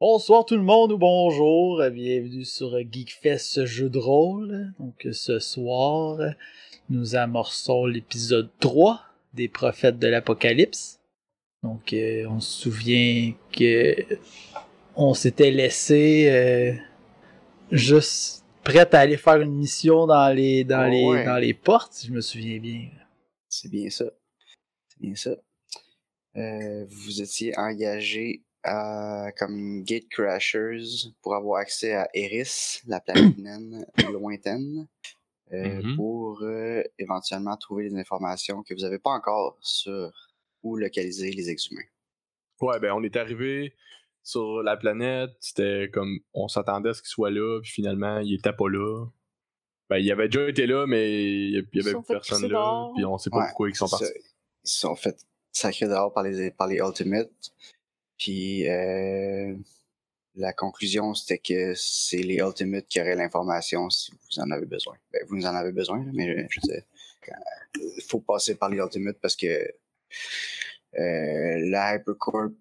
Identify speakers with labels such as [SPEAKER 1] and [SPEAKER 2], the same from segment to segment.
[SPEAKER 1] Bonsoir tout le monde ou bonjour, bienvenue sur GeekFest, ce jeu de rôle. Donc ce soir, nous amorçons l'épisode 3 des prophètes de l'Apocalypse. Donc euh, on se souvient que on s'était laissé euh, juste prête à aller faire une mission dans les dans les
[SPEAKER 2] Oh, Ouais.
[SPEAKER 1] dans les portes, si je me souviens bien.
[SPEAKER 2] C'est bien ça. C'est bien ça. Euh, vous étiez engagé à, comme gatecrashers pour avoir accès à Eris, la planète naine lointaine, euh,
[SPEAKER 3] Mhm.
[SPEAKER 2] pour euh, éventuellement trouver les informations que vous n'avez pas encore sur où localiser les exhumés.
[SPEAKER 3] Ouais, ben on est arrivé sur la planète, c'était comme on s'attendait à ce qu'il soit là, puis finalement il était pas là. Ben il avait déjà été là, mais il y
[SPEAKER 4] Ils se
[SPEAKER 3] avait
[SPEAKER 4] sont
[SPEAKER 3] plus
[SPEAKER 4] fait
[SPEAKER 3] personne
[SPEAKER 4] pousser
[SPEAKER 3] là,
[SPEAKER 4] dehors.
[SPEAKER 3] puis on sait pas
[SPEAKER 2] Ouais,
[SPEAKER 3] pourquoi ils sont
[SPEAKER 2] c'est
[SPEAKER 3] partis.
[SPEAKER 2] ça. Ils se sont fait sacrer dehors par les, par les Ultimates. Puis euh, la conclusion, c'était que c'est les Ultimates qui auraient l'information si vous en avez besoin. Ben, vous en avez besoin, là, mais euh, je sais. Il euh, faut passer par les Ultimates parce que euh, la Hypercorp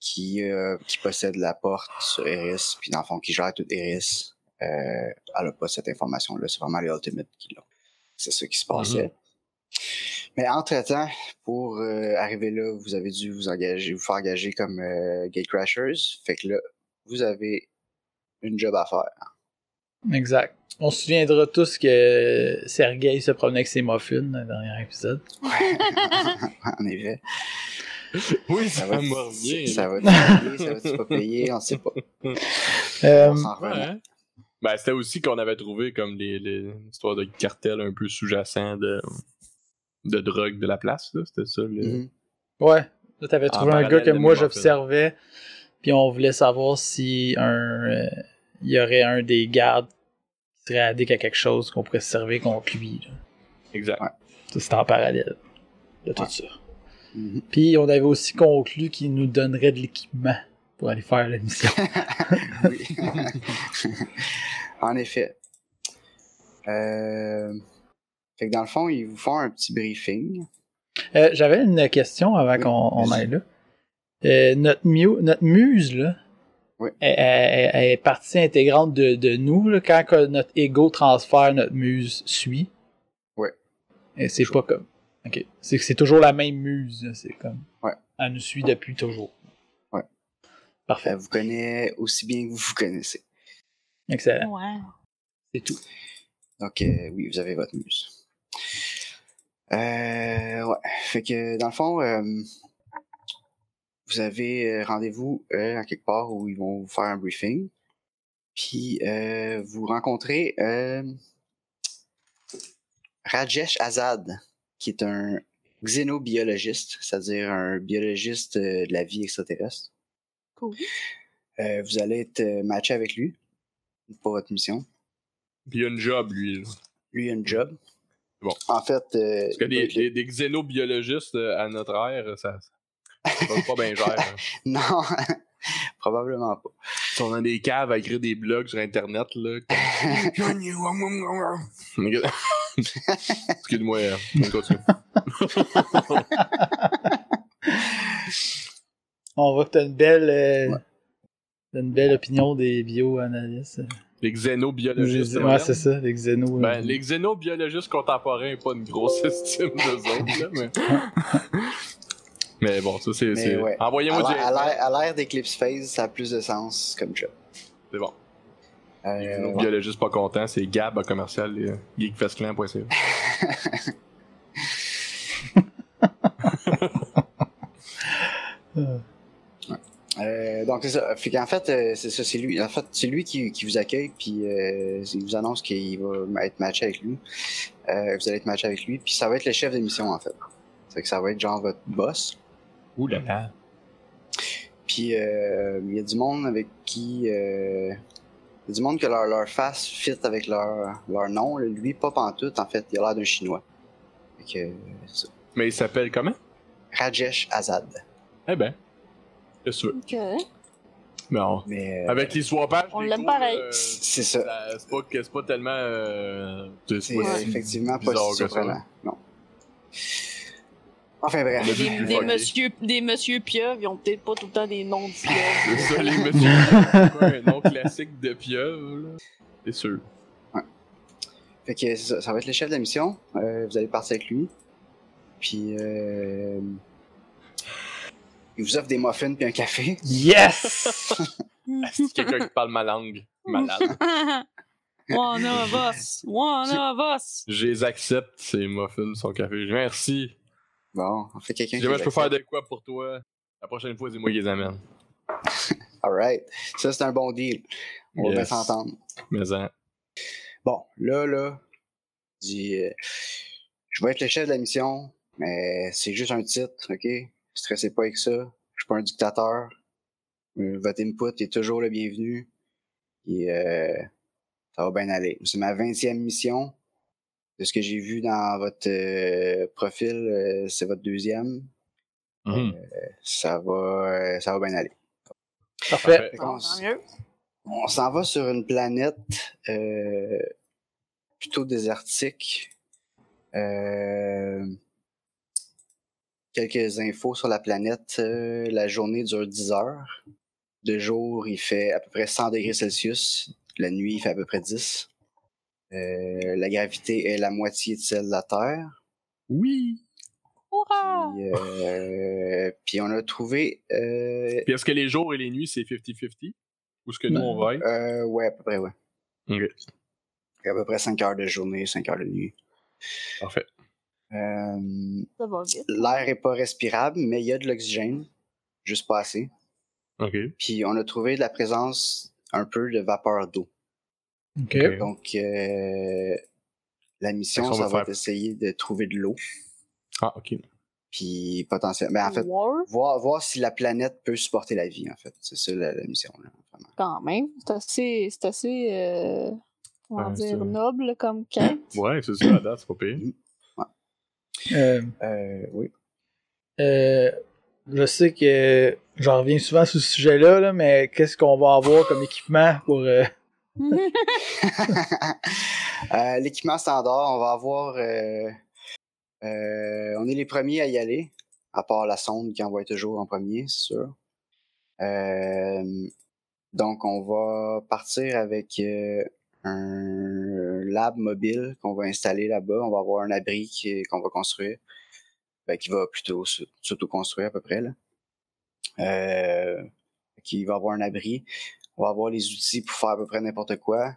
[SPEAKER 2] qui, euh, qui possède la porte sur Eris, puis dans le fond, qui gère tout Eris, euh, elle n'a pas cette information-là. C'est vraiment les Ultimates qui l'ont. C'est ce qui se passait.
[SPEAKER 3] Mm-hmm.
[SPEAKER 2] Mais entre-temps, pour euh, arriver là, vous avez dû vous engager, vous faire engager comme euh, Gatecrashers. Fait que là, vous avez une job à faire.
[SPEAKER 1] Exact. On se souviendra tous que Sergei se promenait avec ses muffins dans le dernier épisode.
[SPEAKER 2] en effet.
[SPEAKER 3] Oui,
[SPEAKER 2] Ça
[SPEAKER 3] ça,
[SPEAKER 2] va,
[SPEAKER 3] me revient.
[SPEAKER 2] ça
[SPEAKER 3] là.
[SPEAKER 2] va payer, ça va pas payer, on sait pas.
[SPEAKER 1] Euh,
[SPEAKER 2] On s'en remet.
[SPEAKER 3] Ouais, hein? Ben c'était aussi qu'on avait trouvé comme les, les histoires de cartel un peu sous-jacent de, de drogue de la place, là, c'était ça. le-
[SPEAKER 2] Mhm.
[SPEAKER 1] Ouais. Là, t'avais
[SPEAKER 3] En
[SPEAKER 1] trouvé un gars
[SPEAKER 3] parallèle
[SPEAKER 1] que
[SPEAKER 3] de
[SPEAKER 1] moi
[SPEAKER 3] Muffin.
[SPEAKER 1] j'observais, puis on voulait savoir si un, euh, il y aurait un des gardes qui serait addict à quelque chose qu'on pourrait se servir contre lui. là.
[SPEAKER 3] Exact.
[SPEAKER 2] Ouais.
[SPEAKER 1] Ça, c'était en parallèle de tout
[SPEAKER 2] Ouais.
[SPEAKER 1] ça.
[SPEAKER 2] Mhm.
[SPEAKER 1] Puis on avait aussi conclu qu'il nous donnerait de l'équipement pour aller faire la mission.
[SPEAKER 2] Oui. en effet. Euh, Fait que dans le fond, ils vous font un petit briefing.
[SPEAKER 1] Euh, J'avais une question avant
[SPEAKER 2] Oui,
[SPEAKER 1] qu'on on
[SPEAKER 2] vas-y.
[SPEAKER 1] aille là. Euh, notre, miu- notre muse, là,
[SPEAKER 2] Oui.
[SPEAKER 1] elle, elle- elle est partie intégrante de, de nous là, quand que notre ego transfère, notre muse suit.
[SPEAKER 2] Oui.
[SPEAKER 1] Et c'est pas comme. Ok. C'est que c'est toujours la même muse. là, C'est comme.
[SPEAKER 2] Ouais.
[SPEAKER 1] Elle nous suit depuis toujours.
[SPEAKER 2] Ouais.
[SPEAKER 1] Parfait.
[SPEAKER 2] Elle vous connaît aussi bien que vous vous connaissez.
[SPEAKER 1] Excellent.
[SPEAKER 4] Ouais.
[SPEAKER 1] C'est tout.
[SPEAKER 2] Donc, euh, oui, vous avez votre muse. Euh, ouais. Fait que, dans le fond, euh, vous avez euh, rendez-vous euh, à quelque part où ils vont vous faire un briefing. Puis, euh, vous rencontrez euh, Rajesh Azad, qui est un xénobiologiste, c'est-à-dire un biologiste euh, de la vie extraterrestre.
[SPEAKER 4] Cool.
[SPEAKER 2] Euh, vous allez être euh, matché avec lui pour votre mission.
[SPEAKER 3] Puis il y a une job, lui. là.
[SPEAKER 2] lui il a une job.
[SPEAKER 3] Bon.
[SPEAKER 2] En fait, euh,
[SPEAKER 3] Parce que des, des, des xénobiologistes euh, à notre ère, ça, ça va pas bien gère. hein.
[SPEAKER 2] non, probablement pas.
[SPEAKER 3] Ils sont dans des caves à écrire des blogs sur Internet, là. comme- Excuse-moi, euh, on continue.
[SPEAKER 1] On voit que t'as une belle. euh, t'as une belle opinion des bioanalystes.
[SPEAKER 3] Les xénobiologistes.
[SPEAKER 1] Ouais,
[SPEAKER 3] modernes.
[SPEAKER 1] c'est ça, les xénos. euh,
[SPEAKER 3] Ben, les xénobiologistes contemporains n'ont pas une grosse estime d'eux autres, là, mais... mais bon, ça, c'est...
[SPEAKER 2] Mais
[SPEAKER 3] c'est-
[SPEAKER 2] ouais.
[SPEAKER 3] Envoyez-moi
[SPEAKER 2] À
[SPEAKER 3] du...
[SPEAKER 2] l'air- à l'air- à l'ère d'Eclipse Phase, ça a plus de sens comme job.
[SPEAKER 3] C'est bon.
[SPEAKER 2] Euh,
[SPEAKER 3] Les
[SPEAKER 2] ouais.
[SPEAKER 3] xénobiologistes pas contents, c'est gab à commercial, euh, geekfestclan.ca.
[SPEAKER 2] Euh, donc c'est ça. Fait qu'en fait, euh, c'est ça, c'est lui. En fait, c'est lui qui, qui vous accueille puis euh, il vous annonce qu'il va être matché avec lui. Euh, vous allez être matché avec lui, puis ça va être le chef de mission en fait. C'est que ça va être genre votre boss.
[SPEAKER 3] Ouh là là.
[SPEAKER 2] Puis euh, il y a du monde avec qui. euh, Il y a du monde que leur, leur face fit avec leur, leur nom. là. Lui, pas pantoute, en fait. Il a l'air d'un chinois. Fait que, euh, c'est ça.
[SPEAKER 3] Mais il s'appelle comment?
[SPEAKER 2] Rajesh Azad.
[SPEAKER 3] Eh ben, qu'est-ce que tu veux?
[SPEAKER 4] Ok.
[SPEAKER 3] Ah, Mais on-
[SPEAKER 2] Mais. euh,
[SPEAKER 3] Avec les swapages,
[SPEAKER 4] On
[SPEAKER 3] les
[SPEAKER 4] l'aime
[SPEAKER 3] cours,
[SPEAKER 4] pareil.
[SPEAKER 3] euh, c'est
[SPEAKER 2] C'est ça.
[SPEAKER 3] la- c'est pas, que- c'est pas tellement. euh,
[SPEAKER 2] C'est
[SPEAKER 3] pas si
[SPEAKER 2] effectivement pas
[SPEAKER 3] bizarre
[SPEAKER 2] si
[SPEAKER 3] que ça.
[SPEAKER 2] surprenant. Non. Enfin bref.
[SPEAKER 3] On
[SPEAKER 2] je
[SPEAKER 3] a dit
[SPEAKER 2] vais
[SPEAKER 3] plus
[SPEAKER 2] vous
[SPEAKER 3] fort
[SPEAKER 4] Des
[SPEAKER 3] que lui.
[SPEAKER 4] monsieur, des monsieur pieuvres, ils ont peut-être pas tout le temps des noms de
[SPEAKER 3] C'est
[SPEAKER 4] pieuvres.
[SPEAKER 3] ça, les messieurs. C'est quoi un nom classique de pieuvre, là? C'est sûr.
[SPEAKER 2] Fait que ça, ça va être le chef de la mission. Euh, vous allez partir avec lui. Puis euh, il vous offre des muffins puis un café.
[SPEAKER 1] Yes!
[SPEAKER 3] Est-ce que Ah, quelqu'un qui parle ma langue? Malade.
[SPEAKER 4] One of us! One of us!
[SPEAKER 3] Je les accepte, ces muffins, son café. Je dis, Merci.
[SPEAKER 2] Bon, on fait quelqu'un.
[SPEAKER 3] Si jamais je peux faire de quoi pour toi, la prochaine fois, c'est moi qui les amène.
[SPEAKER 2] Alright. Ça c'est un bon deal. On va
[SPEAKER 3] Yes.
[SPEAKER 2] bien s'entendre.
[SPEAKER 3] Mais hein,
[SPEAKER 2] Bon, là, là, je dis, euh, je vais être le chef de la mission, mais c'est juste un titre, ok? Stressez pas avec ça. Je suis pas un dictateur. Euh, Votre input est toujours le bienvenu. Et euh, ça va bien aller. C'est ma 20e mission. De ce que j'ai vu dans votre euh, profil, euh, c'est votre deuxième. Euh,
[SPEAKER 3] mhm.
[SPEAKER 2] Ça va, euh, ça va bien aller.
[SPEAKER 1] Parfait.
[SPEAKER 2] Fait qu'on
[SPEAKER 4] Bon,
[SPEAKER 2] s-
[SPEAKER 4] Ah, tant mieux.
[SPEAKER 2] on s'en va sur une planète euh, plutôt désertique. Euh, quelques infos sur la planète. Euh, la journée dure 10 heures. De jour, il fait à peu près 100 degrés Celsius. La nuit, il fait à peu près 10. Euh, la gravité est la moitié de celle de la Terre.
[SPEAKER 3] Oui.
[SPEAKER 4] Hourra!
[SPEAKER 2] Puis, euh, puis on a trouvé... Euh,
[SPEAKER 3] Puis est-ce que les jours et les nuits, c'est 50-50? Ou est-ce que nous,
[SPEAKER 1] Ben,
[SPEAKER 3] on va être?
[SPEAKER 2] euh, ouais, à peu près, ouais.
[SPEAKER 3] Ok.
[SPEAKER 2] Fait À peu près 5 heures de journée, 5 heures de nuit.
[SPEAKER 3] Parfait.
[SPEAKER 2] Euh,
[SPEAKER 4] Ça va vite.
[SPEAKER 2] L'air est pas respirable, mais il y a de l'oxygène, juste pas assez.
[SPEAKER 3] OK.
[SPEAKER 2] Puis on a trouvé de la présence un peu de vapeur d'eau.
[SPEAKER 1] Ok.
[SPEAKER 3] Ok.
[SPEAKER 2] Donc euh, la mission,
[SPEAKER 3] Qu'est-ce qu'on
[SPEAKER 2] ça
[SPEAKER 3] va
[SPEAKER 2] va
[SPEAKER 3] faire?
[SPEAKER 2] être essayer de trouver de l'eau,
[SPEAKER 3] Ah, OK.
[SPEAKER 2] puis potentiellement, ben, en fait,
[SPEAKER 4] War,
[SPEAKER 2] voir, voir si la planète peut supporter la vie, en fait. C'est ça la, la mission. Là, vraiment.
[SPEAKER 4] quand même. C'est assez, c'est assez euh, comment
[SPEAKER 3] Ouais,
[SPEAKER 4] dire,
[SPEAKER 3] c'est-
[SPEAKER 4] noble comme quête.
[SPEAKER 3] Ouais, c'est ça, la date, c'est pas pire.
[SPEAKER 1] Euh,
[SPEAKER 2] Euh, oui.
[SPEAKER 1] Euh, je sais que j'en reviens souvent sur ce sujet-là, là, mais qu'est-ce qu'on va avoir comme équipement pour. euh,
[SPEAKER 2] Euh, L'équipement standard, on va avoir. euh, euh, on est les premiers à y aller, à part la sonde qui envoie toujours en premier, c'est sûr. Euh, donc, on va partir avec euh, un lab mobile qu'on va installer là-bas. On va avoir un abri qui- qu'on va construire, ben, qui va plutôt s- s'auto-construire à peu près. Là. Euh, qui va avoir un abri. On va avoir les outils pour faire à peu près n'importe quoi.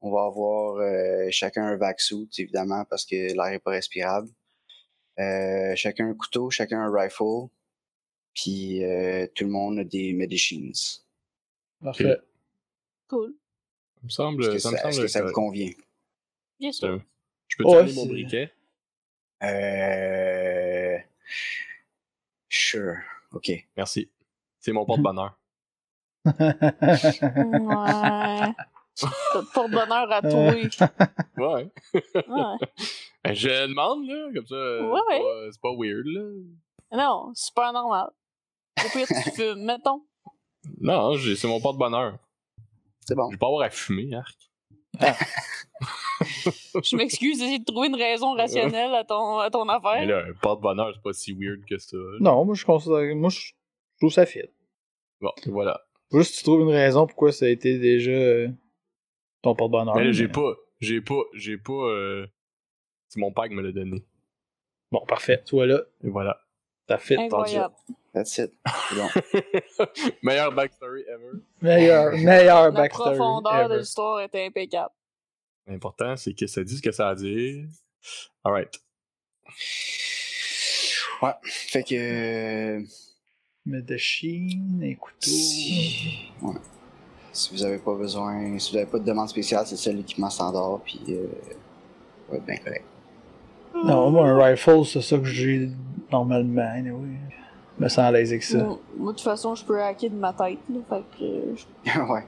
[SPEAKER 2] On va avoir euh, chacun un vac-suit, évidemment, parce que l'air n'est pas respirable. Euh, chacun un couteau, chacun un rifle. Puis euh, tout le monde a des medicines.
[SPEAKER 1] parfait.
[SPEAKER 4] cool.
[SPEAKER 3] Ça me semble.
[SPEAKER 2] Est-ce que, ça,
[SPEAKER 3] ça me
[SPEAKER 2] est-ce
[SPEAKER 3] semble
[SPEAKER 2] que ça vous
[SPEAKER 3] que-
[SPEAKER 2] convient?
[SPEAKER 4] Bien sûr.
[SPEAKER 3] Je peux
[SPEAKER 1] Ouais,
[SPEAKER 3] tourner mon
[SPEAKER 1] c'est-
[SPEAKER 3] briquet.
[SPEAKER 2] Euh... Sure. OK.
[SPEAKER 3] Merci. C'est mon porte-bonheur.
[SPEAKER 4] Ouais. T'as pour bonheur à trouver.
[SPEAKER 3] Ouais.
[SPEAKER 4] Ouais.
[SPEAKER 3] Ben, Je demande, là, comme ça. euh,
[SPEAKER 4] Ouais,
[SPEAKER 3] c'est pas- C'est pas, weird, là.
[SPEAKER 4] Non, c'est pas normal. Au pire, tu fumes, mettons.
[SPEAKER 3] Non, j'ai- c'est mon porte-bonheur.
[SPEAKER 2] C'est bon.
[SPEAKER 3] Je vais pas avoir à fumer, arc.
[SPEAKER 4] Je m'excuse d'essayer de trouver une raison rationnelle à ton, à ton
[SPEAKER 3] Mais
[SPEAKER 4] affaire.
[SPEAKER 3] là, un porte-bonheur, c'est pas si weird que ça.
[SPEAKER 1] non, moi je considère. Moi je je trouve ça fit.
[SPEAKER 3] Bon, voilà.
[SPEAKER 1] Faut juste que tu trouves une raison pourquoi ça a été déjà euh, ton porte-bonheur.
[SPEAKER 3] Mais là, j'ai pas. J'ai pas. J'ai pas. euh, C'est mon père qui me l'a donné.
[SPEAKER 1] Bon, parfait. Toi là,
[SPEAKER 3] Et voilà.
[SPEAKER 1] ça fit.
[SPEAKER 4] Incroyable.
[SPEAKER 2] That's it. C'est bon.
[SPEAKER 3] Meilleure backstory ever.
[SPEAKER 1] Meilleur, meilleur
[SPEAKER 4] La
[SPEAKER 1] backstory.
[SPEAKER 4] profondeur de
[SPEAKER 1] ever.
[SPEAKER 4] l'histoire est impeccable.
[SPEAKER 3] L'important, c'est que ça dit ce que ça a dit. Alright.
[SPEAKER 2] ouais. Fait que... euh,
[SPEAKER 1] Medicine, et couteau.
[SPEAKER 2] Si... ouais. Si vous avez pas besoin... Si vous n'avez pas de demande spéciale, c'est ça l'équipement standard. Puis... Euh... ça va être bien correct.
[SPEAKER 1] Non, moi un rifle, c'est ça que j'ai normalement. anyway. Je me sens à l'aise avec ça.
[SPEAKER 4] Moi, moi, de toute façon, je peux hacker de ma tête. Là, fait que, euh, je-
[SPEAKER 2] ouais.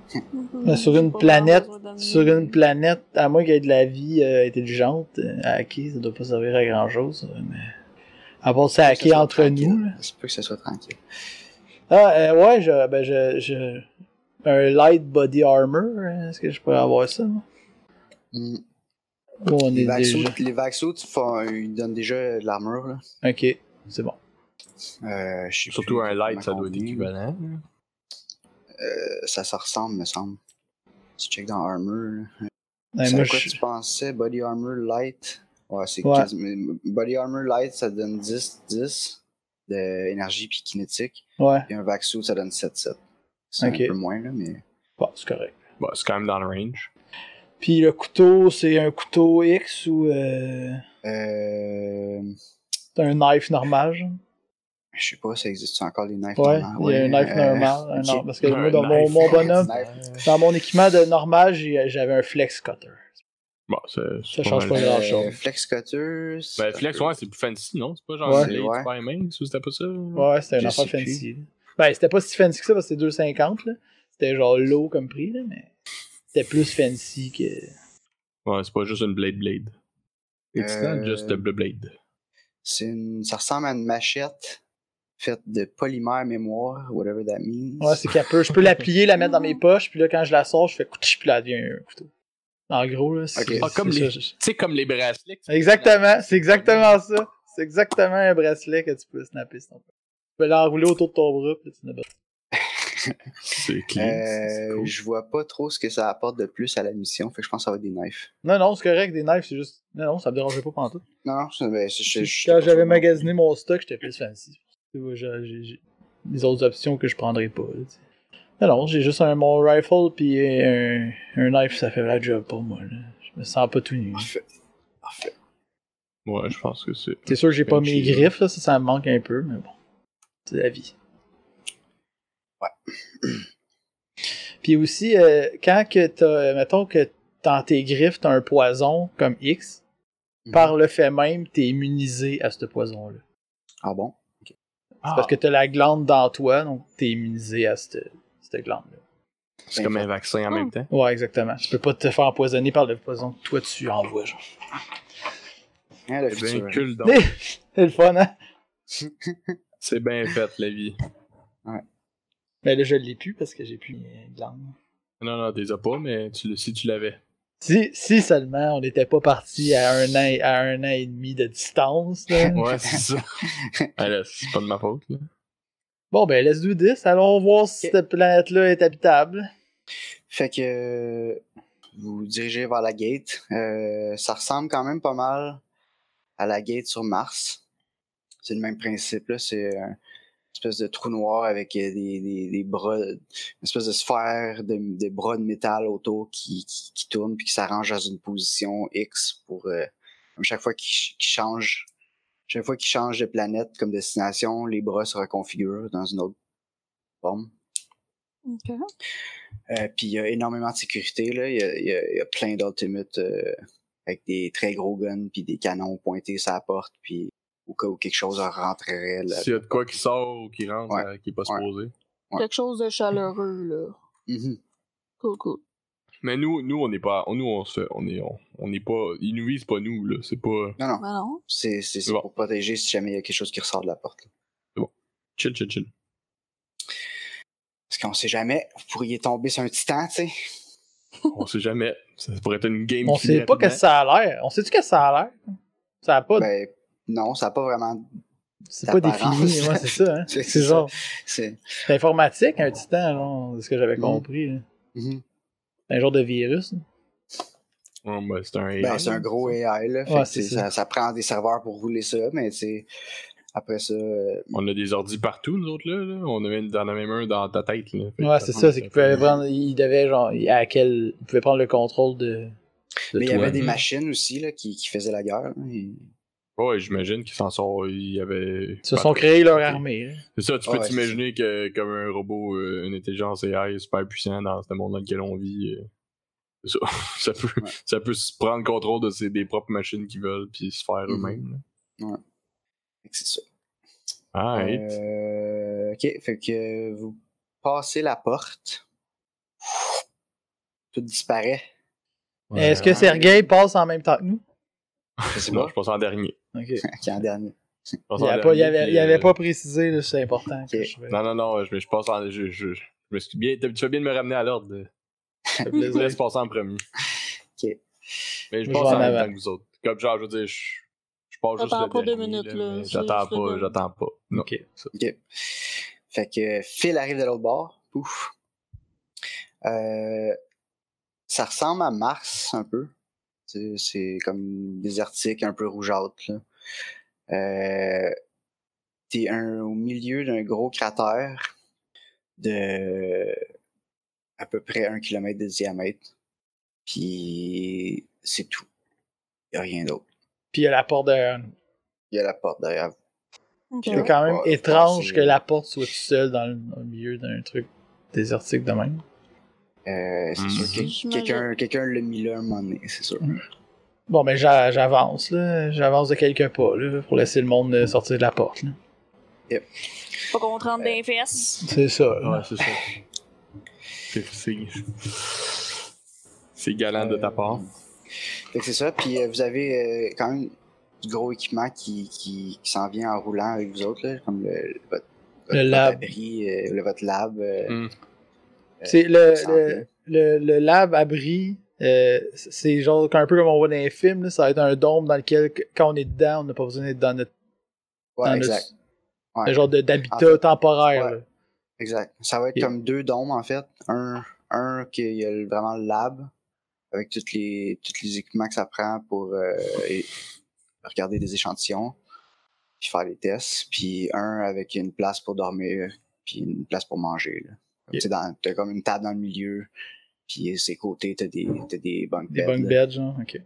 [SPEAKER 1] Mais sur une
[SPEAKER 4] j'ai pas
[SPEAKER 1] planète,
[SPEAKER 4] vraiment besoin de-
[SPEAKER 1] Sur une planète, à moins qu'il y ait de la vie euh, intelligente, euh, à hacker, ça doit pas servir à grand chose. Mais... À part ça,
[SPEAKER 2] que ce
[SPEAKER 1] hacker
[SPEAKER 2] soit
[SPEAKER 1] entre
[SPEAKER 2] tranquille.
[SPEAKER 1] nous. là.
[SPEAKER 2] Ça se peut que ce soit tranquille.
[SPEAKER 1] Ah, euh, ouais, je, ben, je, je- Un light body armor, hein, est-ce que je pourrais avoir ça? moi?
[SPEAKER 2] Mm.
[SPEAKER 1] Là, on
[SPEAKER 2] Les
[SPEAKER 1] est
[SPEAKER 2] vaccins,
[SPEAKER 1] déjà.
[SPEAKER 2] les vaccins, ils donnent déjà de l'armure. là.
[SPEAKER 1] Ok. C'est bon.
[SPEAKER 2] Euh, je sais
[SPEAKER 3] Surtout
[SPEAKER 2] plus
[SPEAKER 3] un light,
[SPEAKER 2] comment
[SPEAKER 3] ça doit
[SPEAKER 2] on
[SPEAKER 3] être
[SPEAKER 2] dit.
[SPEAKER 3] équivalent. là.
[SPEAKER 2] Euh, ça se ressemble, me semble. Tu check dans Armor. là.
[SPEAKER 1] Ouais, Ben,
[SPEAKER 2] c'est
[SPEAKER 1] moi,
[SPEAKER 2] à quoi
[SPEAKER 1] je-
[SPEAKER 2] tu pensais Body Armor Light Ouais, c'est
[SPEAKER 1] Ouais.
[SPEAKER 2] quasiment- Body Armor Light, ça donne 10, 10 d'énergie puis kinétique.
[SPEAKER 1] ouais.
[SPEAKER 2] Et un Vaxo, ça donne 7, 7. C'est
[SPEAKER 1] Ok.
[SPEAKER 2] un peu moins, là, mais.
[SPEAKER 1] Bon, c'est correct.
[SPEAKER 3] Bon, c'est quand même dans le range.
[SPEAKER 1] Puis le couteau, c'est un couteau X ou euh,
[SPEAKER 2] Euh.
[SPEAKER 1] c'est un knife normal? genre?
[SPEAKER 2] Je sais pas, ça existe encore les knives
[SPEAKER 1] Ouais, il
[SPEAKER 2] normales?
[SPEAKER 1] y a un
[SPEAKER 2] Ouais,
[SPEAKER 1] knife
[SPEAKER 2] euh,
[SPEAKER 1] normal. un
[SPEAKER 2] ok.
[SPEAKER 1] or- parce que
[SPEAKER 3] Un
[SPEAKER 1] moi, dans mon,
[SPEAKER 3] knife.
[SPEAKER 1] mon bonhomme,
[SPEAKER 2] Knife.
[SPEAKER 1] dans mon équipement de normal, j'ai- j'avais un flex cutter.
[SPEAKER 3] Bon, c'est- c'est
[SPEAKER 1] Ça change pas
[SPEAKER 3] mal.
[SPEAKER 1] grand-
[SPEAKER 2] Euh,
[SPEAKER 1] chose.
[SPEAKER 2] Flex Cutter. c'est
[SPEAKER 3] Ben,
[SPEAKER 2] un
[SPEAKER 3] Flex,
[SPEAKER 2] peu-
[SPEAKER 3] ouais, c'est plus fancy, non? C'est pas genre
[SPEAKER 1] Ouais.
[SPEAKER 3] Blade
[SPEAKER 2] Ouais.
[SPEAKER 3] Spyman, ça, c'était pas ça?
[SPEAKER 1] Ouais, c'était un
[SPEAKER 2] Je
[SPEAKER 1] affaire
[SPEAKER 2] sais plus.
[SPEAKER 1] fancy. là. Ben, c'était pas si fancy que ça parce que c'était 2,50. là. C'était genre low comme prix, là, mais c'était plus fancy que.
[SPEAKER 3] Ouais, c'est pas juste une Blade Blade. It's
[SPEAKER 2] Euh,
[SPEAKER 3] not just a bl- Blade.
[SPEAKER 2] C'est une... Ça ressemble à une machette faite de polymère mémoire, whatever that means.
[SPEAKER 1] Ouais, c'est qu'elle peut. Je peux la plier, la mettre dans mes poches, puis là, quand je la sors, je fais couch, puis là, elle devient un couteau. En gros, là, c'est.
[SPEAKER 2] Ok.
[SPEAKER 3] Ah, comme
[SPEAKER 1] c'est
[SPEAKER 3] les-
[SPEAKER 1] ça, je-
[SPEAKER 3] Tu sais, comme les bracelets. que tu-
[SPEAKER 1] Exactement, c'est exactement ça. C'est exactement un bracelet que tu peux snapper sur ton bras. Tu peux l'enrouler autour de ton bras, puis tu n'as pas.
[SPEAKER 3] C'est clean. c'est- c'est
[SPEAKER 2] Euh,
[SPEAKER 3] cool.
[SPEAKER 2] Je vois pas trop ce que ça apporte de plus à la mission, fait que je pense que ça va être des knives.
[SPEAKER 1] Non, non, c'est correct, des knives, c'est juste. Non, non, ça me dérangeait pas pantoute.
[SPEAKER 2] Non, non, c'est- ben, c'est- je- je-
[SPEAKER 1] Quand
[SPEAKER 2] je-
[SPEAKER 1] j'avais magasiné mon stock, j'étais plus fancy. Tu vois, j'ai- j'ai- j'ai des autres options que je prendrais pas. là, tu sais. non, non, j'ai juste un mon rifle, puis un, un knife, ça fait la job pour moi. là. Je me sens pas tout nu.
[SPEAKER 2] Parfait. Parfait.
[SPEAKER 3] Ouais, je pense que c'est.
[SPEAKER 1] C'est sûr que j'ai pas mes
[SPEAKER 3] Punchy.
[SPEAKER 1] griffes, là, ça, ça me manque un peu, mais bon. C'est la vie.
[SPEAKER 2] Ouais.
[SPEAKER 1] Puis aussi, euh, quand que t'as, mettons que dans tes griffes, t'as un poison comme X,
[SPEAKER 2] Mhm.
[SPEAKER 1] par le fait même, t'es immunisé à ce poison-là.
[SPEAKER 2] Ah bon?
[SPEAKER 3] Ah.
[SPEAKER 1] C'est parce que t'as la glande dans toi, donc t'es immunisé à cette, cette glande-là.
[SPEAKER 2] Ah,
[SPEAKER 3] C'est
[SPEAKER 2] ben,
[SPEAKER 3] comme un vaccin en même temps.
[SPEAKER 1] Ouais, exactement. Tu peux pas te faire empoisonner par le poison que toi tu envoies, genre.
[SPEAKER 2] Hein, le
[SPEAKER 3] C'est bien
[SPEAKER 2] futur.
[SPEAKER 3] cool, donc.
[SPEAKER 1] C'est le fun, hein?
[SPEAKER 3] C'est bien fait, la vie.
[SPEAKER 1] Mais là, je l'ai plus parce que j'ai plus mes glandes.
[SPEAKER 3] Non, non, t'es as pas, mais tu le- si tu l'avais.
[SPEAKER 1] Si, si seulement on n'était pas parti à un an, et- à un an et demi de distance. là.
[SPEAKER 3] Ouais, c'est ça. Ah, là, c'est pas de ma faute, là.
[SPEAKER 1] Bon ben let's do this. Allons voir si
[SPEAKER 2] Ok.
[SPEAKER 1] cette planète-là est habitable.
[SPEAKER 2] Fait que euh, vous vous dirigez vers la gate. Euh, ça ressemble quand même pas mal à la gate sur Mars. C'est le même principe, là. C'est euh, une espèce de trou noir avec euh, des, des, des bras, une espèce de sphère de, de bras de métal autour qui, qui, qui tourne puis qui s'arrange dans une position X pour euh, comme chaque fois qu'il ch- qu'il change. Chaque fois qu'il change de planète comme destination, les bras se reconfigurent dans une autre forme.
[SPEAKER 4] Ok.
[SPEAKER 2] Euh, puis il y a énormément de sécurité. Là. Il, y a, il y a- il y a plein d'ultimates euh, avec des très gros guns puis des canons pointés sur la porte. Puis au cas où quelque chose rentrerait là.
[SPEAKER 3] S'il y a de quoi qui sort ou qui rentre,
[SPEAKER 2] Ouais.
[SPEAKER 3] euh, qui est pas
[SPEAKER 2] Ouais.
[SPEAKER 3] supposé.
[SPEAKER 2] Ouais.
[SPEAKER 4] Quelque chose de chaleureux, là.
[SPEAKER 2] Mhm.
[SPEAKER 4] Cool, cool.
[SPEAKER 3] Mais nous, nous, on n'est pas. Nous, on se fait. On est, on, on est pas. Ils nous visent pas nous, là. C'est pas.
[SPEAKER 2] Non, non.
[SPEAKER 4] Mais Ah non.
[SPEAKER 2] C'est c'est- c'est
[SPEAKER 3] Bon.
[SPEAKER 2] pour protéger si jamais il y a quelque chose qui ressort de la porte. là.
[SPEAKER 3] Chill, chill, chill.
[SPEAKER 2] Parce qu'on sait jamais, vous pourriez tomber sur un titan, tu sais.
[SPEAKER 3] on sait jamais. Ça pourrait être une game
[SPEAKER 1] On
[SPEAKER 3] qui
[SPEAKER 1] sait
[SPEAKER 3] vient
[SPEAKER 1] pas que
[SPEAKER 3] dedans.
[SPEAKER 1] ça a l'air. On sait-tu que ça a l'air? Ça a pas.
[SPEAKER 2] Ben, non, ça n'a pas vraiment.
[SPEAKER 1] c'est pas
[SPEAKER 2] d'apparence.
[SPEAKER 1] défini, ouais, c'est ça, hein?
[SPEAKER 2] C'est-
[SPEAKER 1] C'est
[SPEAKER 2] c'est
[SPEAKER 1] genre.
[SPEAKER 2] C'est.
[SPEAKER 1] C'est informatique, un titan, genre, c'est ce que j'avais
[SPEAKER 2] Mhm.
[SPEAKER 1] compris. là.
[SPEAKER 2] Mhm.
[SPEAKER 1] C'est un genre de virus. là.
[SPEAKER 3] Ouais, ben, c'est un
[SPEAKER 2] Ben,
[SPEAKER 3] AI,
[SPEAKER 2] c'est un
[SPEAKER 3] là.
[SPEAKER 2] gros AI, là. Fait
[SPEAKER 1] Ouais,
[SPEAKER 2] que,
[SPEAKER 1] c'est
[SPEAKER 2] tu sais,
[SPEAKER 1] ça.
[SPEAKER 2] ça, ça prend des serveurs pour rouler ça, mais tu sais, après ça, euh,
[SPEAKER 3] On a des ordis partout, nous autres, là. là. On a même, en a même un dans ta tête, là. Fait que
[SPEAKER 1] Ouais, c'est ça, c'est qu'il pouvait
[SPEAKER 3] fait-
[SPEAKER 1] prendre. Il devait, genre, il- à quel. Il pouvait prendre le contrôle de. de Mhm.
[SPEAKER 2] Mais il y
[SPEAKER 1] toi,
[SPEAKER 2] avait des
[SPEAKER 1] là.
[SPEAKER 2] machines aussi là, qui, qui faisaient la guerre. là, et-
[SPEAKER 3] Ouais, j'imagine qu'ils s'en sont. Il y avait.
[SPEAKER 1] Ils se sont créés leur armée. hein. là.
[SPEAKER 3] C'est ça, tu peux
[SPEAKER 2] Ouais, c'est
[SPEAKER 3] t'imaginer que comme un robot, euh, une intelligence AI super puissant dans ce monde dans lequel on vit. euh, c'est ça, ça peut,
[SPEAKER 2] Ouais.
[SPEAKER 3] ça peut se prendre contrôle de ses, des propres machines qui veulent puis se faire
[SPEAKER 2] Mhm.
[SPEAKER 3] eux-mêmes. là.
[SPEAKER 2] fait que C'est ça.
[SPEAKER 3] Ah, right.
[SPEAKER 2] Euh, ok, fait que vous passez la porte. Tout disparaît.
[SPEAKER 3] Ouais.
[SPEAKER 1] Est-ce que Sergei passe en même temps que nous?
[SPEAKER 2] Je sais
[SPEAKER 3] Non,
[SPEAKER 2] pas,
[SPEAKER 3] je pense en dernier.
[SPEAKER 1] Ok.
[SPEAKER 2] qui est en dernier.
[SPEAKER 3] Je pense
[SPEAKER 1] Il
[SPEAKER 3] en
[SPEAKER 1] avait pas, il
[SPEAKER 3] dernier,
[SPEAKER 1] avait,
[SPEAKER 3] puis,
[SPEAKER 1] il avait
[SPEAKER 3] euh,
[SPEAKER 1] pas précisé, là, c'est important. que
[SPEAKER 2] Ok.
[SPEAKER 1] je fais-
[SPEAKER 3] Non, non, non, je, je passe en. Je, je, je me suis bien, tu fais bien de me ramener à l'ordre.
[SPEAKER 1] ça fait
[SPEAKER 3] Je vous
[SPEAKER 1] plaisir.
[SPEAKER 3] laisse passer en premier.
[SPEAKER 2] Ok.
[SPEAKER 3] Mais
[SPEAKER 1] Moi, je
[SPEAKER 3] je pense
[SPEAKER 1] vais
[SPEAKER 3] en
[SPEAKER 1] en
[SPEAKER 3] même
[SPEAKER 1] avant.
[SPEAKER 3] temps que vous autres. Comme genre, je veux dire, je, Je pars juste
[SPEAKER 4] J'attends
[SPEAKER 3] le
[SPEAKER 4] pas deux
[SPEAKER 3] dernier,
[SPEAKER 4] minutes, là,
[SPEAKER 3] mais
[SPEAKER 4] je-
[SPEAKER 3] J'attends
[SPEAKER 4] je le
[SPEAKER 3] pas,
[SPEAKER 4] donne.
[SPEAKER 3] j'attends pas. Non.
[SPEAKER 1] Ok.
[SPEAKER 2] Ok. Fait que Phil arrive de l'autre bord. Pouf. Euh, ça ressemble à Mars un peu. Tu sais, C'est comme désertique, un peu rougeâtre. Là. Euh, T'es un- au milieu d'un gros cratère de à peu près un kilomètre de diamètre. Puis c'est tout. Y a rien d'autre.
[SPEAKER 1] Puis il y a la porte derrière nous.
[SPEAKER 2] Y a la porte derrière vous.
[SPEAKER 4] Ok.
[SPEAKER 1] C'est quand même
[SPEAKER 2] Ouais,
[SPEAKER 1] étrange
[SPEAKER 2] c'est-
[SPEAKER 1] que la porte soit toute seule dans le au milieu d'un truc désertique de même.
[SPEAKER 2] Euh, c'est sûr que
[SPEAKER 4] Mhm.
[SPEAKER 2] quelqu'un quelqu'un l'a mis là un moment donné, c'est sûr.
[SPEAKER 1] Bon, ben j'a- j'avance, là. J'avance de quelques pas, là, pour laisser le monde euh, sortir de la porte, là.
[SPEAKER 4] Faut qu'on te rentre dans les fesses.
[SPEAKER 1] C'est ça,
[SPEAKER 3] Ouais, c'est ça. C'est- C'est c'est galant de ta part.
[SPEAKER 2] Euh,
[SPEAKER 1] Euh,
[SPEAKER 2] Fait que c'est ça, puis euh, vous avez euh, quand même du gros équipement qui, qui, qui s'en vient en roulant avec vous autres, là, comme le, votre, votre- votre
[SPEAKER 1] lab.
[SPEAKER 2] abri, euh, le, votre lab. euh,
[SPEAKER 3] Mm.
[SPEAKER 1] C'est le,
[SPEAKER 2] qui s'en vient.
[SPEAKER 1] le, le, le lab abri, euh, c'est genre un peu comme on voit dans les films, là, ça va être un dôme dans lequel, qu- quand on est dedans, on n'a pas besoin d'être dans notre. dans
[SPEAKER 2] Ouais,
[SPEAKER 1] notre-
[SPEAKER 2] exact,
[SPEAKER 1] Un
[SPEAKER 2] ouais.
[SPEAKER 1] genre de- d'habitat
[SPEAKER 2] En fait,
[SPEAKER 1] temporaire.
[SPEAKER 2] ouais.
[SPEAKER 1] là.
[SPEAKER 2] exact. Ça va être
[SPEAKER 1] Et-
[SPEAKER 2] comme deux dômes, en fait. Un, un qui il y a le- vraiment le lab, avec tous les, tous les équipements que ça prend pour euh, et- regarder des échantillons, puis faire les tests. Puis un avec une place pour dormir, puis une place pour manger. là. Comme,
[SPEAKER 1] Yeah.
[SPEAKER 2] tu sais, dans- T'as comme une table dans le milieu, puis ses côtés, t'as des, t'as des bunk
[SPEAKER 1] Des
[SPEAKER 2] beds.
[SPEAKER 1] bunk
[SPEAKER 2] là.
[SPEAKER 1] beds, genre, ok.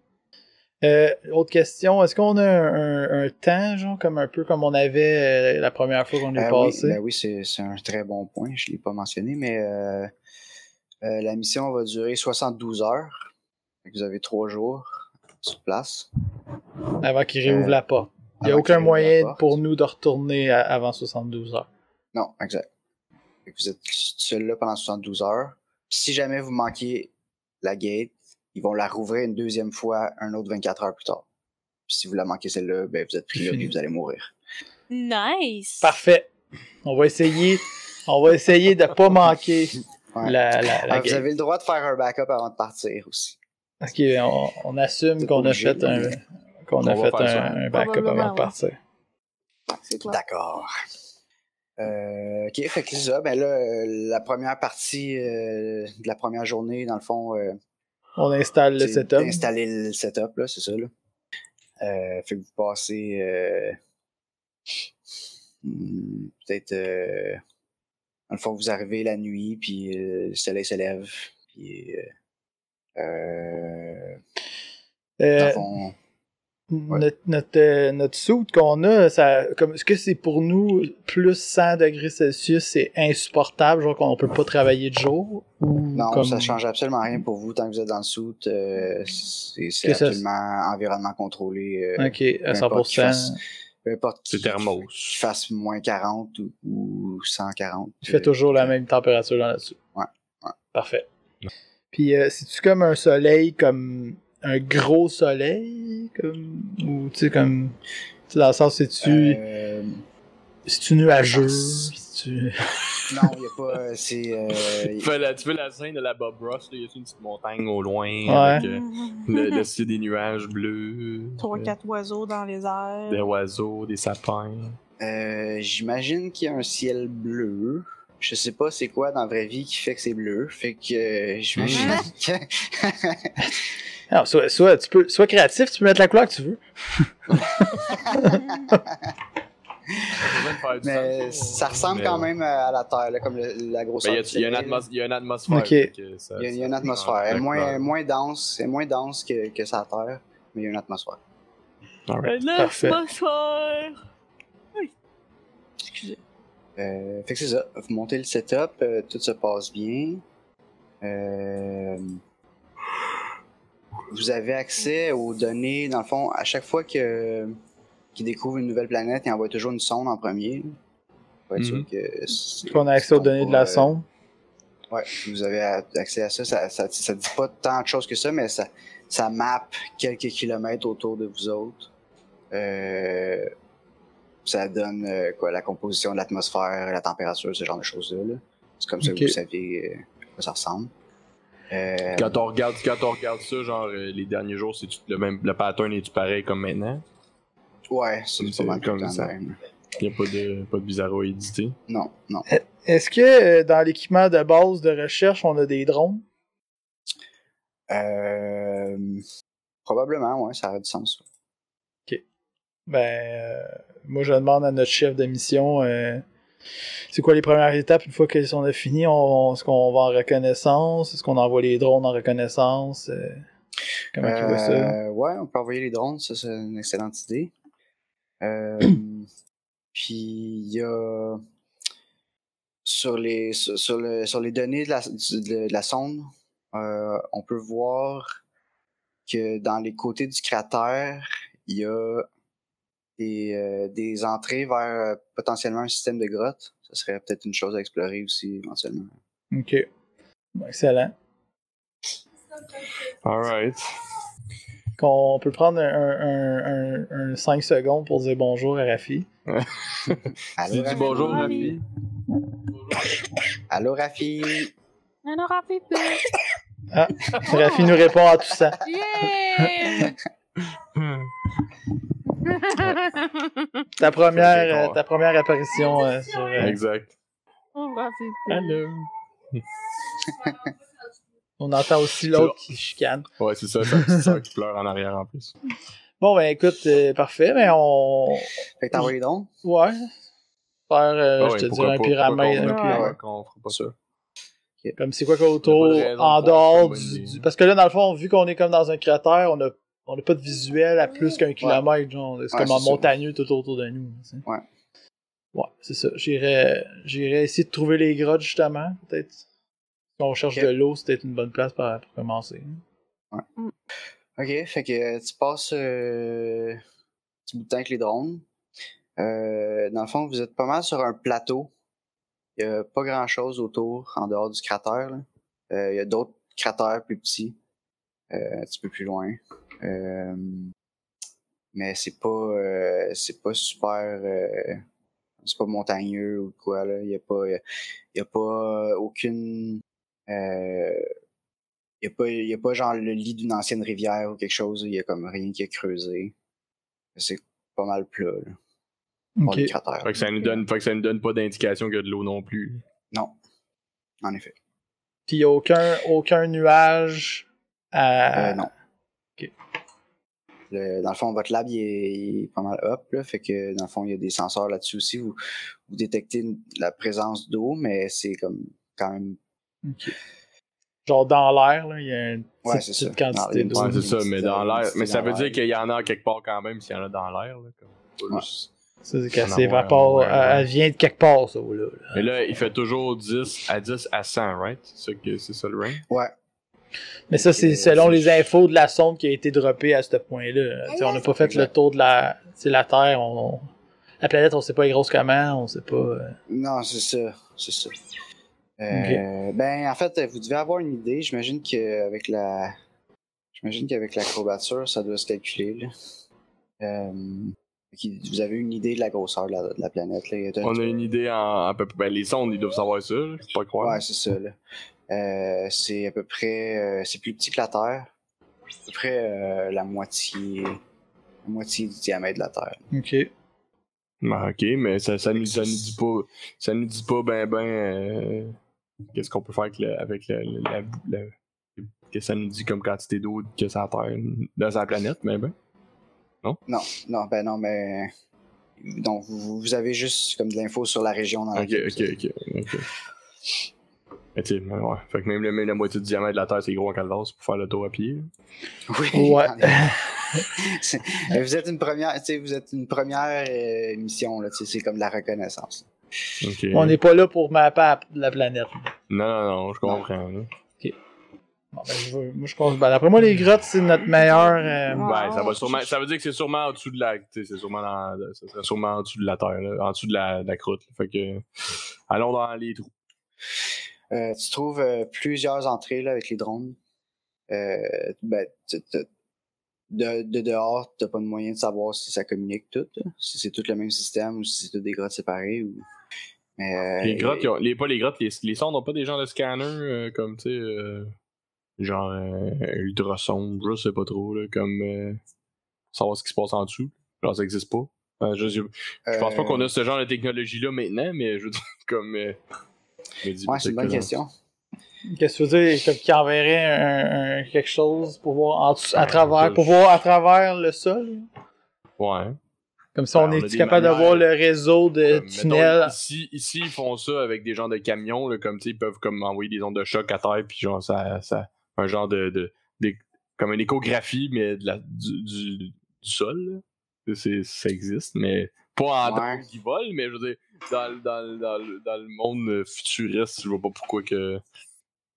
[SPEAKER 1] Euh, autre question, est-ce qu'on a un, un- un temps, genre, comme un peu comme on avait euh, la première fois qu'on est
[SPEAKER 2] Euh, oui,
[SPEAKER 1] passé?
[SPEAKER 2] ben oui, c'est c'est un très bon point, je ne l'ai pas mentionné, mais euh, euh, la mission va durer 72 heures. Fait que Vous avez trois jours sur place.
[SPEAKER 1] Avant qu'il réouvre
[SPEAKER 2] Euh,
[SPEAKER 1] la porte. Il n'y a
[SPEAKER 2] avant
[SPEAKER 1] aucun
[SPEAKER 2] qu'il ouvre la
[SPEAKER 1] moyen
[SPEAKER 2] porte.
[SPEAKER 1] pour nous de retourner à- avant 72 heures.
[SPEAKER 2] Non, exact. Fait que Vous êtes seul là pendant 72 heures. Si jamais vous manquez la gate, ils vont la rouvrir une deuxième fois un autre 24 heures plus tard. Puis si vous la manquez celle-là, ben vous êtes pris là
[SPEAKER 1] Fini.
[SPEAKER 2] et vous allez mourir.
[SPEAKER 4] Nice!
[SPEAKER 1] Parfait. On va essayer, on va essayer de pas manquer
[SPEAKER 2] Ouais.
[SPEAKER 1] la, la, la
[SPEAKER 2] Ah,
[SPEAKER 1] game.
[SPEAKER 2] vous avez le droit de faire un backup avant de partir aussi.
[SPEAKER 1] Ok, euh, on, on assume
[SPEAKER 2] C'est
[SPEAKER 1] qu'on a
[SPEAKER 2] obligé,
[SPEAKER 1] fait un,
[SPEAKER 2] mais-
[SPEAKER 1] qu'on a
[SPEAKER 3] On va
[SPEAKER 1] fait
[SPEAKER 3] faire ça.
[SPEAKER 1] un, un backup
[SPEAKER 4] Probablement,
[SPEAKER 1] avant de
[SPEAKER 4] ouais.
[SPEAKER 1] partir.
[SPEAKER 4] C'est clair.
[SPEAKER 2] D'accord. Euh, ok, fait que c'est ça. Ben là, euh, la première partie euh, de la première journée, dans le fond, euh,
[SPEAKER 1] On installe le
[SPEAKER 2] c'est
[SPEAKER 1] setup.
[SPEAKER 2] d'installer le setup, là, c'est ça. Là. Euh, fait que vous passez euh, hmm, peut-être, euh, dans le fond, vous arrivez la nuit, puis euh, le soleil se lève, puis euh, euh, dans
[SPEAKER 1] Euh,
[SPEAKER 2] le fond,
[SPEAKER 1] notre notre, euh, notre soute qu'on a, ça, comme, est-ce que c'est pour nous plus 100 degrés Celsius, c'est insupportable, genre qu'on peut pas travailler de jour ou
[SPEAKER 2] Non,
[SPEAKER 1] comme-
[SPEAKER 2] ça change absolument rien pour vous tant que vous êtes dans le soute. euh, c'est c'est
[SPEAKER 1] Que ça-
[SPEAKER 2] absolument environnement contrôlé. euh,
[SPEAKER 1] Ok, à
[SPEAKER 2] peu importe
[SPEAKER 1] 100%.
[SPEAKER 2] qu'il fasse- Peu importe
[SPEAKER 3] C'est
[SPEAKER 2] qu'il
[SPEAKER 3] thermos.
[SPEAKER 2] qu'il fasse moins 40 ou, ou 140.
[SPEAKER 1] Il fait
[SPEAKER 2] euh,
[SPEAKER 1] toujours la même température dans là-dessus.
[SPEAKER 2] Ouais, ouais.
[SPEAKER 1] Parfait. Puis, euh, c'est-tu comme un soleil, comme un gros soleil, comme, ou tu sais, comme, tu sais, dans le sens, c'est-tu,
[SPEAKER 2] euh,
[SPEAKER 1] c'est-tu nuageux,
[SPEAKER 2] c'est-
[SPEAKER 1] c'est-tu...
[SPEAKER 2] non, il n'y a pas. euh, C'est. euh,
[SPEAKER 3] Tu
[SPEAKER 2] y-
[SPEAKER 3] fais la, tu fais la scène de la Bob Ross, il y a une petite montagne au loin avec euh, le, le
[SPEAKER 4] Mhm.
[SPEAKER 3] ciel des nuages bleus,
[SPEAKER 4] Trois,
[SPEAKER 3] euh,
[SPEAKER 4] quatre oiseaux dans les airs.
[SPEAKER 3] des oiseaux, des sapins.
[SPEAKER 2] euh, J'imagine qu'il y a un ciel bleu. Je sais pas c'est quoi dans la vraie vie qui fait que c'est bleu. Fait que euh, j'imagine
[SPEAKER 3] Hmm.
[SPEAKER 2] que.
[SPEAKER 1] Alors, soit, soit, tu peux, soit créatif, tu peux mettre la couleur que tu veux.
[SPEAKER 3] Ça pourrait faire du
[SPEAKER 2] Mais
[SPEAKER 3] sens,
[SPEAKER 2] ça ressemble
[SPEAKER 3] mais-
[SPEAKER 2] quand même à la Terre, là, comme le- la
[SPEAKER 3] Mais
[SPEAKER 2] grosseur.
[SPEAKER 3] il y a-
[SPEAKER 2] du
[SPEAKER 3] il y, a une
[SPEAKER 2] soleil, là.
[SPEAKER 3] atmos- il y a une atmosphère.
[SPEAKER 1] Ok.
[SPEAKER 3] fait que ça-
[SPEAKER 2] Il y a, il y a une
[SPEAKER 3] ça-
[SPEAKER 2] atmosphère.
[SPEAKER 3] ça-
[SPEAKER 2] Elle est moins,
[SPEAKER 3] ça-
[SPEAKER 2] elle est moins dense, elle est moins dense que, que sa terre, mais il y a une atmosphère.
[SPEAKER 3] Alright.
[SPEAKER 1] Parfait.
[SPEAKER 4] Bonsoir! Oui. Excusez.
[SPEAKER 2] Euh, fait que c'est ça. Vous montez le setup, euh, tout se passe bien. Euh, vous avez accès aux données, dans le fond, à chaque fois que qu'ils découvrent une nouvelle planète, ils envoient toujours une sonde en premier. là, Pour être sûr
[SPEAKER 3] Mhm.
[SPEAKER 2] que c'est-
[SPEAKER 1] Puis on a accès aux
[SPEAKER 2] qu'on
[SPEAKER 1] données de
[SPEAKER 2] va,
[SPEAKER 1] la
[SPEAKER 2] euh,
[SPEAKER 1] sonde.
[SPEAKER 2] Ouais, vous avez a- accès à ça. Ça, ça. ça dit pas tant de choses que ça, mais ça, ça mappe quelques kilomètres autour de vous autres. Euh, ça donne euh, quoi la composition de l'atmosphère, la température, ce genre de choses-là. là. C'est comme ça
[SPEAKER 1] Ok.
[SPEAKER 2] que vous savez euh, à quoi ça ressemble. Euh,
[SPEAKER 3] Quand on regarde, quand on regarde ça, genre euh, les derniers jours, c'est le même, le pattern est tu pareil comme maintenant.
[SPEAKER 2] Ouais, c'est
[SPEAKER 3] Comme
[SPEAKER 2] pas mal
[SPEAKER 3] c'est- comme
[SPEAKER 2] tout le temps
[SPEAKER 3] ça.
[SPEAKER 2] même.
[SPEAKER 3] Il n'y a pas de, pas de bizarroïdité.
[SPEAKER 2] Non, non.
[SPEAKER 1] Est-ce que euh, dans l'équipement de base de recherche, on a des drones?
[SPEAKER 2] Euh, probablement, ouais, ça aurait du sens.
[SPEAKER 1] Ben, euh, moi, je demande à notre chef de mission, euh, c'est quoi les premières étapes une fois qu'elles sont finies? On, on- est-ce qu'on va en reconnaissance? Est-ce qu'on envoie les drones en reconnaissance? Euh, comment tu vois ça?
[SPEAKER 2] Euh, ouais, on peut envoyer les drones, ça c'est une excellente idée. Euh, puis il y a sur les sur, sur le- sur les données de la, du- de, de la sonde, euh, on peut voir que dans les côtés du cratère, il y a des, euh, des entrées vers euh, potentiellement un système de grottes. Ce serait peut-être une chose à explorer aussi éventuellement.
[SPEAKER 1] Ok. Bon, Excellent.
[SPEAKER 3] Alright.
[SPEAKER 1] Qu'on peut prendre un, un, un, 5 secondes pour dire bonjour à Rafi.
[SPEAKER 3] Tu dis
[SPEAKER 2] Allô, Rafi?
[SPEAKER 3] bonjour,
[SPEAKER 4] Rafi.
[SPEAKER 3] Rafi.
[SPEAKER 2] Allô, Rafi?
[SPEAKER 4] Non, non, rappelez plus.
[SPEAKER 1] Rafi nous répond à tout ça.
[SPEAKER 4] Yeah!
[SPEAKER 1] Ta
[SPEAKER 3] C'est
[SPEAKER 1] première,
[SPEAKER 3] bon.
[SPEAKER 1] euh, ta première apparition euh, sur. euh,
[SPEAKER 3] exact.
[SPEAKER 4] On rappelez plus.
[SPEAKER 3] Hello.
[SPEAKER 1] on entend aussi l'autre qui chicane.
[SPEAKER 3] Ouais, c'est ça, sa petite sœur qui pleure en arrière en plus.
[SPEAKER 1] Bon, ben écoute, euh, parfait. Ben on.
[SPEAKER 2] Fait que t'envoies les drones?
[SPEAKER 1] Ouais. Faire, euh,
[SPEAKER 3] Ah
[SPEAKER 1] je
[SPEAKER 3] ouais,
[SPEAKER 1] te
[SPEAKER 3] pourquoi
[SPEAKER 1] dirais, un
[SPEAKER 3] pas-
[SPEAKER 1] pyramide. un
[SPEAKER 3] pourquoi qu'on-
[SPEAKER 1] pyramide.
[SPEAKER 3] pourquoi qu'on fera pas ça.
[SPEAKER 1] Comme c'est quoi qu'il y a autour,
[SPEAKER 3] Y a pas de raison
[SPEAKER 1] en
[SPEAKER 3] pour avoir
[SPEAKER 1] dehors
[SPEAKER 3] une bonne
[SPEAKER 1] du,
[SPEAKER 3] idée.
[SPEAKER 1] du- Parce que là, dans le fond, vu qu'on est comme dans un cratère, on a, on a pas de visuel à plus qu'un kilomètre. genre. C'est
[SPEAKER 2] Ouais,
[SPEAKER 1] comme en
[SPEAKER 2] c'est ça.
[SPEAKER 1] montagneux tout autour de nous. tu sais.
[SPEAKER 2] Ouais.
[SPEAKER 1] Ouais, c'est ça. J'irais j'irais essayer de trouver les grottes, justement, peut-être. Si on cherche
[SPEAKER 2] Ok.
[SPEAKER 1] de l'eau, c'est peut-être une bonne place pour, pour commencer.
[SPEAKER 2] Ok, fait que euh, tu passes euh, du bout de temps avec les drones. Euh, dans le fond, vous êtes pas mal sur un plateau. Il n'y a pas grand chose autour, en dehors du cratère. là. Euh, Il y a d'autres cratères plus petits, euh, un petit peu plus loin. Euh, mais c'est pas euh, c'est pas super euh, c'est pas montagneux ou quoi là. Il n'y a pas il y a pas aucune euh, il n'y a, pas- y a pas genre le lit d'une ancienne rivière ou quelque chose. Il y a comme rien qui est creusé. C'est pas mal plat, là, pour les cratères.
[SPEAKER 3] Fait que ça nous donne, fait que ça nous donne pas d'indication qu'il y a de l'eau non plus.
[SPEAKER 2] Non. En effet.
[SPEAKER 1] Puis il n'y a aucun, aucun nuage à.
[SPEAKER 2] Euh, non.
[SPEAKER 1] Ah. ok.
[SPEAKER 2] Le- dans le fond, votre lab il est, il est pas mal up, là, fait que dans le fond, il y a des senseurs là-dessus aussi. Vous, vous détectez une- la présence d'eau, mais c'est comme quand même.
[SPEAKER 1] Genre dans l'air, là, il y a une
[SPEAKER 2] Ouais,
[SPEAKER 1] petite,
[SPEAKER 2] c'est
[SPEAKER 1] petite
[SPEAKER 2] ça. Dans
[SPEAKER 1] quantité
[SPEAKER 2] les-
[SPEAKER 1] d'eau.
[SPEAKER 3] Ouais, c'est ça, mais dans l'air. Mais ça veut
[SPEAKER 2] Dans
[SPEAKER 3] dire
[SPEAKER 2] l'air.
[SPEAKER 3] qu'il y en a quelque part quand même, s'il y en a dans l'air. Là, comme, pas
[SPEAKER 2] Ouais.
[SPEAKER 3] juste-
[SPEAKER 1] Ça, c'est qu'elle
[SPEAKER 3] En
[SPEAKER 1] s'évapore.
[SPEAKER 3] avoir, ouais,
[SPEAKER 1] elle-
[SPEAKER 3] ouais.
[SPEAKER 1] Elle vient de quelque part, ça, là.
[SPEAKER 3] Mais là, il fait toujours 10 à 10 à 100, right? C'est ça, que- c'est ça le range?
[SPEAKER 2] Ouais.
[SPEAKER 1] Mais ça, c'est
[SPEAKER 2] Euh,
[SPEAKER 1] selon
[SPEAKER 2] c'est-
[SPEAKER 1] les infos de la sonde qui a été droppée à ce point-là. Tu sais, on n'a pas fait
[SPEAKER 2] Exact.
[SPEAKER 1] le tour de la, tu sais, la Terre. On, on- la planète, on sait pas elle est grosse comment, on sait pas. euh,
[SPEAKER 2] Non, c'est ça. C'est ça. Euh, Ben, en fait, vous devez avoir une idée. J'imagine qu'avec la. J'imagine qu'avec l'acrobature, ça doit se calculer. Là. Euh, qui- vous avez une idée de la grosseur de la, de la planète. Là. Il y a-
[SPEAKER 3] On a une idée en, à peu près. Ben, les sondes, ils doivent savoir ça, là, faut pas croire.
[SPEAKER 2] Ouais, c'est ça. là. Euh, c'est à peu près. euh, c'est plus petit que la Terre. C'est à peu près euh, la moitié. La moitié du diamètre de la Terre.
[SPEAKER 1] Ok.
[SPEAKER 3] Ben, ok, mais ça, ça, nous, ça nous dit pas. Ça nous dit pas ben ben euh, qu'est-ce qu'on peut faire avec, le- avec le- le- la, la- que ça nous dit comme quantité d'eau que ça terre dans sa planète, mais ben.
[SPEAKER 2] Non, non, ben non, mais. Donc, vous, vous avez juste comme de l'info sur la région dans
[SPEAKER 3] Ok,
[SPEAKER 2] laquelle vous
[SPEAKER 3] ok, ok. ok. Mais tu sais, mais ouais. Fait que même, le- même la moitié du diamètre de la Terre, c'est gros en calvas pour faire le tour à pied.
[SPEAKER 2] Oui.
[SPEAKER 1] Ouais.
[SPEAKER 2] en effet. C'est- mais vous êtes une première, tu sais, vous êtes une première euh, mission là, tu sais, c'est comme de la reconnaissance.
[SPEAKER 3] Ok.
[SPEAKER 1] On n'est pas là pour mapper la- la planète.
[SPEAKER 3] Non, non, non, je comprends. là.
[SPEAKER 1] Bon, ben, je veux- moi, je pense. ben, D'après moi, les grottes, c'est notre meilleur. euh,
[SPEAKER 4] Ouais.
[SPEAKER 3] Ouais, ça, va sûrement, ça veut dire que c'est sûrement en dessous de la. tu sais, C'est sûrement dans, ça serait sûrement en dessous de la Terre, là, en dessous de la, de la croûte. là. Fait que. Allons dans les trous.
[SPEAKER 2] Euh, tu trouves euh, plusieurs entrées là, avec les drones. Euh, ben, tu- tu- de, de dehors, t'as pas de moyen de savoir si ça communique tout, là, si c'est tout le même système ou si c'est toutes des grottes séparées. Ou... Mais, euh,
[SPEAKER 3] Les grottes, ils ont- les, pas les grottes, les, les sondes n'ont pas des genres de scanners euh, comme, tu sais, euh, genre euh, ultrasons, je sais pas trop, là, comme euh, savoir ce qui se passe en dessous. Genre, ça n'existe pas. Enfin, je, je- je pense pas
[SPEAKER 2] euh,
[SPEAKER 3] qu'on a ce genre de technologie-là maintenant, mais je veux dire, comme. euh, je me dis
[SPEAKER 2] Ouais, c'est une
[SPEAKER 3] peut-être
[SPEAKER 2] bonne
[SPEAKER 3] que-
[SPEAKER 2] question.
[SPEAKER 1] Qu'est-ce que tu veux dire? Comme qu'il enverrait un- un- quelque chose pour voir en dessous- à travers,
[SPEAKER 3] Ouais,
[SPEAKER 1] pour voir à travers le sol.
[SPEAKER 3] Ouais.
[SPEAKER 1] Comme si on
[SPEAKER 3] Ben, on a
[SPEAKER 1] est
[SPEAKER 3] des
[SPEAKER 1] capable de
[SPEAKER 3] manières.
[SPEAKER 1] voir le réseau de
[SPEAKER 3] Comme, mettons,
[SPEAKER 1] tunnels.
[SPEAKER 3] ici, ici, ils font ça avec des genres de camions, là, comme tu sais, ils peuvent comme envoyer des ondes de choc à terre, puis genre, ça. ça un genre de. de- des- comme une échographie, mais de la, du, du, du sol, là. C'est- Ça existe, mais pas en
[SPEAKER 2] Ouais.
[SPEAKER 3] drone qui vole, mais je veux dire, dans, le- dans, le- dans, le- dans le monde futuriste, je vois pas pourquoi que.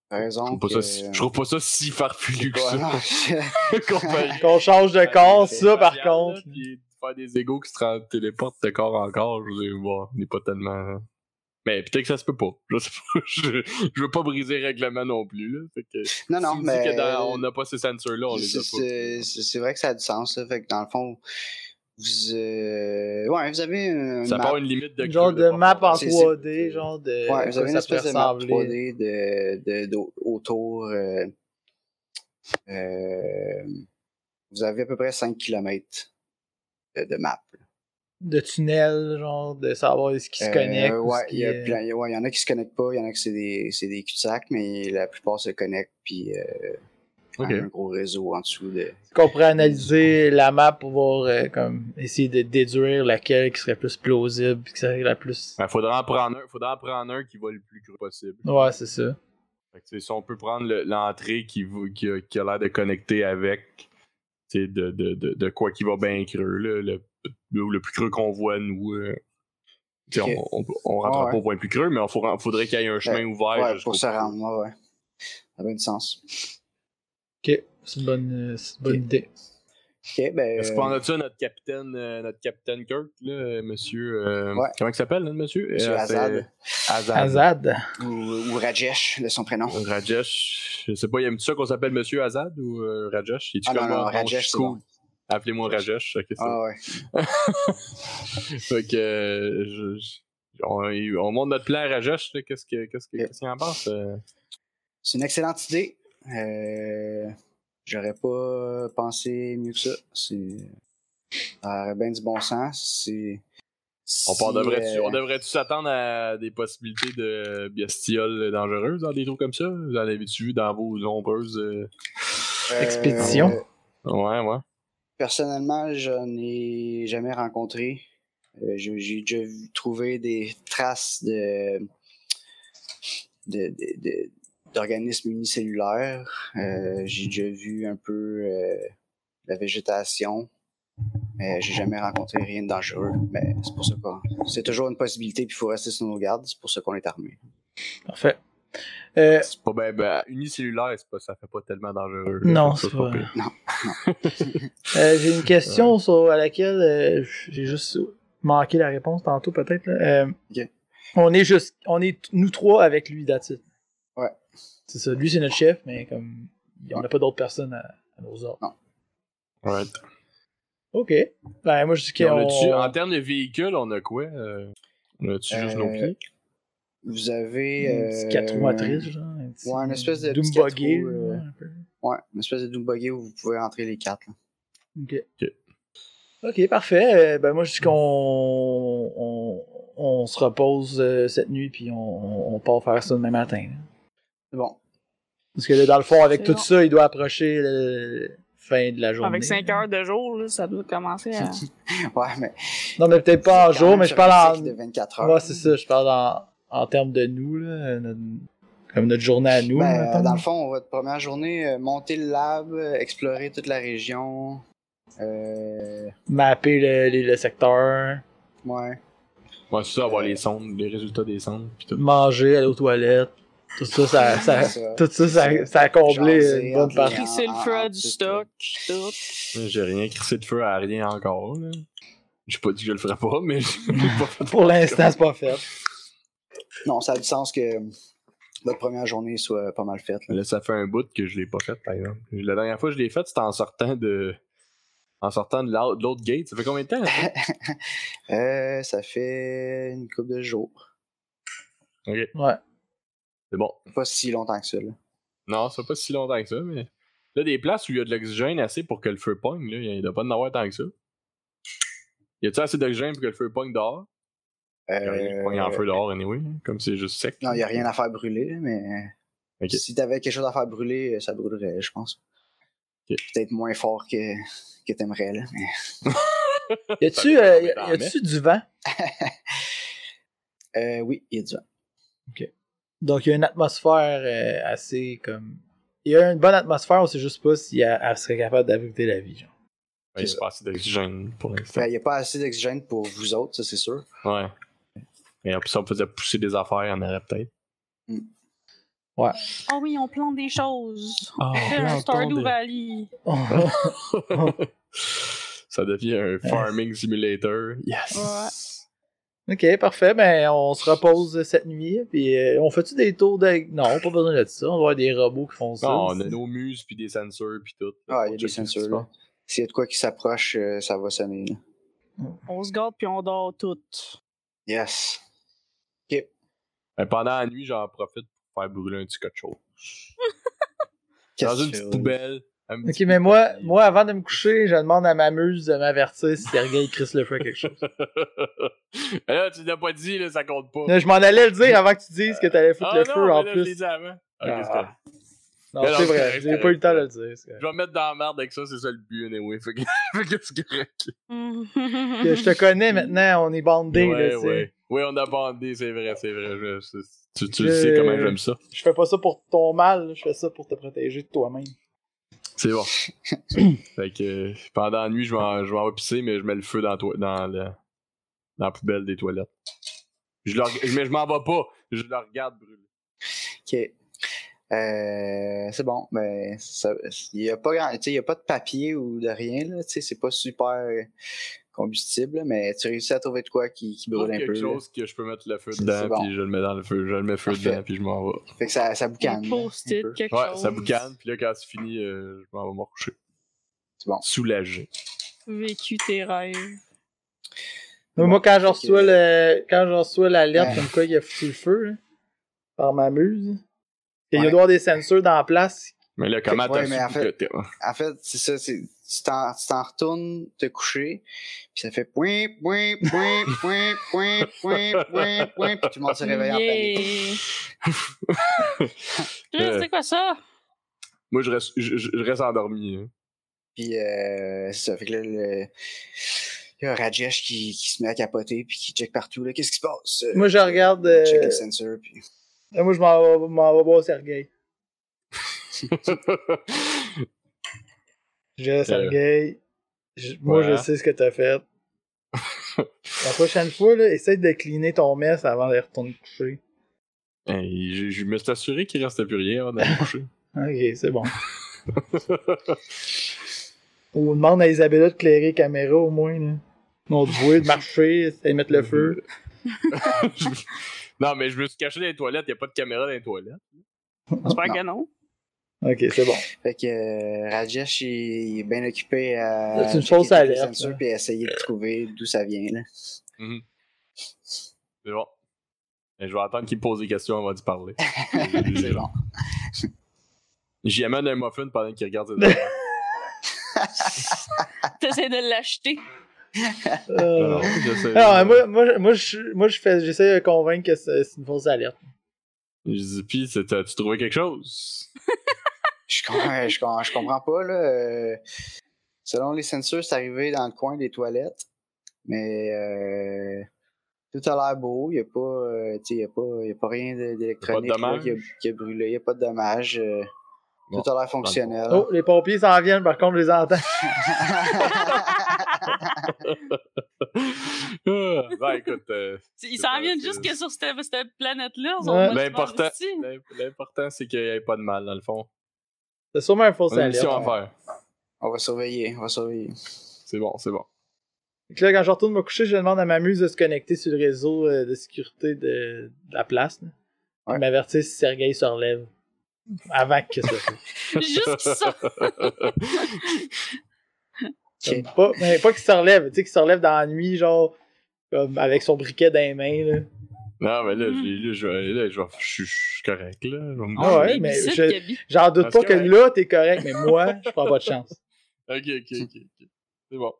[SPEAKER 2] T'as raison.
[SPEAKER 3] Je trouve, pas ça si, je trouve pas ça si farfelu que ça.
[SPEAKER 2] ça.
[SPEAKER 3] comparé
[SPEAKER 1] Qu'on change de
[SPEAKER 3] à
[SPEAKER 1] corps,
[SPEAKER 3] des
[SPEAKER 1] ça par
[SPEAKER 3] faciales,
[SPEAKER 1] contre.
[SPEAKER 3] là, puis faire des égaux qui se tra- téléportent de corps en corps, je veux dire, bon, on n'est pas tellement. hein. Mais peut-être que ça se peut pas. Je sais pas. Je, je veux pas briser le règlement non plus. Là. Fait que,
[SPEAKER 2] Non, non,
[SPEAKER 3] si on dit
[SPEAKER 2] mais.
[SPEAKER 3] que dans- on n'a pas ces sensors-là, on les a
[SPEAKER 2] C'est-
[SPEAKER 3] pas.
[SPEAKER 2] C'est c'est vrai que ça a du sens, là. Fait que dans le fond, vous. euh, Ouais, vous avez une.
[SPEAKER 3] Ça
[SPEAKER 2] map-
[SPEAKER 3] part une limite de.
[SPEAKER 1] Une genre de map en
[SPEAKER 2] C'est-
[SPEAKER 1] 3D, genre de.
[SPEAKER 2] Ouais, vous
[SPEAKER 1] ça
[SPEAKER 2] avez une
[SPEAKER 1] peut
[SPEAKER 2] espèce de map
[SPEAKER 1] ressembler.
[SPEAKER 2] 3D de, de, d'au- autour. euh, euh, vous avez à peu près 5 km de, de map.
[SPEAKER 1] de tunnels, genre de savoir ce qui se
[SPEAKER 2] Euh,
[SPEAKER 1] connecte. ou
[SPEAKER 2] ouais,
[SPEAKER 1] ce qui
[SPEAKER 2] il y, a
[SPEAKER 1] est-
[SPEAKER 2] plein- il y a- ouais, il y en a qui se connectent pas, il y en a qui c'est des, c'est des cul-de-sac, mais la plupart se connectent, puis euh,
[SPEAKER 3] Ok.
[SPEAKER 2] un gros réseau en dessous de.
[SPEAKER 1] qu'on pourrait analyser la map pour voir, euh, comme, essayer de déduire laquelle qui serait plus plausible, puis qui serait la plus.
[SPEAKER 3] Ben, faudra en prendre un, faudra en prendre un qui va le plus creux possible.
[SPEAKER 1] Ouais, c'est ça.
[SPEAKER 3] Fait que, tu sais, si on peut prendre le- l'entrée qui, vous- qui a, qui a l'air de connecter avec tu sais, de, de, de, de quoi qui va bien creux, là, le, le, le plus creux qu'on voit, nous. euh, tu sais,
[SPEAKER 2] Ok.
[SPEAKER 3] On, on, on rentrera
[SPEAKER 2] Ouais.
[SPEAKER 3] pas au point le plus creux, mais il faudrait qu'il y ait un chemin ouvert.
[SPEAKER 2] Ouais,
[SPEAKER 3] jusqu'au
[SPEAKER 2] pour se
[SPEAKER 3] plus creux.
[SPEAKER 2] rendre, ouais, ouais. Ça a du sens.
[SPEAKER 1] Ok, c'est une bonne, euh, c'est une bonne
[SPEAKER 2] Ok.
[SPEAKER 1] idée.
[SPEAKER 2] Ok, ben.
[SPEAKER 3] Est-ce qu'on a ça notre capitaine, euh, notre capitaine Kirk, là, euh, monsieur. euh,
[SPEAKER 2] Ouais.
[SPEAKER 3] Comment il s'appelle, là, monsieur
[SPEAKER 2] Monsieur
[SPEAKER 3] Euh, c'est-
[SPEAKER 2] Azad
[SPEAKER 3] Azad.
[SPEAKER 1] Azad,
[SPEAKER 2] ou, ou Rajesh de son prénom.
[SPEAKER 3] Rajesh. Je sais pas, il aime ça qu'on s'appelle monsieur Azad ou euh, Rajesh Il est-tu
[SPEAKER 2] Ah non,
[SPEAKER 3] comme,
[SPEAKER 2] non,
[SPEAKER 3] bon,
[SPEAKER 2] Rajesh, c'est
[SPEAKER 3] cool.
[SPEAKER 2] bon.
[SPEAKER 3] Appelez-moi Rajesh. ok, c'est
[SPEAKER 2] Ah ouais.
[SPEAKER 3] fait que euh, je- je- on, il- on montre notre plan à Rajesh, là, qu'est-ce que qu'est-ce que
[SPEAKER 2] Yep.
[SPEAKER 3] qu'est-ce qu'il en pense euh?
[SPEAKER 2] C'est une excellente idée. Euh, J'aurais pas pensé mieux que ça. C'est- Ça aurait bien du bon sens. C'est.
[SPEAKER 3] On, part-
[SPEAKER 2] si,
[SPEAKER 3] devrait-tu-
[SPEAKER 2] euh,
[SPEAKER 3] on devrait-tu s'attendre à des possibilités de bestioles dangereuses dans des trous comme ça Vous en avez-tu vu dans vos nombreuses euh,
[SPEAKER 2] euh,
[SPEAKER 1] Expédition.
[SPEAKER 3] Ouais, ouais.
[SPEAKER 2] Personnellement, j'en ai jamais rencontré. Euh, J'ai j'ai déjà vu- trouvé des traces de de- de- de- d'organismes unicellulaires. Euh, J'ai déjà vu un peu euh, la végétation. Mais j'ai jamais rencontré rien de dangereux. Mais c'est pour ça qu'on. C'est toujours une possibilité, puis il faut rester sur nos gardes. C'est pour ça qu'on est armé.
[SPEAKER 1] parfait. Euh,
[SPEAKER 3] C'est pas ben, ben, unicellulaire, c'est pas, ça fait pas tellement dangereux. là.
[SPEAKER 1] Non,
[SPEAKER 3] Ça,
[SPEAKER 1] c'est pas-
[SPEAKER 3] pire.
[SPEAKER 1] euh, j'ai une question sur, à laquelle euh, j'ai juste manqué la réponse tantôt, peut-être. là. Euh,
[SPEAKER 2] Ok.
[SPEAKER 1] On est juste, on est t- nous trois avec lui, that's it.
[SPEAKER 2] Ouais.
[SPEAKER 1] C'est ça. Lui, c'est notre chef, mais comme, on n'a pas d'autres personnes à, à nos ordres.
[SPEAKER 3] Ouais.
[SPEAKER 1] Ok. Ben, moi, je dis
[SPEAKER 3] Puis
[SPEAKER 1] qu'on.
[SPEAKER 3] on a-tu- En termes de véhicules, on a quoi euh, On a-tu juste nos
[SPEAKER 2] Euh,
[SPEAKER 3] pieds
[SPEAKER 2] Vous avez.
[SPEAKER 1] Un petit
[SPEAKER 2] euh,
[SPEAKER 1] quatre roues à triche, genre. Un petit,
[SPEAKER 2] ouais, une espèce de
[SPEAKER 1] Doom
[SPEAKER 2] petit quatre
[SPEAKER 1] buggy,
[SPEAKER 2] roues, euh,
[SPEAKER 1] là, un peu.
[SPEAKER 2] Ouais, une espèce de double buggy où vous pouvez entrer les quatre. là.
[SPEAKER 1] Ok.
[SPEAKER 3] Ok.
[SPEAKER 1] Ok, parfait. Euh, ben moi, je dis qu'on on, on se repose euh, cette nuit, puis on, on, on part faire ça demain matin. là.
[SPEAKER 2] C'est bon.
[SPEAKER 1] Parce que là, dans le fond, avec
[SPEAKER 4] C'est
[SPEAKER 1] tout
[SPEAKER 4] bon.
[SPEAKER 1] ça, il doit approcher la fin de la journée.
[SPEAKER 4] Avec 5 heures de jour, là, ça doit commencer à.
[SPEAKER 2] Ouais, mais.
[SPEAKER 1] Non, mais peut-être pas en
[SPEAKER 2] Quand
[SPEAKER 1] jour,
[SPEAKER 2] même,
[SPEAKER 1] mais je parle
[SPEAKER 2] sur un cycle
[SPEAKER 1] en.
[SPEAKER 2] de 24 heures.
[SPEAKER 1] Moi, c'est ça, je parle en, en termes de nous, là. notre- comme notre journée à nous.
[SPEAKER 2] Ben,
[SPEAKER 1] mettons.
[SPEAKER 2] dans le fond, votre première journée, euh, monter le lab, euh, explorer toute la région. Euh,
[SPEAKER 1] Mapper le, le- le secteur,
[SPEAKER 2] ouais.
[SPEAKER 3] Ouais, c'est ça, avoir les sondes, les résultats des sondes. Puis tout.
[SPEAKER 1] manger, aller aux toilettes. Tout ça, ça, ça,
[SPEAKER 2] Ça. hein.
[SPEAKER 1] tout ça, ça, ça a comblé
[SPEAKER 2] Jaser,
[SPEAKER 1] une bonne
[SPEAKER 2] entre
[SPEAKER 1] partie.
[SPEAKER 2] les-
[SPEAKER 4] Crisser le
[SPEAKER 2] en- en-
[SPEAKER 4] feu à
[SPEAKER 2] en-
[SPEAKER 4] du
[SPEAKER 2] tout,
[SPEAKER 4] stock, tout.
[SPEAKER 3] J'ai rien crissé de feu à rien encore. là. J'ai pas dit que je le ferais pas, mais j'ai pas fait
[SPEAKER 1] Pour l'instant, c'est pas fait.
[SPEAKER 2] Non, ça a du sens que votre première journée soit pas mal faite. là.
[SPEAKER 3] Là, ça fait un bout que je l'ai pas fait, par exemple. La dernière fois que je l'ai fait, c'était en sortant de. En sortant de l'au- de l'autre gate. Ça fait combien de temps? ça?
[SPEAKER 2] Euh, ça fait une couple de jours.
[SPEAKER 3] ok,
[SPEAKER 1] Ouais.
[SPEAKER 3] c'est bon.
[SPEAKER 2] Pas si longtemps que ça. là.
[SPEAKER 3] Non, ça fait pas si longtemps que ça, mais. Là, des places où il y a de l'oxygène assez pour que le feu pogne, là, il doit pas en avoir tant que ça. Y a-t-il assez d'oxygène pour que le feu pogne dehors? Il
[SPEAKER 2] Euh,
[SPEAKER 3] pogne en feu dehors, anyway, hein, comme c'est juste sec.
[SPEAKER 2] Non, il n'y a rien à faire brûler, mais
[SPEAKER 3] Ok.
[SPEAKER 2] si t'avais quelque chose à faire brûler, euh, ça brûlerait, je pense.
[SPEAKER 3] Ok.
[SPEAKER 2] Peut-être moins fort que, que t'aimerais, là. mais-
[SPEAKER 1] Y a-tu
[SPEAKER 3] Ça
[SPEAKER 1] euh,
[SPEAKER 3] fait
[SPEAKER 1] y a- y
[SPEAKER 3] jamais.
[SPEAKER 1] a-tu du vent?
[SPEAKER 2] Euh, oui, il y a du vent.
[SPEAKER 1] Donc, il y a une atmosphère euh, assez comme. Il y a une bonne atmosphère, on sait juste pas si elle, elle serait capable d'abriter la vie. genre.
[SPEAKER 3] Ouais, Ben, il se passe assez d'oxygène pour l'instant.
[SPEAKER 2] Ben, Il n'y a pas assez d'oxygène pour vous autres, ça c'est sûr.
[SPEAKER 3] Ouais. Et puis si on faisait pousser des affaires, il y en aurait peut-être.
[SPEAKER 4] Oh oui, on plante des choses.
[SPEAKER 3] Ah,
[SPEAKER 4] On fait un Stardew Valley.
[SPEAKER 3] Ça devient un farming simulator. Yes!
[SPEAKER 1] ok, parfait. Ben, on se repose cette nuit. Puis, euh, on fait-tu des tours de. Non, pas besoin de ça. On doit avoir des robots qui font ça.
[SPEAKER 3] Non, on a nos muses puis des sensors puis tout.
[SPEAKER 2] Ah, il y
[SPEAKER 3] Faut
[SPEAKER 2] a des
[SPEAKER 3] checker ce qui
[SPEAKER 2] sensors,
[SPEAKER 3] se
[SPEAKER 2] là.
[SPEAKER 3] passe.
[SPEAKER 2] S'il y a de quoi qui s'approche, euh, ça va sonner. là.
[SPEAKER 4] On se garde puis on dort toutes.
[SPEAKER 2] Yes.
[SPEAKER 3] Ben, pendant la nuit, j'en profite pour faire brûler un petit cochon.
[SPEAKER 2] Qu'est-ce
[SPEAKER 3] Dans une
[SPEAKER 2] que tu fais, là?
[SPEAKER 3] petite poubelle. un
[SPEAKER 1] Ok,
[SPEAKER 3] petit
[SPEAKER 1] mais
[SPEAKER 3] peu
[SPEAKER 1] moi,
[SPEAKER 3] de-
[SPEAKER 1] moi, avant de me coucher, je demande à ma muse de m'avertir si Sergei crisse le feu à quelque chose.
[SPEAKER 3] Mais là, Eh, tu l'as pas dit, là, ça compte pas.
[SPEAKER 1] Là, je m'en allais le dire avant que tu dises que t'allais foutre
[SPEAKER 3] Ah
[SPEAKER 1] le
[SPEAKER 3] non,
[SPEAKER 1] feu
[SPEAKER 3] mais
[SPEAKER 1] en
[SPEAKER 3] là, Je l'ai
[SPEAKER 1] plus.
[SPEAKER 3] dit avant. Ok,
[SPEAKER 1] Ah.
[SPEAKER 3] c'est correct.
[SPEAKER 1] Non,
[SPEAKER 3] Mais
[SPEAKER 1] c'est
[SPEAKER 3] non, c'est
[SPEAKER 1] vrai,
[SPEAKER 3] correct,
[SPEAKER 1] j'ai
[SPEAKER 3] c'est
[SPEAKER 1] pas eu le temps de le
[SPEAKER 3] correct.
[SPEAKER 1] dire. c'est correct.
[SPEAKER 3] Je vais me mettre dans la merde avec ça, c'est ça le but, anyway. Fait que, fait que c'est correct.
[SPEAKER 2] Mm.
[SPEAKER 1] Que Je te connais maintenant, on est bandés,
[SPEAKER 3] ouais,
[SPEAKER 1] là, tu sais.
[SPEAKER 3] ouais. Oui, on a bandé, c'est vrai, c'est vrai. je- c'est- tu tu le
[SPEAKER 1] Je-
[SPEAKER 3] sais comment j'aime ça.
[SPEAKER 1] Je fais pas ça pour ton mal, là, je fais ça pour te protéger de toi-même.
[SPEAKER 3] C'est bon. fait que euh, pendant la nuit, je m'en je m'en vais pisser, mais je mets le feu dans, la toi- dans, le- dans la poubelle des toilettes. Je le reg- mais je m'en vais pas. Je le regarde brûler.
[SPEAKER 2] Ok. Euh, c'est bon, mais ça- il n'y a, pas grand- tu sais, il y a pas de papier ou de rien, là, tu sais, c'est pas super combustible, là, mais tu réussis à trouver de quoi qui, qui
[SPEAKER 3] Je trouve
[SPEAKER 2] brûle un peu.
[SPEAKER 3] quelque
[SPEAKER 2] là.
[SPEAKER 3] chose que je peux mettre le feu
[SPEAKER 2] C'est-
[SPEAKER 3] dedans,
[SPEAKER 2] c'est bon.
[SPEAKER 3] puis je le mets dans le feu. Je le mets feu
[SPEAKER 2] Parfait.
[SPEAKER 3] dedans, puis je m'en vais.
[SPEAKER 2] Fait que ça, ça
[SPEAKER 4] Un
[SPEAKER 2] boucane. là, un
[SPEAKER 4] post-it,
[SPEAKER 2] peu.
[SPEAKER 4] quelque
[SPEAKER 3] Ouais,
[SPEAKER 4] chose.
[SPEAKER 3] ça boucane, puis là, quand c'est fini, euh, je m'en vais me recoucher.
[SPEAKER 2] C'est bon.
[SPEAKER 3] Soulagé.
[SPEAKER 4] Vécu tes rêves.
[SPEAKER 1] Mais
[SPEAKER 2] Bon,
[SPEAKER 1] moi, quand je
[SPEAKER 2] fait que- Ah.
[SPEAKER 1] reçois le, quand je reçois l'alerte
[SPEAKER 2] Ouais.
[SPEAKER 1] comme quoi il a foutu le feu, là, par ma muse, et il
[SPEAKER 2] Ouais.
[SPEAKER 1] doit y avoir des sensors dans la place.
[SPEAKER 3] Mais là, comment
[SPEAKER 2] Ouais,
[SPEAKER 3] t'as
[SPEAKER 2] mais en
[SPEAKER 3] su
[SPEAKER 2] fait-
[SPEAKER 3] que t'es-
[SPEAKER 2] En fait, c'est ça, c'est, tu t'en, tu t'en retournes te coucher, puis ça fait point, point, point, point, point, point, point, point, puis tout le monde se réveille en panique.
[SPEAKER 4] Yeah. Là, C'est quoi ça?
[SPEAKER 3] Moi, je reste, je, je- je reste endormi. hein.
[SPEAKER 2] Puis euh, c'est ça, fait que là, le- il y a Rajesh qui, qui se met à capoter, puis qui check partout, là, qu'est-ce qui se passe?
[SPEAKER 1] Moi, je regarde,
[SPEAKER 2] Il Check
[SPEAKER 1] euh,
[SPEAKER 2] le sensor, puis...
[SPEAKER 1] Et moi, je m'en vais- m'en vais voir Sergei.
[SPEAKER 3] hein.
[SPEAKER 1] Je
[SPEAKER 2] Euh.
[SPEAKER 1] dis, Sergei, je- moi,
[SPEAKER 3] ouais.
[SPEAKER 1] je sais ce que t'as fait. La prochaine fois, là, essaye de cleaner ton mess avant de retourner te coucher.
[SPEAKER 3] Hey, Hein, je, je me suis assuré qu'il restait plus rien avant d'aller me coucher.
[SPEAKER 1] Ok, c'est bon. On demande à Isabella de clairer la caméra au moins. Là. On te voit de marcher, essayer de mettre
[SPEAKER 2] Mhm.
[SPEAKER 1] le feu.
[SPEAKER 3] Je- non, mais je me suis caché dans les toilettes. Il n'y a pas de caméra dans les toilettes.
[SPEAKER 4] J'espère
[SPEAKER 2] Non.
[SPEAKER 4] que non.
[SPEAKER 1] Ok, c'est bon.
[SPEAKER 2] Fait que euh, Rajesh, il, il est bien occupé à...
[SPEAKER 1] Là, c'est une
[SPEAKER 2] checker
[SPEAKER 1] fausse
[SPEAKER 2] tous les
[SPEAKER 1] alerte,
[SPEAKER 2] sensors,
[SPEAKER 1] là.
[SPEAKER 2] Puis à essayer de trouver d'où ça vient, là.
[SPEAKER 3] C'est bon. Mais je vais attendre qu'il me pose des questions avant d'y parler.
[SPEAKER 2] c'est bon.
[SPEAKER 3] J'y amène un muffin pendant qu'il regarde ses affaires.
[SPEAKER 4] T'essaies de l'acheter.
[SPEAKER 1] Euh,
[SPEAKER 3] Non, je sais-
[SPEAKER 1] alors, euh, moi, moi, je- moi, je- moi, je fais- j'essaie de convaincre que c'est c'est une fausse alerte.
[SPEAKER 3] Je dis, pis, c'est- t'as-tu trouvé quelque chose?
[SPEAKER 2] Je, com- je, com- je comprends pas, là. euh, selon les censures, c'est arrivé dans le coin des toilettes. Mais euh, tout a l'air beau. Il n'y a, pas, euh, tu sais, y a, pas- y a pas rien de- d'électronique là, qui, a-
[SPEAKER 3] dommages?
[SPEAKER 2] qui a brûlé. Il n'y a pas de dommages. euh,
[SPEAKER 3] Bon,
[SPEAKER 2] tout a l'air fonctionnel.
[SPEAKER 1] Oh, les pompiers s'en viennent, par contre, je les entends.
[SPEAKER 3] Ah, ben, écoute, euh,
[SPEAKER 4] Ils
[SPEAKER 3] C'est
[SPEAKER 4] s'en
[SPEAKER 3] pas-
[SPEAKER 4] viennent
[SPEAKER 3] c'est-
[SPEAKER 4] juste que sur cette, cette planète-là. ils ont
[SPEAKER 1] Ouais.
[SPEAKER 4] pas de
[SPEAKER 3] L'important-
[SPEAKER 4] chance ici.
[SPEAKER 3] l'im- l'important, c'est qu'il n'y ait pas de mal, dans le fond.
[SPEAKER 1] C'est sûrement une fausse
[SPEAKER 3] On a une
[SPEAKER 1] alerte.
[SPEAKER 3] mission à faire.
[SPEAKER 2] on va surveiller. On va surveiller.
[SPEAKER 3] C'est bon, c'est bon.
[SPEAKER 1] Fait que là, quand je retourne me coucher, je demande à ma muse de se connecter sur le réseau euh, de sécurité de, de la place. là.
[SPEAKER 2] Ouais.
[SPEAKER 1] Elle m'avertit si Sergei se relève. Avant que ça soit.
[SPEAKER 4] Juste ça.
[SPEAKER 2] Ok.
[SPEAKER 1] Comme Pas, mais pas qu'il se relève, tu sais, qu'il se relève dans la nuit, genre, comme avec son briquet dans les mains. Là.
[SPEAKER 3] non, mais là,
[SPEAKER 4] Mm.
[SPEAKER 3] j'ai- là, je vais- là, je vais- je suis je suis correct, là. Je vais me
[SPEAKER 1] Ah ouais,
[SPEAKER 4] On
[SPEAKER 1] mais
[SPEAKER 4] est
[SPEAKER 1] je-
[SPEAKER 4] Gabi.
[SPEAKER 1] J'en doute
[SPEAKER 3] Parce
[SPEAKER 1] pas que
[SPEAKER 3] que-
[SPEAKER 1] là, t'es correct, mais moi, je prends pas de chance.
[SPEAKER 3] Ok, ok, ok. ok. C'est bon.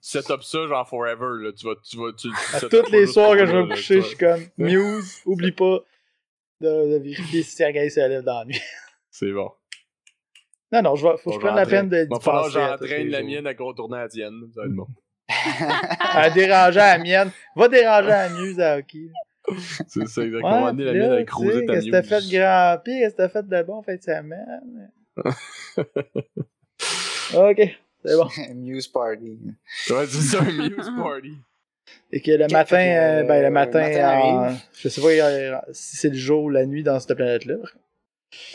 [SPEAKER 3] setup ça, genre forever, là. Tu vas. Tu vas tu,
[SPEAKER 1] À
[SPEAKER 3] setup
[SPEAKER 1] toutes
[SPEAKER 3] pas
[SPEAKER 1] les
[SPEAKER 3] juste
[SPEAKER 1] soirs
[SPEAKER 3] pour
[SPEAKER 1] que
[SPEAKER 3] là,
[SPEAKER 1] je vais me
[SPEAKER 3] là,
[SPEAKER 1] coucher, je
[SPEAKER 3] tu vois.
[SPEAKER 1] suis comme Muse, oublie pas de, de vérifier si Sergei se lève dans la nuit.
[SPEAKER 3] C'est bon.
[SPEAKER 1] Non, non, je vais, faut que je
[SPEAKER 3] Bon,
[SPEAKER 1] prenne la peine de
[SPEAKER 3] Il va
[SPEAKER 1] d'y
[SPEAKER 3] falloir que
[SPEAKER 1] penser à tous les
[SPEAKER 3] j'entraîne la
[SPEAKER 1] jours.
[SPEAKER 3] mienne à contourner la tienne. Ça va être bon.
[SPEAKER 1] À déranger la mienne. Va déranger la Muse à hockey.
[SPEAKER 3] C'est ça,
[SPEAKER 1] Ouais,
[SPEAKER 3] exactement. Amener la
[SPEAKER 1] puis là,
[SPEAKER 3] mienne à
[SPEAKER 1] tu
[SPEAKER 3] croiser
[SPEAKER 1] sais,
[SPEAKER 3] ta
[SPEAKER 1] Qu'est-ce que t'as fait
[SPEAKER 3] news.
[SPEAKER 1] de grand pire? Qu'est-ce que t'as fait de bon en fin de semaine? ok, c'est bon.
[SPEAKER 2] Muse Party.
[SPEAKER 3] Ouais, c'est ça, un muse party.
[SPEAKER 1] Et que le
[SPEAKER 2] Ok,
[SPEAKER 1] matin,
[SPEAKER 2] fait que,
[SPEAKER 1] euh, ben,
[SPEAKER 2] euh,
[SPEAKER 1] le matin,
[SPEAKER 2] le matin
[SPEAKER 1] en-
[SPEAKER 2] arrive.
[SPEAKER 1] je sais pas euh, si c'est le jour ou la nuit dans cette planète-là.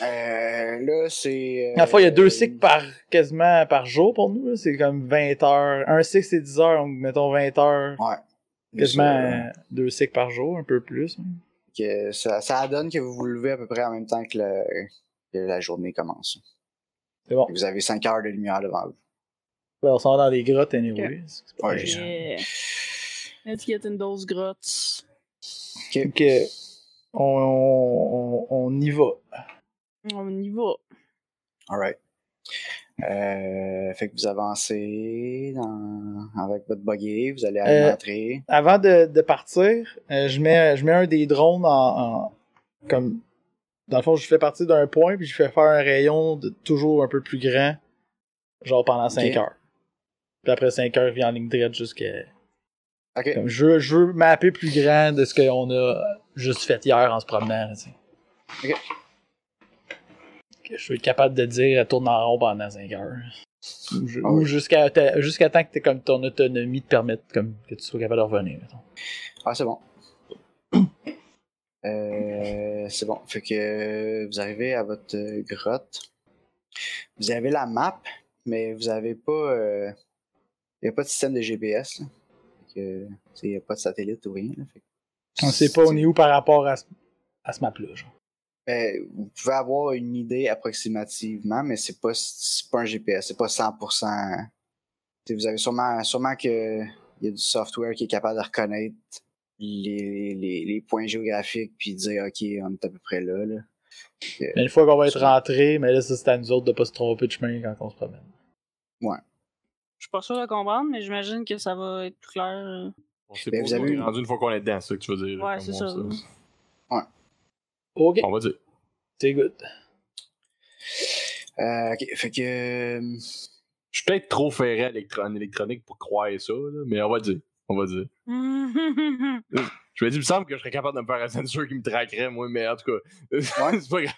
[SPEAKER 2] Euh, là, c'est. euh,
[SPEAKER 1] La fois, il y a deux cycles par quasiment par jour pour nous. là. C'est comme 20 heures. Un cycle, c'est 10 heures. Donc, mettons 20 heures. Quasiment
[SPEAKER 2] Ça,
[SPEAKER 1] euh, deux cycles par jour, un peu plus.
[SPEAKER 2] que ça, ça donne que vous vous levez à peu près en même temps que, le- que la journée commence.
[SPEAKER 1] C'est bon.
[SPEAKER 2] Et Vous avez 5 heures de lumière devant vous.
[SPEAKER 1] Ouais, on s'en va dans des grottes, anyway. c'est pas
[SPEAKER 2] Ouais,
[SPEAKER 1] grave.
[SPEAKER 2] j'ai-
[SPEAKER 4] Yeah. Let's get in those grottes.
[SPEAKER 1] Donc, euh, on, on, on- on y va.
[SPEAKER 4] On y va.
[SPEAKER 2] Alright. Euh, fait que vous avancez dans- avec votre buggy, vous allez à
[SPEAKER 1] Euh,
[SPEAKER 2] l'entrée.
[SPEAKER 1] Avant de, de partir, euh, je, mets, je mets un des drones en, en- Comme. Dans le fond, je fais partir d'un point, puis je fais faire un rayon de toujours un peu plus grand, genre pendant 5
[SPEAKER 2] Ok.
[SPEAKER 1] heures. Puis après 5 heures, il vient en ligne droite jusqu'à.
[SPEAKER 2] Ok.
[SPEAKER 1] Comme je, veux, je veux mapper plus grand de ce qu'on a juste fait hier en se promenant. là, tu sais.
[SPEAKER 2] Ok.
[SPEAKER 1] Que je suis capable de dire elle tourne en rond pendant 5 heures. Ou, je-
[SPEAKER 2] Ah
[SPEAKER 1] ou
[SPEAKER 2] oui.
[SPEAKER 1] jusqu'à ta- jusqu'à temps que t'aies comme ton autonomie te permette comme, que tu sois capable de revenir. mettons.
[SPEAKER 2] Ah, c'est bon. Euh, c'est bon. Fait que vous arrivez à votre euh, grotte. Vous avez la map, mais vous avez pas. Il n'y a pas de système de GPS. là. Fait que, Il n'y a pas de satellite ou rien. là. Fait que-
[SPEAKER 1] On sait pas on est où par rapport à ce, à ce map-là. genre.
[SPEAKER 2] Ben, vous pouvez avoir une idée approximativement, mais c'est pas, c'est pas un GPS, c'est pas 100%. T'sais, vous avez sûrement, sûrement que il y a du software qui est capable de reconnaître les, les, les points géographiques puis dire ok, on est à peu près là. là.
[SPEAKER 1] Mais une fois qu'on va être
[SPEAKER 2] Sûrement.
[SPEAKER 1] rentré, mais là, ça, c'est à nous autres de pas se tromper de chemin quand on se promène.
[SPEAKER 4] Je suis pas sûr de comprendre, mais j'imagine que ça va être plus clair. euh.
[SPEAKER 3] On sait
[SPEAKER 2] Ben,
[SPEAKER 3] pas
[SPEAKER 2] vous
[SPEAKER 3] où on
[SPEAKER 2] avez
[SPEAKER 3] est
[SPEAKER 2] eu-
[SPEAKER 3] rendu une fois qu'on est dedans, c'est ça que tu veux dire.
[SPEAKER 4] Ouais,
[SPEAKER 3] comme
[SPEAKER 4] c'est
[SPEAKER 3] on
[SPEAKER 4] ça.
[SPEAKER 3] sait.
[SPEAKER 1] Ok,
[SPEAKER 3] On va dire.
[SPEAKER 1] c'est good.
[SPEAKER 2] Euh, ok, fait que euh,
[SPEAKER 3] Je suis peut-être trop ferré à l'électro- en électronique pour croire ça, là, mais on va dire. On va dire. Je me dis, il me semble que je serais capable de me faire un censure qui me traquerait, moi, mais en tout cas, c'est pas grave.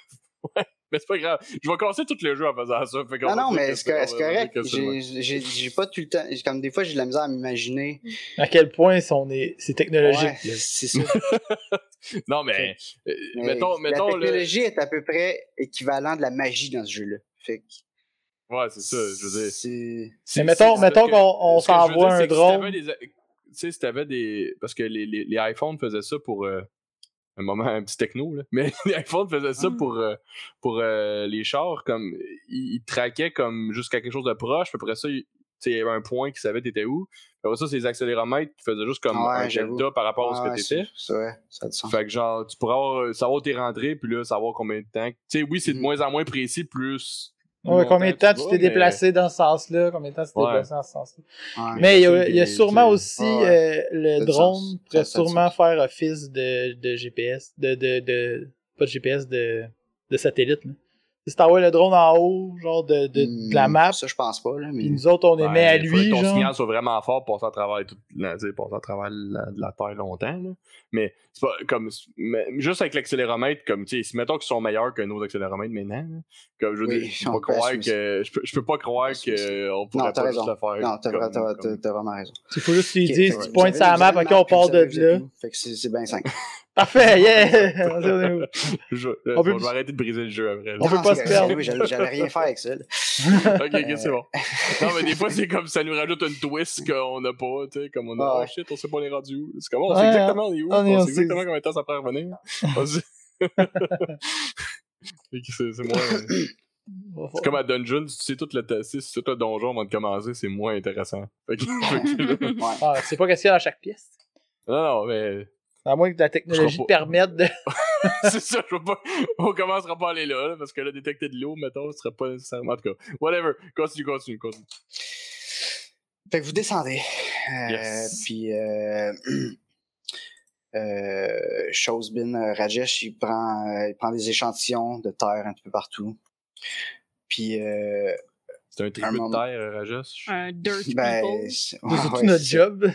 [SPEAKER 3] Ouais, mais c'est pas grave. Je vais casser tout le jeu en faisant ça. Fait qu'on
[SPEAKER 2] non
[SPEAKER 3] va
[SPEAKER 2] non
[SPEAKER 3] dire
[SPEAKER 2] mais
[SPEAKER 3] que
[SPEAKER 2] c'est co-
[SPEAKER 3] on
[SPEAKER 2] c'est
[SPEAKER 3] va dire
[SPEAKER 2] correct.
[SPEAKER 3] que c'est le-
[SPEAKER 2] J'ai- J'ai j'ai pas tout le temps. Comme des fois j'ai de la misère à m'imaginer.
[SPEAKER 1] À quel point c'est- on est- c'est
[SPEAKER 2] Ouais,
[SPEAKER 1] technologique. là.
[SPEAKER 2] c'est ça.
[SPEAKER 3] Non, mais, euh,
[SPEAKER 2] Mais
[SPEAKER 3] mettons, mettons,
[SPEAKER 2] la
[SPEAKER 3] là-
[SPEAKER 2] technologie est à peu près équivalent de la magie dans ce jeu-là. Fait que
[SPEAKER 3] Ouais, c'est ça, je veux dire.
[SPEAKER 2] C'est...
[SPEAKER 3] C'est-
[SPEAKER 1] Mais mettons,
[SPEAKER 3] c'est-
[SPEAKER 1] mettons
[SPEAKER 3] parce que-
[SPEAKER 1] qu'on on
[SPEAKER 3] ce que je veux
[SPEAKER 1] s'envoie
[SPEAKER 3] dire,
[SPEAKER 1] un
[SPEAKER 3] c'est que si
[SPEAKER 1] drone.
[SPEAKER 3] t'avais des- Tu sais, si t'avais des. Parce que les, les, les iPhones faisaient ça pour. euh, un moment, un petit techno, là. Mais les iPhones faisaient ça
[SPEAKER 4] Mm.
[SPEAKER 3] pour, euh, pour euh, les chars, comme. Ils, ils traquaient comme jusqu'à quelque chose de proche. puis Après ça, ils- tu sais, il y avait un point qui savait t'étais où. Puis Après ça, c'est les accéléromètres qui faisaient juste comme
[SPEAKER 2] Ouais,
[SPEAKER 3] un
[SPEAKER 2] j'avoue.
[SPEAKER 3] delta par rapport
[SPEAKER 2] Ouais,
[SPEAKER 3] à
[SPEAKER 2] ouais,
[SPEAKER 3] ce que t'étais.
[SPEAKER 2] Ah, c'est- Ouais, ça a du sens.
[SPEAKER 3] Fait que genre, tu pourrais avoir- savoir où t'es rentré, puis là, savoir combien de temps. Tu sais, oui, c'est de
[SPEAKER 2] Mm.
[SPEAKER 3] moins en moins précis, plus. plus
[SPEAKER 1] Ouais, combien de
[SPEAKER 3] longtemps
[SPEAKER 1] temps tu
[SPEAKER 3] vas,
[SPEAKER 1] t'es
[SPEAKER 3] mais-
[SPEAKER 1] déplacé dans ce sens-là? Combien de temps tu t'es
[SPEAKER 3] Ouais.
[SPEAKER 1] déplacé dans ce sens-là?
[SPEAKER 2] Ouais.
[SPEAKER 1] Mais il y a,
[SPEAKER 3] Des-
[SPEAKER 1] il y a sûmement
[SPEAKER 3] des-
[SPEAKER 1] aussi
[SPEAKER 2] Ouais, ouais.
[SPEAKER 1] euh, le
[SPEAKER 2] Ça a du sens.
[SPEAKER 1] drone pourrait
[SPEAKER 2] Ça a du
[SPEAKER 1] sûrement faire office de, de GPS, de, de, de- pas de GPS, de, de satellite. Là. Si t'envoies le drone en haut, genre de, de, de la
[SPEAKER 2] Hmm,
[SPEAKER 1] map,
[SPEAKER 2] Ça, je pense pas, là, mais...
[SPEAKER 1] puis nous autres on
[SPEAKER 3] Ouais,
[SPEAKER 1] les met à
[SPEAKER 3] Ben, il faudrait
[SPEAKER 1] lui,
[SPEAKER 3] que ton
[SPEAKER 1] genre.
[SPEAKER 3] signal soit vraiment fort pour passer à travers, tout, la, tu sais, passer à travers la- de la Terre longtemps. là. Mais c'est pas comme. mais juste avec l'accéléromètre, comme tu sais, si mettons qu'ils sont meilleurs que nos accéléromètres maintenant, là, comme je veux
[SPEAKER 2] Oui,
[SPEAKER 3] dire, je peux
[SPEAKER 2] on
[SPEAKER 3] pas
[SPEAKER 2] peut
[SPEAKER 3] croire
[SPEAKER 2] assumer
[SPEAKER 3] que. Je peux, je peux pas croire
[SPEAKER 2] peut assumer ça.
[SPEAKER 3] qu'on
[SPEAKER 2] Non,
[SPEAKER 3] pourrait
[SPEAKER 2] t'as
[SPEAKER 3] pas juste
[SPEAKER 2] raison.
[SPEAKER 3] le faire.
[SPEAKER 2] Non, t'as
[SPEAKER 3] comme-
[SPEAKER 2] vra- t'as-
[SPEAKER 3] comme-
[SPEAKER 2] t'as- t'as vraiment raison.
[SPEAKER 1] Il faut juste qu'ils
[SPEAKER 2] Ok,
[SPEAKER 1] disent,
[SPEAKER 2] fait
[SPEAKER 1] tu
[SPEAKER 2] que
[SPEAKER 1] pointes
[SPEAKER 2] vous
[SPEAKER 1] sur la
[SPEAKER 2] avez-
[SPEAKER 1] map,
[SPEAKER 2] vous avez
[SPEAKER 1] ok, on
[SPEAKER 2] puis
[SPEAKER 1] part
[SPEAKER 2] vous avez-
[SPEAKER 1] de
[SPEAKER 2] vous êtes
[SPEAKER 1] là.
[SPEAKER 2] où? Fait que c'est c'est bien simple.
[SPEAKER 1] Parfait, yeah! On sait on est où.
[SPEAKER 3] Je, euh,
[SPEAKER 1] On peut-
[SPEAKER 3] je vais arrêter de briser le jeu après. là.
[SPEAKER 1] On peut
[SPEAKER 2] Non,
[SPEAKER 1] pas
[SPEAKER 2] c'est
[SPEAKER 1] se
[SPEAKER 2] correct.
[SPEAKER 1] perdre.
[SPEAKER 2] Oui, J'allais j'allais rien faire avec ça. là.
[SPEAKER 3] ok, ok, c'est bon. Non, mais des fois, c'est comme ça nous rajoute une twist qu'on n'a pas, tu sais, comme on a.
[SPEAKER 2] Ouais.
[SPEAKER 3] Oh shit, on sait pas on est rendu où. C'est comme, on
[SPEAKER 1] Ouais,
[SPEAKER 3] sait exactement on est où,
[SPEAKER 1] on
[SPEAKER 3] on,
[SPEAKER 1] est- on
[SPEAKER 3] sait
[SPEAKER 1] sait-
[SPEAKER 3] exactement combien de temps ça prend à revenir. On sait- Fait que c'est c'est moins. C'est comme à Dungeon, si tu sais tout le, ta- si tu sais tout le donjon avant de commencer, c'est moins intéressant. Fait que- fait que-
[SPEAKER 1] Ah, c'est pas qu'est-ce qu'il y a dans chaque pièce.
[SPEAKER 3] non, non, mais.
[SPEAKER 1] À moins que la technologie
[SPEAKER 3] Je comprends
[SPEAKER 1] te permette de.
[SPEAKER 3] c'est ça, je veux pas. On commencera pas à aller là, là, parce que là, détecter de l'eau, mettons, ce serait pas nécessairement. En tout cas, whatever. Continue, continue, continue.
[SPEAKER 2] Fait que vous descendez. Euh,
[SPEAKER 3] Yes.
[SPEAKER 2] Puis, euh, euh, Shosbin euh, Rajesh, il prend, euh, il prend des échantillons de terre un petit peu partout. Puis, euh,
[SPEAKER 3] C'est un
[SPEAKER 2] Un
[SPEAKER 3] tribut de
[SPEAKER 2] moment.
[SPEAKER 3] terre, euh, Rajesh.
[SPEAKER 4] Un dirt
[SPEAKER 2] ben,
[SPEAKER 4] people.
[SPEAKER 2] c'est
[SPEAKER 1] C'est
[SPEAKER 2] ouais,
[SPEAKER 1] tout
[SPEAKER 2] ouais,
[SPEAKER 1] notre
[SPEAKER 2] c'est-
[SPEAKER 1] job.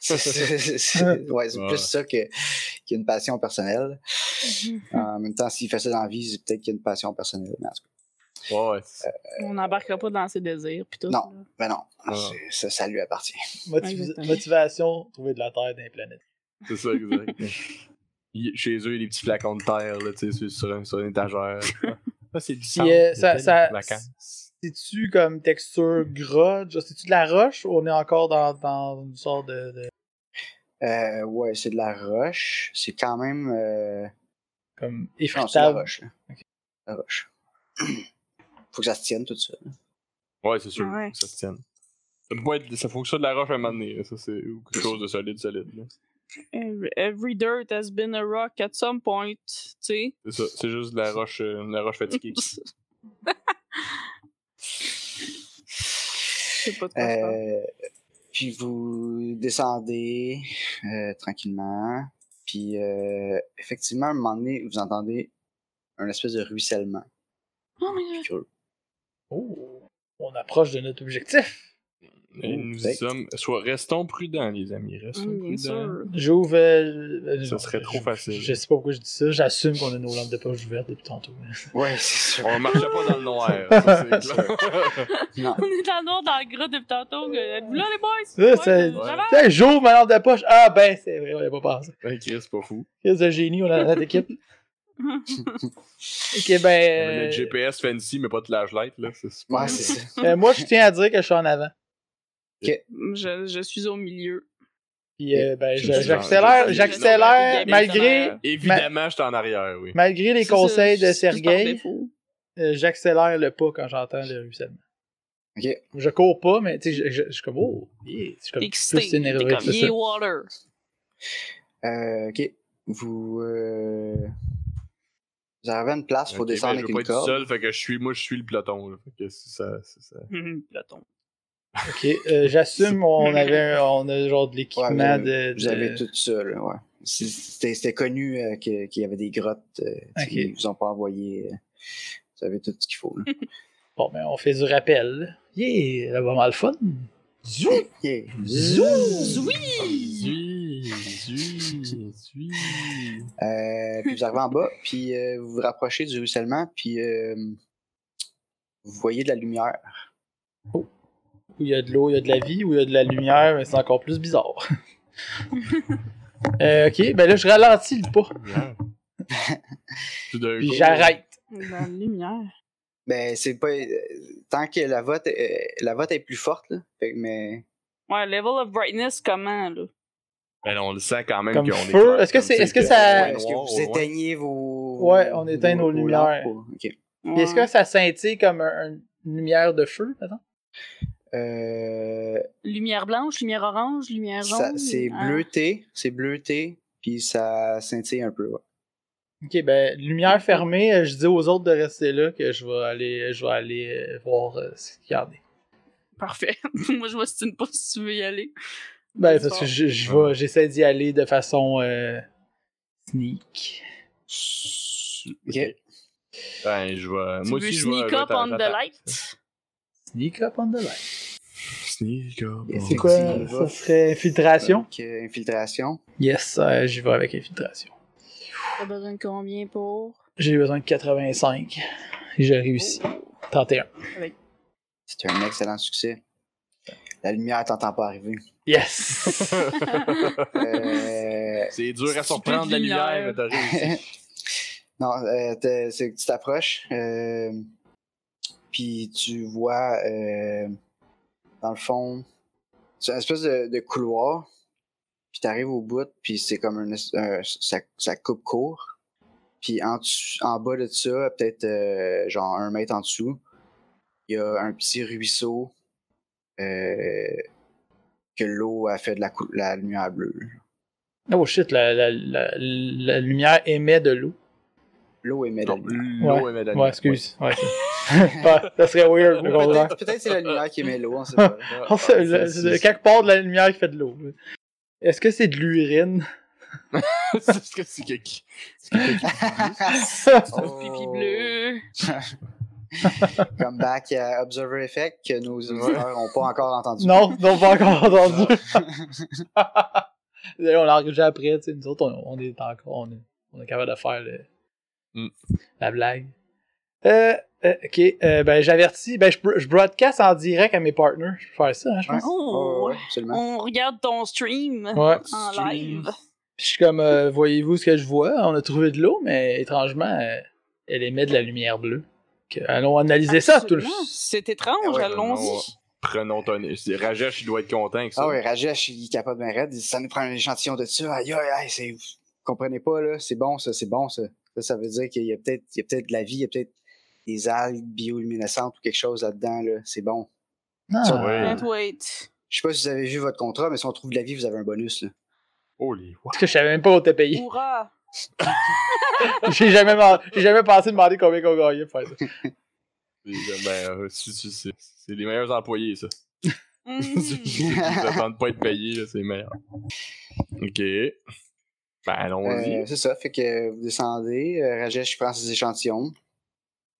[SPEAKER 2] c'est- c'est- c'est- ouais, c'est
[SPEAKER 3] Ouais.
[SPEAKER 2] plus ça que- qu'une passion personnelle.
[SPEAKER 3] Mm-hmm.
[SPEAKER 2] Euh, En même temps, s'il fait ça dans la vie, c'est peut-être qu'il y a une passion personnelle. Mais en tout cas,
[SPEAKER 3] Ouais, ouais. c'est-
[SPEAKER 4] On n'embarquera pas dans ses désirs. Puis tout,
[SPEAKER 2] euh, Non.
[SPEAKER 4] là.
[SPEAKER 2] ben non,
[SPEAKER 3] Ah.
[SPEAKER 2] c'est- ça, ça lui appartient.
[SPEAKER 1] Motiv-
[SPEAKER 4] Exactement.
[SPEAKER 1] motivation, trouver de la terre dans les planètes.
[SPEAKER 3] C'est ça, exact. Il- Chez eux, il y a des petits flacons de terre, là, tu sais, sur- sur, un- sur une étagère. Ça, c'est du
[SPEAKER 1] Puis,
[SPEAKER 3] sable,
[SPEAKER 1] euh,
[SPEAKER 3] c'est
[SPEAKER 1] ça,
[SPEAKER 3] des
[SPEAKER 1] ça,
[SPEAKER 3] flacons.
[SPEAKER 1] c'est-tu comme texture
[SPEAKER 2] Hmm.
[SPEAKER 1] grotte? Genre, C'est-tu de la roche ou on est encore dans, dans une sorte de. de-
[SPEAKER 2] Euh, ouais, c'est de la roche. C'est quand même. Euh...
[SPEAKER 1] comme
[SPEAKER 2] Non, c'est de la
[SPEAKER 1] effritable?
[SPEAKER 2] roche. là. La roche. Faut que ça se tienne tout ça.
[SPEAKER 3] Ouais, c'est sûr.
[SPEAKER 4] Ouais.
[SPEAKER 3] que Ça se tienne. Ça peut pas être. Ça faut que ça de la roche à un moment donné. là. Ça, c'est ou quelque chose de solide, solide. là.
[SPEAKER 4] Every, every dirt has been a rock at some point. Tu sais.
[SPEAKER 3] C'est ça. C'est juste de la roche, euh, de la roche fatiguée.
[SPEAKER 4] Je sais pas de quoi je parle.
[SPEAKER 2] Euh, puis vous descendez euh, tranquillement. Puis euh, effectivement, à un moment donné, vous entendez un espèce de ruissellement.
[SPEAKER 4] Oh my God.
[SPEAKER 2] creux.
[SPEAKER 1] Oh, on approche de notre objectif.
[SPEAKER 3] Et nous y
[SPEAKER 2] Peut-être.
[SPEAKER 3] sommes. Soit restons prudents, les amis. Restons
[SPEAKER 4] Hum, bien
[SPEAKER 3] prudents.
[SPEAKER 4] sûr.
[SPEAKER 1] J'ouvre. euh, euh,
[SPEAKER 3] Ça serait
[SPEAKER 1] je-
[SPEAKER 3] trop facile.
[SPEAKER 1] Je sais pas pourquoi je dis ça. J'assume qu'on a nos lampes de poche ouvertes depuis tantôt. hein.
[SPEAKER 2] Ouais, c'est sûr.
[SPEAKER 3] On marchait pas dans le noir. ça, c'est clair.
[SPEAKER 2] Non.
[SPEAKER 4] On est dans le nord dans le gras depuis tantôt. que- Êtes-vous là, les boys?
[SPEAKER 1] Ça,
[SPEAKER 4] Ouais,
[SPEAKER 1] c'est-
[SPEAKER 4] euh, j'avance.
[SPEAKER 1] Tiens, j'ouvre ma lampe de poche. Ah, ben, c'est vrai, on y a pas pensé.
[SPEAKER 3] Ouais, Ben, Chris, c'est pas fou.
[SPEAKER 1] Qu'est-ce de génie, on a notre équipe. ok, ben.
[SPEAKER 3] Le GPS fancy, mais pas de flashlight, là. C'est super.
[SPEAKER 2] Ouais, c'est ça.
[SPEAKER 1] euh, moi, je tiens à dire que je suis en avant.
[SPEAKER 4] Je, je suis au milieu.
[SPEAKER 1] Puis, euh, ben, je-
[SPEAKER 3] Je-
[SPEAKER 1] j'accélère,
[SPEAKER 3] je-
[SPEAKER 1] j'accélère,
[SPEAKER 4] je-
[SPEAKER 1] malgré,
[SPEAKER 3] Évidemment, j'étais en arrière, oui.
[SPEAKER 1] malgré les
[SPEAKER 4] Ça,
[SPEAKER 1] conseils
[SPEAKER 4] c'est-
[SPEAKER 1] de
[SPEAKER 4] c'est plus par
[SPEAKER 1] Sergueï.
[SPEAKER 4] défaut.
[SPEAKER 1] Euh, j'accélère le pas quand j'entends le ruissellement.
[SPEAKER 2] Ok.
[SPEAKER 1] Je cours pas, mais tu sais, je, je- je suis comme, oh, yeah. je suis comme
[SPEAKER 4] Excité.
[SPEAKER 1] plus
[SPEAKER 4] T'es
[SPEAKER 1] énervé.
[SPEAKER 4] comme,
[SPEAKER 1] c'est
[SPEAKER 4] yeah,
[SPEAKER 1] ça.
[SPEAKER 4] water.
[SPEAKER 2] Euh, ok. Vous, euh, vous arrivez à une place, faut
[SPEAKER 3] Ok,
[SPEAKER 2] descendre
[SPEAKER 3] mais
[SPEAKER 2] avec
[SPEAKER 3] je veux
[SPEAKER 2] une
[SPEAKER 3] pas être tout
[SPEAKER 2] corde.
[SPEAKER 3] seul, fait que je suis, moi, je suis le peloton. là. Fait que c'est ça, c'est ça.
[SPEAKER 4] Hum, peloton.
[SPEAKER 1] Ok, euh, j'assume, on avait, un- on a genre de l'équipement
[SPEAKER 2] Ouais, vous avez-
[SPEAKER 1] de.
[SPEAKER 2] Vous avez
[SPEAKER 3] euh.
[SPEAKER 1] de-
[SPEAKER 2] tout ça, là, ouais. C'est- C'était c'était connu euh, que- qu'il y avait des grottes. euh,
[SPEAKER 1] Ok.
[SPEAKER 2] Ils vous ont pas envoyé. euh, vous avez tout ce qu'il faut, là.
[SPEAKER 1] Bon, ben, on fait du rappel. Yeah, là, vraiment le fun. Zou,
[SPEAKER 2] Yeah.
[SPEAKER 1] zou,
[SPEAKER 3] Zui, zui, zui.
[SPEAKER 2] Euh, puis vous arrivez en bas, puis euh, vous vous rapprochez du ruissellement, puis euh, vous voyez de la lumière.
[SPEAKER 1] Où il y a de l'eau, il y a de la vie, où il y a de la lumière, mais c'est encore plus bizarre. Euh, ok, ben là, je ralentis le pas,
[SPEAKER 3] Bien. Tout d'un
[SPEAKER 1] puis
[SPEAKER 3] coup,
[SPEAKER 1] j'arrête.
[SPEAKER 4] Dans la lumière.
[SPEAKER 2] Ben, c'est pas. euh, tant que la vote, est- la vote est plus forte, là. Fait que- mais.
[SPEAKER 4] Ouais, level of brightness, comment, là?
[SPEAKER 3] Ben, on le sent quand même
[SPEAKER 1] Comme
[SPEAKER 3] qu'on
[SPEAKER 1] feu, est-ce que c'est- est-ce que ça-
[SPEAKER 2] Ouais, Est-ce que vous éteignez vos.
[SPEAKER 1] Ouais, on éteint nos lumières.
[SPEAKER 2] lampes, ou- ok.
[SPEAKER 1] Puis Est-ce que ça scintille comme un- une lumière de feu, par exemple?
[SPEAKER 2] Euh,
[SPEAKER 4] Lumière blanche, lumière orange, lumière jaune.
[SPEAKER 2] Ça- C'est
[SPEAKER 4] hein?
[SPEAKER 2] bleuté, c'est bleuté, puis ça scintille un peu. Ouais.
[SPEAKER 1] Ok, ben, lumière fermée, euh, je dis aux autres de rester là que je vais aller, je vais aller euh, voir euh, ce qu'il y en a.
[SPEAKER 4] Parfait. Moi, je m'ostine pas si tu veux y aller.
[SPEAKER 1] Ben,
[SPEAKER 4] C'est
[SPEAKER 1] parce que
[SPEAKER 4] fort.
[SPEAKER 1] je, je vais, j'essaie d'y aller de façon euh, sneak.
[SPEAKER 2] Ok.
[SPEAKER 3] Ben, je vais.
[SPEAKER 4] Tu
[SPEAKER 3] Moi
[SPEAKER 4] veux
[SPEAKER 3] aussi, je vais.
[SPEAKER 4] sneak
[SPEAKER 3] je vais
[SPEAKER 4] up on the
[SPEAKER 3] t'attaquer.
[SPEAKER 4] light?
[SPEAKER 1] Sneak up on the light.
[SPEAKER 3] Sneak up.
[SPEAKER 2] Yes,
[SPEAKER 1] C'est
[SPEAKER 3] on
[SPEAKER 2] C'est
[SPEAKER 3] the
[SPEAKER 1] quoi
[SPEAKER 2] quoi,
[SPEAKER 3] light.
[SPEAKER 2] Effectivement.
[SPEAKER 1] Ça
[SPEAKER 2] ça
[SPEAKER 1] serait infiltration
[SPEAKER 2] Donc, euh, infiltration.
[SPEAKER 1] Yes, euh, j'y vais avec infiltration.
[SPEAKER 4] T'as besoin de combien pour? Oh,
[SPEAKER 1] J'ai besoin de 85. Et j'ai réussi. 31.
[SPEAKER 2] C'est un excellent succès. La lumière t'entend pas arriver.
[SPEAKER 1] Yes
[SPEAKER 2] Euh,
[SPEAKER 3] C'est dur à
[SPEAKER 4] Stupide
[SPEAKER 3] surprendre la lumière,
[SPEAKER 4] lumière.
[SPEAKER 3] mais t'as réussi.
[SPEAKER 2] non, euh, t'es- c'est que tu t'approches, euh, puis tu vois, euh, dans le fond, c'est une espèce de, de couloir, puis t'arrives au bout, puis c'est comme un, es- un- ça, ça coupe court, puis en, dessous- en bas de ça, peut-être euh, genre un mètre en dessous, il y a un petit ruisseau euh, que l'eau a fait de la, cou- la lumière bleue.
[SPEAKER 1] Oh shit, la, la- la- la lumière émet de l'eau.
[SPEAKER 2] L'eau émet de la
[SPEAKER 3] Donc,
[SPEAKER 2] lumière.
[SPEAKER 1] Ouais.
[SPEAKER 3] l'eau et la
[SPEAKER 1] Ouais,
[SPEAKER 3] lumière.
[SPEAKER 1] excuse. Ouais, ok. Ouais, ça serait weird, le contraire.
[SPEAKER 2] Peut-être peut-être c'est la lumière qui émet l'eau, on sait pas.
[SPEAKER 1] Ah, c'est- le- c'est- Quelque part de la lumière qui fait de l'eau. Est-ce que c'est de l'urine?
[SPEAKER 3] C'est ce que c'est quelqu'un qui- c'est quelqu'un qui-
[SPEAKER 2] Oh.
[SPEAKER 4] Pipi bleu.
[SPEAKER 2] Comme Oh. back à Observer Effect que nos auditeurs n'ont pas encore entendu.
[SPEAKER 1] non, ils n'ont pas encore entendu. Là, on l'a enregistré après, tu sais, nous autres, on, on est encore, on est, on est capable de faire le-
[SPEAKER 3] Mm.
[SPEAKER 1] la blague. Euh, euh, ok, euh, ben j'avertis, ben je, bro- je broadcast en direct à mes partners. Je vais faire ça, hein, je
[SPEAKER 2] Ouais.
[SPEAKER 1] pense.
[SPEAKER 4] Oh,
[SPEAKER 2] Oh, ouais, absolument.
[SPEAKER 4] On regarde ton stream
[SPEAKER 1] Ouais.
[SPEAKER 4] en
[SPEAKER 3] Stream.
[SPEAKER 4] live.
[SPEAKER 1] Puis je suis comme, euh, voyez-vous ce que je vois? On a trouvé de l'eau, mais étrangement, euh, elle émet de la lumière bleue. Ok, allons analyser ça, tout le
[SPEAKER 4] Absolument. C'est étrange,
[SPEAKER 2] Ah ouais,
[SPEAKER 4] allons-y.
[SPEAKER 3] Prenons ton. c'est- Rajesh, il doit être content avec ça.
[SPEAKER 2] Ah oui, Rajesh, il capote bien raide. il dit, Ça nous prend un échantillon de ça. Aïe, aïe, aïe, c'est... Vous comprenez pas, là. C'est bon, ça. C'est bon, ça. Ça, ça veut dire qu'il y a peut-être il y a peut-être de la vie, il y a peut-être des algues bioluminescentes ou quelque chose là-dedans, là. C'est bon.
[SPEAKER 1] Ah,
[SPEAKER 3] Ouais.
[SPEAKER 4] Can't wait.
[SPEAKER 2] Je sais pas si vous avez vu votre contrat, mais si on trouve de la vie, vous avez un bonus, là.
[SPEAKER 3] Holy what?
[SPEAKER 1] Parce que je savais même pas qu'on était payé.
[SPEAKER 4] Hurrah!
[SPEAKER 1] J'ai jamais, man- j'ai jamais pensé demander combien qu'on gagnait pour faire ça.
[SPEAKER 3] C'est- Ben, euh, c'est- c'est- c'est c'est les meilleurs employés, ça.
[SPEAKER 4] Mhm.
[SPEAKER 3] Ils attendent pas être payés, là, c'est meilleur. Ok. Ben, allons-y.
[SPEAKER 2] Euh, c'est ça. Fait que vous descendez. euh, Rajesh prend ses échantillons.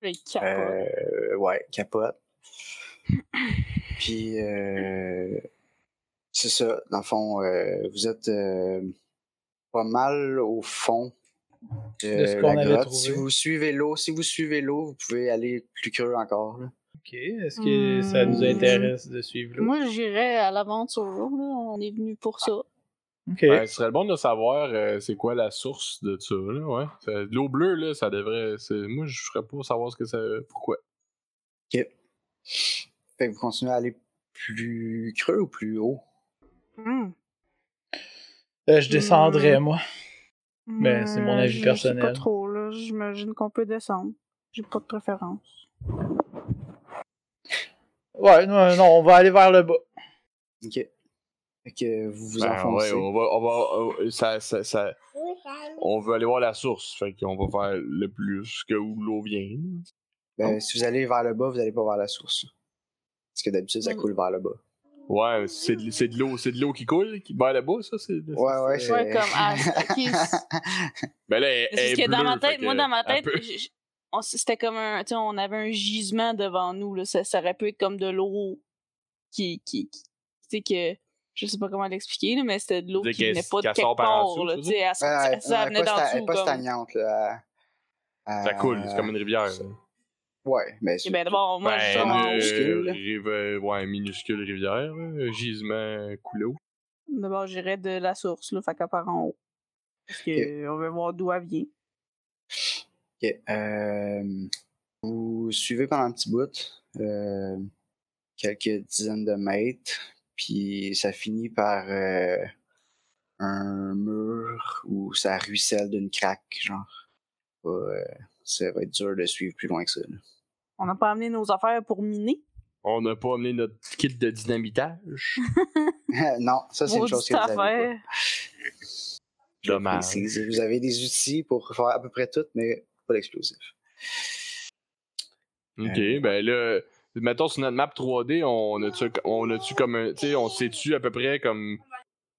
[SPEAKER 4] Les capotes.
[SPEAKER 2] Euh, ouais, capote. Puis, euh, c'est ça. Dans le fond, euh, vous êtes euh, pas mal au fond de,
[SPEAKER 1] De ce qu'on
[SPEAKER 2] la
[SPEAKER 1] avait
[SPEAKER 2] grotte.
[SPEAKER 1] trouvé.
[SPEAKER 2] Si vous suivez l'eau, si vous suivez l'eau, vous pouvez aller plus creux encore. là.
[SPEAKER 1] Ok, est-ce que ça nous intéresse de suivre l'eau?
[SPEAKER 4] Hmm. Moi, j'irais à l'aventure, là. On est venu pour ça.
[SPEAKER 1] Ok.
[SPEAKER 3] Ben, ce serait le bon de savoir euh, c'est quoi la source de ça, là, ouais. Fait- L'eau bleue, là, ça devrait. c'est- Moi, je serais pour savoir ce que ça. Pourquoi?
[SPEAKER 2] Fait que vous continuez à aller plus creux ou plus haut. Ah. Hmm.
[SPEAKER 4] Mhm.
[SPEAKER 1] Euh,
[SPEAKER 4] Hmm.
[SPEAKER 1] je descendrais, moi.
[SPEAKER 4] Mais
[SPEAKER 1] Ben, c'est mon avis personnel.
[SPEAKER 4] Je sais Hmm, pas trop, là. J'imagine qu'on peut descendre. J'ai pas de préférence.
[SPEAKER 1] Ouais, non, non, on va aller vers le bas.
[SPEAKER 2] Ok. Fait que vous vous
[SPEAKER 3] Ben,
[SPEAKER 2] enfoncez.
[SPEAKER 3] ouais, on va. On va euh, ça, ça, ça- on veut aller voir la source. Fait qu'on va faire le plus que où l'eau vient.
[SPEAKER 2] Ben, si vous allez vers le bas, vous n'allez pas vers la source. Parce que d'habitude, ça coule vers le bas.
[SPEAKER 3] Ouais, c'est de, c'est de l'eau, c'est de l'eau qui coule, qui bat là-bas, ça, c'est.
[SPEAKER 2] Ouais, ouais,
[SPEAKER 3] c'est-
[SPEAKER 2] c'est-
[SPEAKER 4] Ouais, comme ah, c'est- ok, c'est-
[SPEAKER 3] Ben là, elle-
[SPEAKER 4] c'est
[SPEAKER 3] elle
[SPEAKER 4] ce
[SPEAKER 3] est
[SPEAKER 4] que dans ma
[SPEAKER 3] bleue, fait
[SPEAKER 4] tête,
[SPEAKER 3] que
[SPEAKER 4] moi dans ma
[SPEAKER 3] elle
[SPEAKER 4] tête,
[SPEAKER 3] peut-
[SPEAKER 4] j- j- on- c'était comme un, tu sais, on avait un gisement devant nous là, ça, ça aurait pu être comme de l'eau qui, qui, qui- tu sais que, je sais pas comment l'expliquer là, mais c'était de l'eau
[SPEAKER 3] Dire
[SPEAKER 4] qui
[SPEAKER 3] qu'elle-
[SPEAKER 4] venait pas de
[SPEAKER 3] qu'elle
[SPEAKER 4] quelque
[SPEAKER 3] sort
[SPEAKER 4] part
[SPEAKER 3] par en dessous,
[SPEAKER 4] là,
[SPEAKER 3] tu
[SPEAKER 4] tu
[SPEAKER 3] veux
[SPEAKER 4] sais, elle-
[SPEAKER 2] Ouais,
[SPEAKER 4] ça,
[SPEAKER 2] Ah, ouais,
[SPEAKER 4] ça
[SPEAKER 2] ouais,
[SPEAKER 4] venait
[SPEAKER 2] pas
[SPEAKER 4] d'en
[SPEAKER 2] sta-
[SPEAKER 4] dessous
[SPEAKER 2] pas
[SPEAKER 4] comme.
[SPEAKER 2] stagnante, là. Euh,
[SPEAKER 3] Ça coule, c'est comme une rivière. là.
[SPEAKER 2] Ouais, mais c'est.
[SPEAKER 4] Ok, ben d'abord, moi je
[SPEAKER 3] Ben,
[SPEAKER 2] genre
[SPEAKER 3] euh,
[SPEAKER 2] minuscule, là.
[SPEAKER 3] rive- euh, ouais, minuscule rivière, là, gisement coulot.
[SPEAKER 4] d'abord j'irais de la source là, fait qu'à part en haut. Parce que on veut voir d'où elle vient.
[SPEAKER 2] Ok, euh, vous suivez pendant un petit bout, euh, quelques dizaines de mètres, puis ça finit par euh, un mur où ça ruisselle d'une craque, genre. Pas, euh, ça va être dur de suivre plus loin que ça. là.
[SPEAKER 4] On n'a pas amené nos affaires pour miner.
[SPEAKER 3] On n'a pas amené notre kit de dynamitage.
[SPEAKER 2] non, ça c'est une
[SPEAKER 4] Maudite
[SPEAKER 2] chose que vous avez. pas.
[SPEAKER 4] affaire.
[SPEAKER 2] Je le
[SPEAKER 3] Dommage.
[SPEAKER 2] précise. Vous avez des outils pour faire à peu près tout, mais pas l'explosif.
[SPEAKER 3] ok, ben là, mettons sur notre map 3D, on a-tu on a-tu comme un. Tu sais, on sait-tu à peu près comme.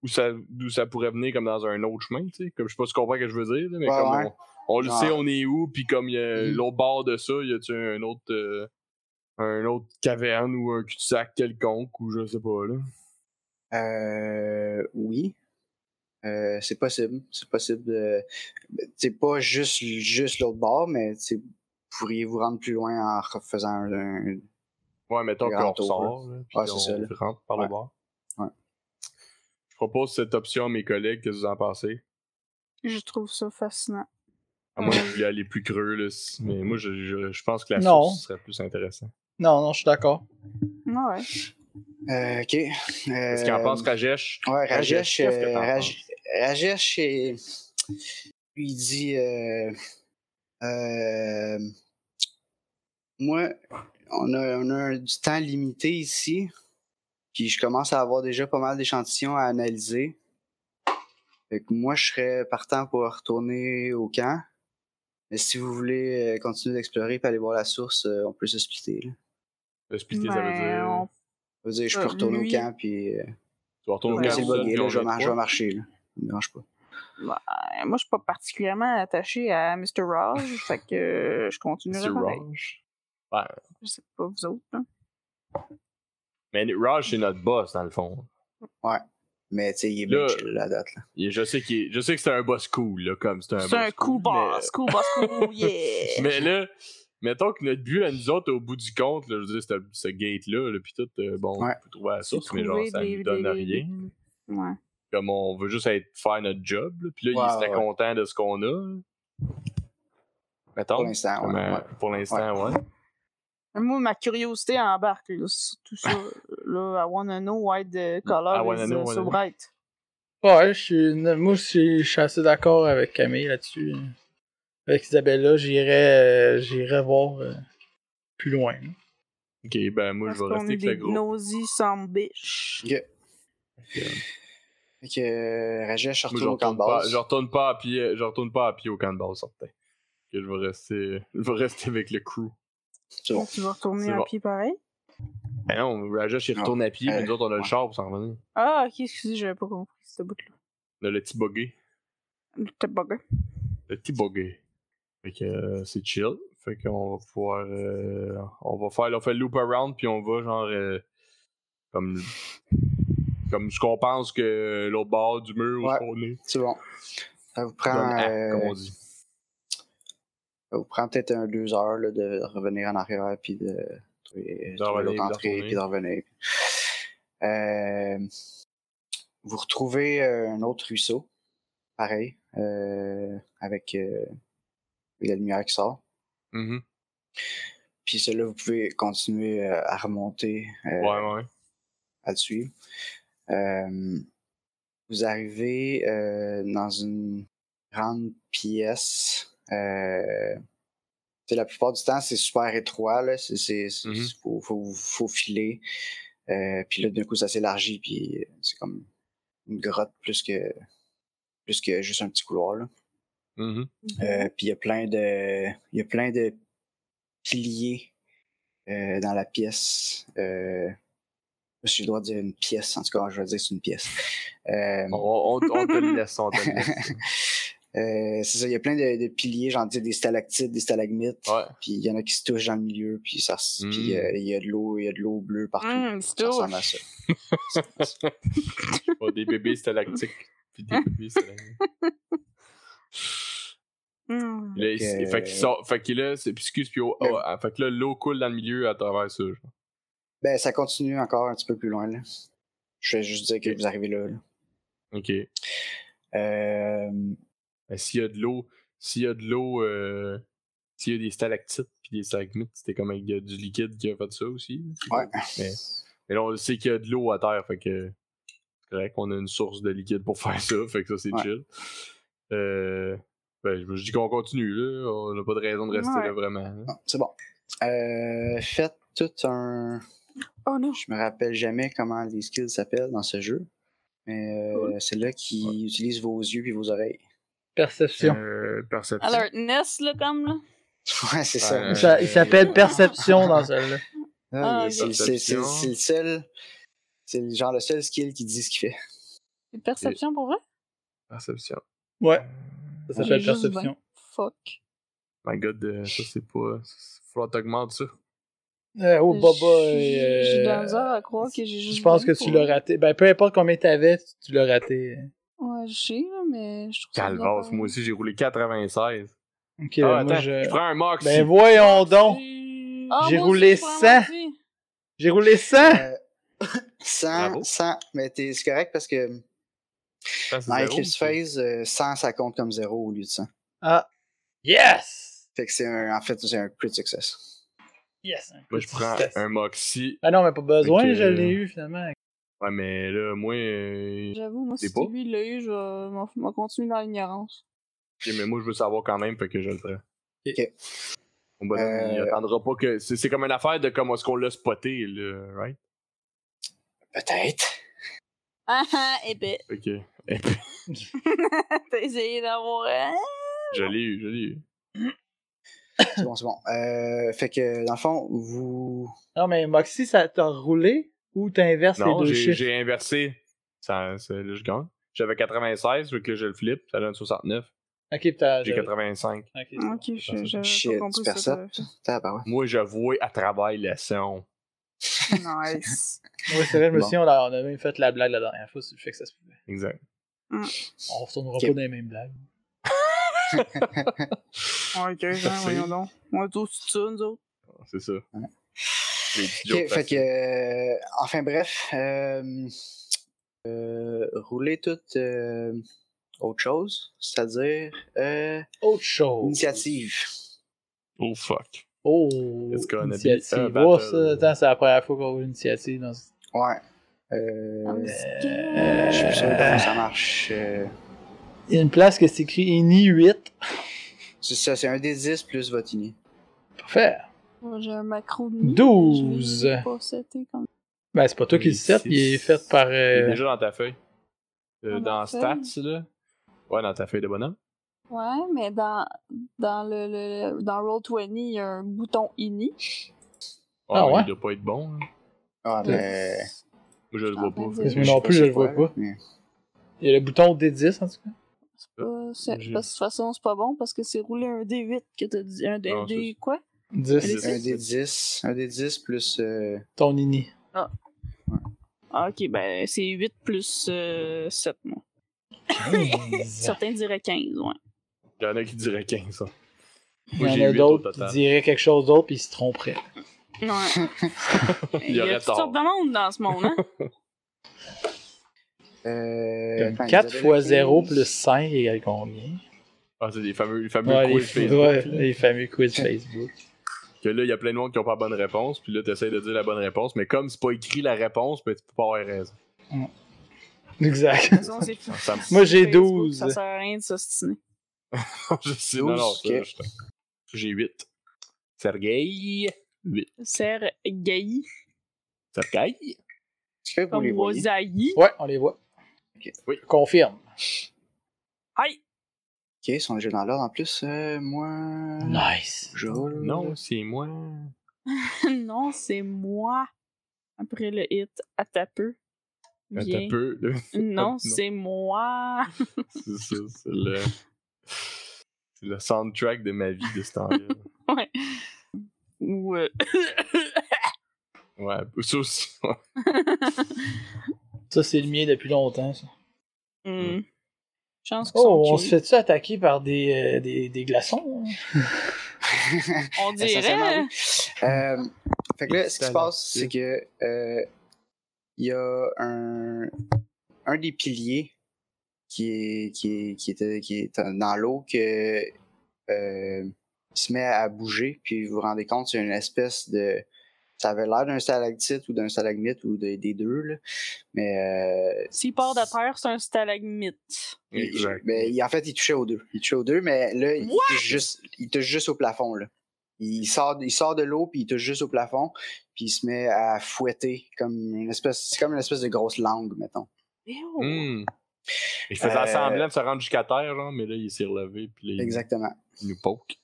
[SPEAKER 3] Où ça, d'où ça pourrait venir comme dans un autre chemin, tu sais. Comme je sais pas si tu comprends ce que je veux dire, là, mais
[SPEAKER 2] Ouais,
[SPEAKER 3] comme
[SPEAKER 2] ouais.
[SPEAKER 3] on, on le
[SPEAKER 2] Ouais.
[SPEAKER 3] sait, on est où, puis comme il y a
[SPEAKER 2] Mhm.
[SPEAKER 3] l'autre bord de ça, y a-tu un autre. euh, un autre caverne ou un cul-de-sac quelconque, ou je sais pas, là.
[SPEAKER 2] Euh, oui. Euh, c'est possible. C'est possible. de- ben, C'est pas juste, juste l'autre bord, mais c'est- pourriez vous rendre plus loin en refaisant un. un-
[SPEAKER 3] Ouais, mettons
[SPEAKER 2] Les
[SPEAKER 3] qu'on
[SPEAKER 2] râteaux,
[SPEAKER 3] ressort. Là, puis
[SPEAKER 2] Ouais, c'est ça, là.
[SPEAKER 3] on rentre par
[SPEAKER 2] Ouais.
[SPEAKER 3] le bord.
[SPEAKER 2] Ouais.
[SPEAKER 3] Je propose cette option à mes collègues. Qu'est-ce que vous en pensez?
[SPEAKER 4] Je trouve ça fascinant.
[SPEAKER 3] À moins
[SPEAKER 4] Ouais.
[SPEAKER 3] que vous voulez aller plus creux, là, si- mais moi, je, je, je pense que la
[SPEAKER 1] Non.
[SPEAKER 3] source serait plus intéressante.
[SPEAKER 1] Non, non, je suis d'accord.
[SPEAKER 4] Ouais.
[SPEAKER 2] Euh, ok.
[SPEAKER 3] Qu'est-ce qu'il en
[SPEAKER 2] Euh,
[SPEAKER 3] pense, Rajesh?
[SPEAKER 2] Ouais,
[SPEAKER 3] Rajesh,
[SPEAKER 2] Rajesh.
[SPEAKER 3] qu'est-ce que
[SPEAKER 2] euh,
[SPEAKER 3] t'en
[SPEAKER 2] Raj- Rajesh, et... lui il dit euh, euh, Moi, on a, on a du temps limité ici, puis je commence à avoir déjà pas mal d'échantillons à analyser. Fait que moi, je serais partant pour retourner au camp. Mais si vous voulez euh, continuer d'explorer et aller voir la source, euh, on peut se splitter. Là.
[SPEAKER 3] Le splitter, ça veut
[SPEAKER 4] Ben,
[SPEAKER 3] dire.
[SPEAKER 4] on-
[SPEAKER 2] Je veux dire, je peux
[SPEAKER 4] Euh,
[SPEAKER 2] retourner
[SPEAKER 4] lui-
[SPEAKER 2] au camp, puis... Euh,
[SPEAKER 3] Tu vas retourner
[SPEAKER 4] Ouais.
[SPEAKER 3] au
[SPEAKER 2] c'est
[SPEAKER 3] camp.
[SPEAKER 4] Personne,
[SPEAKER 2] bugué,
[SPEAKER 3] puis
[SPEAKER 2] là,
[SPEAKER 3] on
[SPEAKER 2] je vais,
[SPEAKER 3] est
[SPEAKER 2] mar- je
[SPEAKER 3] trois.
[SPEAKER 2] vais marcher, là. Ça me dérange pas.
[SPEAKER 4] Ben, moi, je suis pas particulièrement attaché à Mr. Raj, fait que euh, je continuerai
[SPEAKER 3] C'est
[SPEAKER 4] avec.
[SPEAKER 3] Raj. Ouais.
[SPEAKER 4] Je sais pas vous autres. hein. là.
[SPEAKER 3] Mais Raj, c'est notre boss, dans le fond.
[SPEAKER 2] Mais, tu sais, il est
[SPEAKER 3] Là-
[SPEAKER 2] bien chill, la date, là.
[SPEAKER 3] Et je sais, qu'il est- je sais que c'est un boss cool, là, comme c'est un
[SPEAKER 4] C'est un
[SPEAKER 3] boss
[SPEAKER 4] cool
[SPEAKER 3] ben, mais-
[SPEAKER 4] boss, cool boss, cool, yeah!
[SPEAKER 3] Mais là, mettons que notre but à nous autres, au bout du compte, là, je veux dire, ce, ce gate-là, là, pis tout, euh, bon,
[SPEAKER 2] Ouais.
[SPEAKER 3] on peut trouver la
[SPEAKER 4] C'est
[SPEAKER 3] source, mais genre,
[SPEAKER 4] trouver
[SPEAKER 3] ça
[SPEAKER 4] des-
[SPEAKER 3] nous donne
[SPEAKER 4] des-
[SPEAKER 3] rien.
[SPEAKER 4] Ouais.
[SPEAKER 3] Comme on veut juste être, faire notre job, là. Puis là,
[SPEAKER 2] Ouais,
[SPEAKER 3] il serait
[SPEAKER 2] ouais.
[SPEAKER 3] content de ce qu'on a. là.
[SPEAKER 2] Pour
[SPEAKER 3] Mettons.
[SPEAKER 2] l'instant,
[SPEAKER 3] Comme,
[SPEAKER 2] ouais,
[SPEAKER 3] euh,
[SPEAKER 2] ouais.
[SPEAKER 3] Pour l'instant, ouais.
[SPEAKER 4] Moi, ma curiosité embarque, là, sur tout ça. là, I wanna know why the color
[SPEAKER 3] I wanna
[SPEAKER 4] is
[SPEAKER 3] know,
[SPEAKER 4] uh,
[SPEAKER 3] wanna
[SPEAKER 4] so
[SPEAKER 3] know.
[SPEAKER 4] bright.
[SPEAKER 1] Ouais, je suis, moi, je suis, je suis assez d'accord avec Camille là-dessus. Avec Isabella, j'irai, euh, j'irai voir euh, plus loin. là.
[SPEAKER 3] Ok, ben moi,
[SPEAKER 4] Parce
[SPEAKER 3] je vais
[SPEAKER 4] qu'on
[SPEAKER 3] rester
[SPEAKER 4] est
[SPEAKER 3] avec le
[SPEAKER 4] des
[SPEAKER 3] groupe.
[SPEAKER 4] nosy sans bitch.
[SPEAKER 2] Ok. Fait que, euh, Rajesh, je
[SPEAKER 3] Moi, je
[SPEAKER 2] retourne au camp
[SPEAKER 3] retourne
[SPEAKER 2] de
[SPEAKER 3] pas,
[SPEAKER 2] base.
[SPEAKER 3] je retourne pas à pied, je retourne pas à pied au camp de base, certain. Que je vais rester, je vais rester avec le crew.
[SPEAKER 2] C'est bon.
[SPEAKER 4] Tu vas retourner
[SPEAKER 3] C'est
[SPEAKER 4] un
[SPEAKER 3] bon.
[SPEAKER 4] pied pareil?
[SPEAKER 3] Ben non, Rajesh, il
[SPEAKER 2] Non.
[SPEAKER 3] retourne à pied, mais
[SPEAKER 2] Euh,
[SPEAKER 3] nous autres, on a le
[SPEAKER 2] ouais.
[SPEAKER 3] char pour s'en revenir.
[SPEAKER 4] Ah, ok, excusez, j'avais pas compris ce bout-là.
[SPEAKER 3] On a le petit buggy.
[SPEAKER 4] Le top bugger.
[SPEAKER 3] Le petit buggy. Fait que euh, c'est chill. Fait qu'on va pouvoir, euh, on va faire, on fait le loop around, puis on va genre, euh, comme, comme ce qu'on pense que l'autre bord du mur où
[SPEAKER 2] Ouais.
[SPEAKER 3] on est.
[SPEAKER 2] C'est bon. Ça vous prend,
[SPEAKER 3] Comme, ah,
[SPEAKER 2] euh,
[SPEAKER 3] comme on dit.
[SPEAKER 2] ça vous prend peut-être un deux heures là, de revenir en arrière, puis de trouver, trouver l'autre
[SPEAKER 3] revenir, puis de
[SPEAKER 2] entrée,
[SPEAKER 3] retourner.
[SPEAKER 2] puis de revenir. Euh, vous retrouvez euh, un autre ruisseau, pareil, euh, avec euh, la lumière qui sort.
[SPEAKER 3] Mhm.
[SPEAKER 2] Puis celui-là, vous pouvez continuer euh, à remonter, euh,
[SPEAKER 3] Ouais, ouais.
[SPEAKER 2] à le suivre. Euh, vous arrivez euh, dans une grande pièce. Euh, tu sais, la plupart du temps, c'est super étroit. Là. C'est, c'est, c'est-
[SPEAKER 3] Mhm.
[SPEAKER 2] faut, faut, faut filer. Euh, puis là, d'un coup, ça s'élargit. Puis euh, c'est comme une grotte plus que, plus que juste un petit couloir. Là.
[SPEAKER 3] Mhm.
[SPEAKER 2] Euh, puis il y a plein de il y a plein de piliers euh, dans la pièce. Euh, si je dois dire une pièce, en tout cas, je vais dire que c'est une pièce. Euh,
[SPEAKER 3] On, on, on te le laisse, on te le laisse.
[SPEAKER 2] euh, c'est ça, il y a plein de, de piliers, j'en dis des stalactites, des stalagmites,
[SPEAKER 3] Ouais.
[SPEAKER 2] puis il y en a qui se touchent dans le milieu, puis ça, se-
[SPEAKER 3] Mm.
[SPEAKER 2] puis, euh, il y a de l'eau, il y a de l'eau bleue partout.
[SPEAKER 4] Hum, c'est
[SPEAKER 2] ça
[SPEAKER 4] tout.
[SPEAKER 2] ressemble à ça. Ça ressemble à ça.
[SPEAKER 3] Pas des bébés stalactiques. Puis des bébés stalagmites.
[SPEAKER 4] Hum.
[SPEAKER 3] Là, il-
[SPEAKER 2] Fait que-
[SPEAKER 3] Fait qu'il sort. Fait qu'il là, c'est- puis excuse, puis oh, oh, ah, fait que là, l'eau coule dans le milieu à travers ça. genre.
[SPEAKER 2] Ben, ça continue encore un petit peu plus loin, là. Je vais juste dire que
[SPEAKER 3] Ok.
[SPEAKER 2] vous arrivez là. là.
[SPEAKER 3] Ok.
[SPEAKER 2] Euh,
[SPEAKER 3] Ben, s'il y a de l'eau, s'il y a de l'eau, euh, s'il y a des stalactites puis des stalagmites, c'était comme il y a du liquide qui a fait ça aussi.
[SPEAKER 2] ouais.
[SPEAKER 3] Mais, mais là, on sait qu'il y a de l'eau à terre, fait que c'est correct, on a une source de liquide pour faire ça, fait que ça c'est
[SPEAKER 2] Ouais.
[SPEAKER 3] chill. Euh, ben, je, je dis qu'on continue, là. On n'a pas de raison de rester
[SPEAKER 4] Ouais.
[SPEAKER 3] là vraiment. là.
[SPEAKER 2] Non, C'est bon. Euh, faites tout un.
[SPEAKER 4] Oh non!
[SPEAKER 2] Je me rappelle jamais comment les skills s'appellent dans ce jeu. Mais euh,
[SPEAKER 3] Cool.
[SPEAKER 2] c'est là qui utilise vos yeux et vos oreilles.
[SPEAKER 1] Perception.
[SPEAKER 3] Euh, perception.
[SPEAKER 4] Alertness, là, comme, là.
[SPEAKER 2] Ouais, c'est ça.
[SPEAKER 3] Euh,
[SPEAKER 1] Ça- il s'appelle
[SPEAKER 4] euh,
[SPEAKER 1] perception dans celle-là.
[SPEAKER 2] Ah,
[SPEAKER 4] Ah,
[SPEAKER 2] il- c'est-
[SPEAKER 3] ok.
[SPEAKER 2] c'est c'est- c'est le seul. C'est le- genre le seul skill qui dit ce qu'il fait.
[SPEAKER 4] Une perception pour vrai?
[SPEAKER 3] Perception.
[SPEAKER 1] Ouais, ça
[SPEAKER 4] J'ai
[SPEAKER 1] s'appelle
[SPEAKER 4] juste
[SPEAKER 1] perception.
[SPEAKER 4] Fuck.
[SPEAKER 3] My god, euh, ça c'est pas. Faut t'augmenter ça.
[SPEAKER 1] Euh, oh, Baba.
[SPEAKER 4] J'ai-
[SPEAKER 1] euh,
[SPEAKER 4] J'ai de la misère à croire que j'ai juste.
[SPEAKER 1] je pense que
[SPEAKER 4] vingt
[SPEAKER 1] tu
[SPEAKER 4] pour-
[SPEAKER 1] l'as raté. Ben, peu importe combien t'avais, tu- tu l'as raté.
[SPEAKER 4] Ouais, je sais, là, mais je trouve ça. bizarre,
[SPEAKER 3] Calvas,
[SPEAKER 4] pareil.
[SPEAKER 3] moi aussi j'ai roulé 96.
[SPEAKER 1] Ok,
[SPEAKER 3] ah,
[SPEAKER 1] moi,
[SPEAKER 3] attends, je...
[SPEAKER 1] je...
[SPEAKER 3] prends un Moxie.
[SPEAKER 1] Ben, voyons donc.
[SPEAKER 4] Ah,
[SPEAKER 1] J'ai
[SPEAKER 4] moi aussi,
[SPEAKER 1] roulé
[SPEAKER 4] je prends
[SPEAKER 1] 100.
[SPEAKER 4] moitié.
[SPEAKER 1] J'ai roulé 100!
[SPEAKER 2] Euh, sans,
[SPEAKER 3] Bravo.
[SPEAKER 2] sans, mais t'es- c'est correct parce que
[SPEAKER 3] Attends, Ah, c'est
[SPEAKER 2] dans
[SPEAKER 3] zéro,
[SPEAKER 2] Eclipse
[SPEAKER 3] ça.
[SPEAKER 2] Phase, euh, 100 ça compte comme 0 au lieu de 100.
[SPEAKER 1] Ah! Yes!
[SPEAKER 2] Fait que c'est un, en fait, c'est un crit success.
[SPEAKER 1] Yes! un
[SPEAKER 3] Moi je
[SPEAKER 1] petit
[SPEAKER 3] prends
[SPEAKER 1] succès.
[SPEAKER 3] un Moxie.
[SPEAKER 1] Ah non, mais pas besoin,
[SPEAKER 3] Fait que- euh,
[SPEAKER 1] je l'ai eu finalement.
[SPEAKER 3] Ouais, mais là, moi. euh,
[SPEAKER 4] J'avoue, moi,
[SPEAKER 3] C'est
[SPEAKER 4] si
[SPEAKER 3] pas.
[SPEAKER 4] lui l'a eu, je vais m'en- m'en continuer dans l'ignorance.
[SPEAKER 3] ok, mais moi je veux savoir quand même, fait que je le prends.
[SPEAKER 2] Ok.
[SPEAKER 3] Mon bonhomme, il
[SPEAKER 2] Euh,
[SPEAKER 3] attendra pas que. C'est c'est comme une affaire de comment est-ce qu'on l'a spoté, là, right?
[SPEAKER 2] Peut-être.
[SPEAKER 4] Ah ah, épais.
[SPEAKER 3] Fait que. Et puis,
[SPEAKER 4] T'as essayé d'avoir. hein?
[SPEAKER 3] je l'ai eu, je l'ai eu.
[SPEAKER 2] C'est bon, c'est bon. Euh, fait que, dans le fond, vous.
[SPEAKER 1] Non, mais Moxie, ça t'a roulé ou t'inverses les
[SPEAKER 3] Non,
[SPEAKER 1] deux
[SPEAKER 3] j'ai
[SPEAKER 1] chiffres?
[SPEAKER 3] j'ai inversé. Ça, ça- là, je gagne. J'avais 96, vu que là, je le flippe, ça donne 69.
[SPEAKER 1] Ok, pis t'as.
[SPEAKER 3] J'ai 85.
[SPEAKER 1] ok, c'est bon.
[SPEAKER 4] Ok, je- j'avais
[SPEAKER 2] Shit,
[SPEAKER 4] pas compris
[SPEAKER 2] tu perds ça?
[SPEAKER 4] ça.
[SPEAKER 2] Ah, bah ouais.
[SPEAKER 3] Moi, je vois à travers le son.
[SPEAKER 4] j'avais- Nice.
[SPEAKER 1] Oui, c'est vrai, je me
[SPEAKER 2] Bon.
[SPEAKER 1] souviens, on a, on a même fait la blague la dernière fois, c'est le fait que ça se pouvait.
[SPEAKER 3] Exact.
[SPEAKER 1] On retournera
[SPEAKER 2] Ok.
[SPEAKER 1] pas dans les mêmes blagues.
[SPEAKER 4] Ok,
[SPEAKER 3] Parfait.
[SPEAKER 4] voyons donc. On est aussi ça, nous autres.
[SPEAKER 3] C'est ça.
[SPEAKER 2] Ouais.
[SPEAKER 3] Des petits
[SPEAKER 2] Ok,
[SPEAKER 3] jokes
[SPEAKER 2] fait que,
[SPEAKER 3] faciles.
[SPEAKER 2] euh, enfin bref, euh, euh, roulez tout euh, autre chose, c'est-à-dire euh,
[SPEAKER 1] Autre chose.
[SPEAKER 2] initiative.
[SPEAKER 3] Oh fuck.
[SPEAKER 1] Oh,
[SPEAKER 3] Let's go, Nabi. Un
[SPEAKER 1] initiative.
[SPEAKER 3] battle.
[SPEAKER 1] Oh, ça, attends, c'est la première fois qu'on voit une initiative dans ce-
[SPEAKER 2] Ouais. Euh,
[SPEAKER 1] Euh,
[SPEAKER 2] je suis plus sûr de comment ça marche. euh,
[SPEAKER 1] Il y a une place que c'est écrit INI 8.
[SPEAKER 2] c'est ça, c'est un des 10 plus votre ini.
[SPEAKER 1] Parfait.
[SPEAKER 4] Moi, J'ai un macro de nuit,
[SPEAKER 1] Douze.
[SPEAKER 4] je vais pas setter comme
[SPEAKER 1] Ben, c'est pas toi qui le
[SPEAKER 3] Oui,
[SPEAKER 1] set,
[SPEAKER 3] six.
[SPEAKER 1] il est fait par.
[SPEAKER 3] Il est
[SPEAKER 1] euh,
[SPEAKER 3] déjà dans ta feuille. Euh,
[SPEAKER 4] Dans ma
[SPEAKER 3] dans stats,
[SPEAKER 4] feuille?
[SPEAKER 3] là. Ouais, dans ta feuille de bonhomme.
[SPEAKER 4] Ouais, mais dans, dans le, le- dans Roll20, il y a un bouton INI.
[SPEAKER 3] Ouais,
[SPEAKER 1] Ah ouais?
[SPEAKER 3] Il doit pas être bon. hein.
[SPEAKER 2] Ah,
[SPEAKER 1] Ouais.
[SPEAKER 2] ben.
[SPEAKER 3] Moi, je le
[SPEAKER 4] Ah,
[SPEAKER 3] vois pas.
[SPEAKER 4] ben,
[SPEAKER 3] fait que-
[SPEAKER 1] Mais non plus, je le vois pas.
[SPEAKER 2] mais-
[SPEAKER 1] Il y a le bouton D10 en tout cas.
[SPEAKER 4] Euh, c'est-
[SPEAKER 3] J'ai-
[SPEAKER 4] parce que de toute façon, c'est pas bon parce que c'est roulé un D8 que t'as dit. Un, D-
[SPEAKER 3] Non,
[SPEAKER 4] un D
[SPEAKER 3] c'est-
[SPEAKER 4] quoi?
[SPEAKER 2] Un
[SPEAKER 1] 10,
[SPEAKER 3] Allez.
[SPEAKER 2] des 10, un des 10 plus. euh,
[SPEAKER 1] ton INI.
[SPEAKER 4] Ah, ok, ben c'est 8 plus 7, moi.
[SPEAKER 1] 15.
[SPEAKER 4] Certains diraient 15, ouais.
[SPEAKER 3] Il y en a qui diraient 15, ça.
[SPEAKER 1] Il y
[SPEAKER 3] Moi, j'ai
[SPEAKER 1] en a
[SPEAKER 3] huit au
[SPEAKER 1] d'autres qui
[SPEAKER 3] total.
[SPEAKER 1] diraient quelque chose d'autre puis ils se tromperaient.
[SPEAKER 4] Ouais.
[SPEAKER 3] Il y aurait
[SPEAKER 4] toutes sortes
[SPEAKER 3] tort.
[SPEAKER 4] de monde dans ce monde, hein?
[SPEAKER 2] euh,
[SPEAKER 1] Comme
[SPEAKER 2] attends,
[SPEAKER 1] 4
[SPEAKER 2] Isabelle,
[SPEAKER 1] fois
[SPEAKER 2] ok.
[SPEAKER 1] 0 plus 5 égale combien?
[SPEAKER 3] Ah, c'est les fameux, les fameux
[SPEAKER 1] Ouais, les,
[SPEAKER 3] quiz Facebook.
[SPEAKER 1] ouais,
[SPEAKER 3] là.
[SPEAKER 1] les fameux quiz Facebook.
[SPEAKER 3] Que là, il y a plein de monde qui ont pas la bonne réponse. Puis là, t'essayes de dire la bonne réponse. Mais comme c'est pas écrit la réponse, ben, tu peux pas avoir raison. Ah,
[SPEAKER 1] Exact.
[SPEAKER 4] De toute façon, c'est fou.
[SPEAKER 3] Ça me-
[SPEAKER 1] Moi, j'ai
[SPEAKER 4] Facebook,
[SPEAKER 1] 12.
[SPEAKER 4] Ça sert à rien de s'ostiner.
[SPEAKER 3] je sais, non, non, ça,
[SPEAKER 2] Ok.
[SPEAKER 3] je- J'ai 8. Sergei. 8.
[SPEAKER 4] Serre Gaï,
[SPEAKER 3] Sergei.
[SPEAKER 2] Est-ce que vous
[SPEAKER 4] comme
[SPEAKER 2] les voyez?
[SPEAKER 4] Wazaï.
[SPEAKER 1] Ouais, on les voit.
[SPEAKER 2] Ok.
[SPEAKER 3] Oui.
[SPEAKER 1] Confirme.
[SPEAKER 4] Aïe!
[SPEAKER 2] Ok, ils sont déjà dans l'ordre en plus. euh, moi.
[SPEAKER 1] Nice.
[SPEAKER 2] Je roule.
[SPEAKER 3] Non, c'est moi.
[SPEAKER 4] non, c'est moi. Après le hit, à ta peu.
[SPEAKER 3] Attends
[SPEAKER 4] Viens.
[SPEAKER 3] un peu. là. Ah,
[SPEAKER 4] Non,
[SPEAKER 3] Non.
[SPEAKER 4] c'est moi.
[SPEAKER 3] C'est ça, c'est le. C'est le soundtrack de ma vie de ce temps-là.
[SPEAKER 4] ouais. Ou. euh,
[SPEAKER 3] Ouais, ça aussi. ouais.
[SPEAKER 1] Ça, c'est le mien depuis longtemps. ça.
[SPEAKER 4] hmm. Chance qu'ils
[SPEAKER 1] Oh,
[SPEAKER 4] sont
[SPEAKER 1] on se
[SPEAKER 4] cute.
[SPEAKER 1] fait-tu attaquer par des, euh, des, des glaçons? hein?
[SPEAKER 4] On dirait.
[SPEAKER 2] Essentiellement,
[SPEAKER 4] hein?
[SPEAKER 2] oui. Euh, fait que là, ce qui se passe, c'est que euh, il y a un, un des piliers qui est, qui est, qui était, qui est dans l'eau que euh, il se met à bouger, puis vous vous rendez compte, c'est une espèce de ça avait l'air d'un stalactite ou d'un stalagmite ou de- des deux, là. mais euh,
[SPEAKER 4] S'il part de terre, c'est un stalagmite.
[SPEAKER 2] il-
[SPEAKER 3] Exact.
[SPEAKER 2] ben, il- en fait, il touchait aux deux. Il touchait aux deux, mais là, il
[SPEAKER 4] What?
[SPEAKER 2] touche juste, il touche juste au plafond. Là. Il sort, il sort de l'eau, puis il touche juste au plafond, puis il se met à fouetter comme une espèce, c'est comme une espèce de grosse langue, mettons.
[SPEAKER 4] Ew.
[SPEAKER 1] Mmh.
[SPEAKER 3] Hmm. Il faisait
[SPEAKER 2] Euh,
[SPEAKER 3] semblant de se rendre jusqu'à terre, genre, mais là, il s'est relevé. Puis là, il-
[SPEAKER 2] Exactement.
[SPEAKER 3] il nous poke.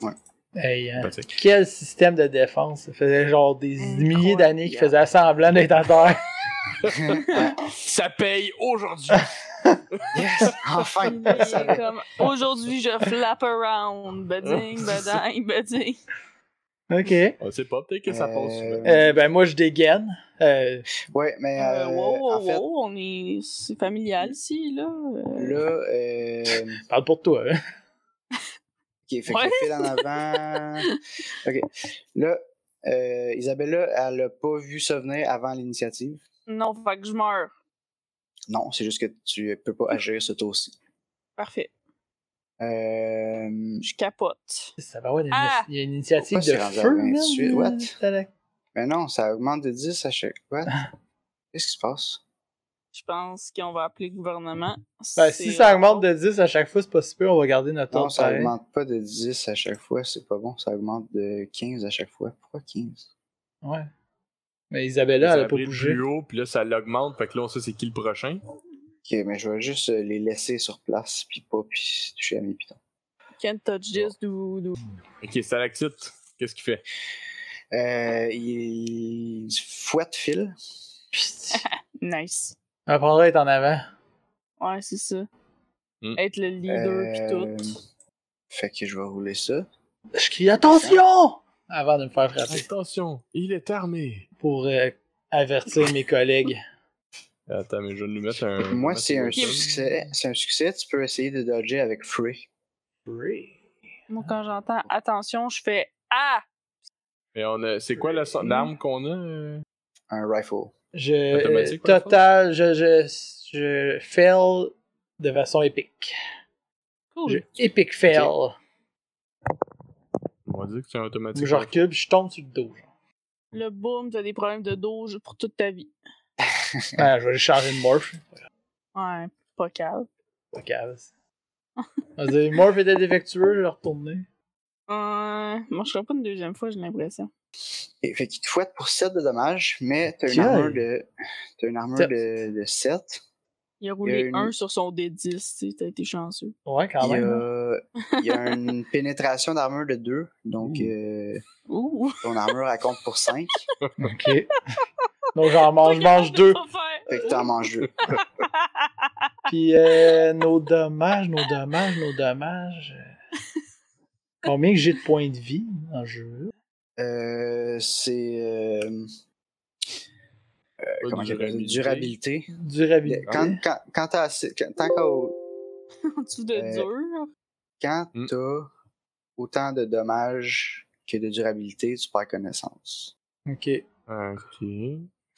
[SPEAKER 3] Ben,
[SPEAKER 1] Hey,
[SPEAKER 2] Euh.
[SPEAKER 1] hein,
[SPEAKER 3] Pathique.
[SPEAKER 1] quel système de défense? Ça faisait genre des
[SPEAKER 4] Incroyable.
[SPEAKER 1] milliers d'années qu'il faisait semblant d'être à terre.
[SPEAKER 3] Ça paye aujourd'hui.
[SPEAKER 2] Yes, enfin.
[SPEAKER 4] Il est comme aujourd'hui je flap around, bading, bading, bading.
[SPEAKER 1] OK.
[SPEAKER 3] On sait pas, peut-être que ça passe. souvent.
[SPEAKER 1] Euh, ben, moi, je dégaine. Euh,
[SPEAKER 2] Ouais, mais
[SPEAKER 4] Euh,
[SPEAKER 2] euh,
[SPEAKER 4] wow, wow,
[SPEAKER 2] en fait,
[SPEAKER 4] wow, on est c'est familial ici là. Euh,
[SPEAKER 2] là, euh,
[SPEAKER 1] parle pour toi. hein.
[SPEAKER 2] ok, fait que
[SPEAKER 4] Ouais.
[SPEAKER 2] le fil en avant. Ok, là, euh, Isabella, elle a pas vu ça venir avant l'initiative.
[SPEAKER 4] Non, faut que je meurs.
[SPEAKER 2] Non, c'est juste que tu peux pas agir ce tour-ci.
[SPEAKER 4] Parfait,
[SPEAKER 2] Euh,
[SPEAKER 4] je capote.
[SPEAKER 1] Ça va avoir une,
[SPEAKER 4] Ah!
[SPEAKER 1] il y a une initiative
[SPEAKER 2] Pourquoi
[SPEAKER 1] de
[SPEAKER 2] c'est rendu à
[SPEAKER 1] feu.
[SPEAKER 2] 28?
[SPEAKER 1] là,
[SPEAKER 2] What?
[SPEAKER 1] t'as la-
[SPEAKER 2] Mais non, ça augmente de 10 à chaque. What? Qu'est-ce qui se passe?
[SPEAKER 4] Je pense qu'on va appeler le gouvernement.
[SPEAKER 1] Ben, si
[SPEAKER 4] C'est euh,
[SPEAKER 1] ça
[SPEAKER 4] rare.
[SPEAKER 1] augmente de 10 à chaque fois, c'est pas si peu, on va garder notre
[SPEAKER 2] Non,
[SPEAKER 1] ordre
[SPEAKER 2] ça
[SPEAKER 1] pareil.
[SPEAKER 2] augmente pas de 10 à chaque fois, c'est pas bon. Ça augmente de 15 à chaque fois. Pourquoi 15?
[SPEAKER 1] Ouais. Mais Isabella,
[SPEAKER 3] Ça
[SPEAKER 1] elle a
[SPEAKER 3] a
[SPEAKER 1] pas
[SPEAKER 3] pris le
[SPEAKER 1] bougé.
[SPEAKER 3] plus haut, puis là, ça l'augmente. Fait que là, on sait c'est qui le prochain.
[SPEAKER 2] Ok, mais je vais juste euh, les laisser sur place, puis pas puis toucher à mes pitons.
[SPEAKER 4] Can't touch this, do, do.
[SPEAKER 3] Ok, stalactite, qu'est-ce qu'il fait?
[SPEAKER 2] Euh, il... il fouette fil.
[SPEAKER 1] Psst.
[SPEAKER 4] Nice.
[SPEAKER 1] Apprendra à être en avant.
[SPEAKER 4] Ouais, c'est ça.
[SPEAKER 1] Mmh.
[SPEAKER 3] Hmm.
[SPEAKER 4] Être le leader
[SPEAKER 2] Euh,
[SPEAKER 4] pis tout.
[SPEAKER 2] Fait que je vais rouler ça.
[SPEAKER 1] Je crie attention
[SPEAKER 2] Hein?
[SPEAKER 1] avant de me faire frapper
[SPEAKER 3] Attention, il est armé.
[SPEAKER 1] pour euh, avertir mes collègues.
[SPEAKER 3] Attends, mais je vais nous mettre un.
[SPEAKER 2] Moi,
[SPEAKER 3] mettre
[SPEAKER 2] c'est un
[SPEAKER 3] weapon.
[SPEAKER 2] succès. C'est un succès. Tu peux essayer de dodger avec Free.
[SPEAKER 4] Moi, quand j'entends attention, je fais Ah!
[SPEAKER 3] Mais on a. C'est quoi la
[SPEAKER 2] Mmh.
[SPEAKER 3] sorte d'arme qu'on a? euh?
[SPEAKER 2] Un rifle.
[SPEAKER 1] Je euh,
[SPEAKER 3] Automatique, ouais,
[SPEAKER 1] total, je, je je fail de façon épique.
[SPEAKER 4] Cool.
[SPEAKER 1] Je épic fail.
[SPEAKER 3] On va dire que c'est un automatique.
[SPEAKER 1] Je recule, puis je tombe sur le dos. genre.
[SPEAKER 4] Le boom, t'as des problèmes de dos juste pour toute ta vie.
[SPEAKER 1] Ah, je vais juste changer de morph.
[SPEAKER 4] Ouais, pas calme.
[SPEAKER 1] Pas grave. On va dire, morph était défectueux, je vais retourner.
[SPEAKER 4] Euh, moi, je serai pas une deuxième fois, j'ai l'impression.
[SPEAKER 2] Et, fait qu'il te fouette pour 7 de dommages, mais t'as une
[SPEAKER 1] Tiens.
[SPEAKER 2] armure de. T'as une armure
[SPEAKER 1] Sept.
[SPEAKER 2] de, de 7.
[SPEAKER 4] Il a roulé
[SPEAKER 2] une-
[SPEAKER 4] un sur son D10, tu sais, t'as été chanceux.
[SPEAKER 1] Ouais, quand
[SPEAKER 2] Il y
[SPEAKER 1] même. hein.
[SPEAKER 2] a, euh, il y a une pénétration d'armure de 2, donc
[SPEAKER 1] Ouh.
[SPEAKER 2] euh,
[SPEAKER 4] Ouh!
[SPEAKER 2] ton armure elle compte pour 5.
[SPEAKER 1] Ok. Donc j'en mange, je
[SPEAKER 4] Pas
[SPEAKER 1] mange
[SPEAKER 4] capable de
[SPEAKER 1] deux.
[SPEAKER 4] pas faire.
[SPEAKER 2] Fait que t'en manges 2.
[SPEAKER 1] Puis euh, nos dommages, nos dommages, nos dommages. euh, Combien que j'ai de points de vie en jeu?
[SPEAKER 2] Euh, c'est. euh, euh,
[SPEAKER 3] Pas
[SPEAKER 2] comment
[SPEAKER 3] de
[SPEAKER 2] qu'elle appelle ça?
[SPEAKER 3] durabilité. Ah
[SPEAKER 2] Durabilité.
[SPEAKER 1] Durabilité.
[SPEAKER 2] Quand, quand, quand t'as assez- quand- tant qu'au-
[SPEAKER 4] En dessous de
[SPEAKER 2] Euh,
[SPEAKER 4] dur.
[SPEAKER 2] quand
[SPEAKER 3] Mm.
[SPEAKER 2] t'as autant de dommages que de durabilité, tu perds connaissance.
[SPEAKER 1] Ok.
[SPEAKER 3] Ah, Ok.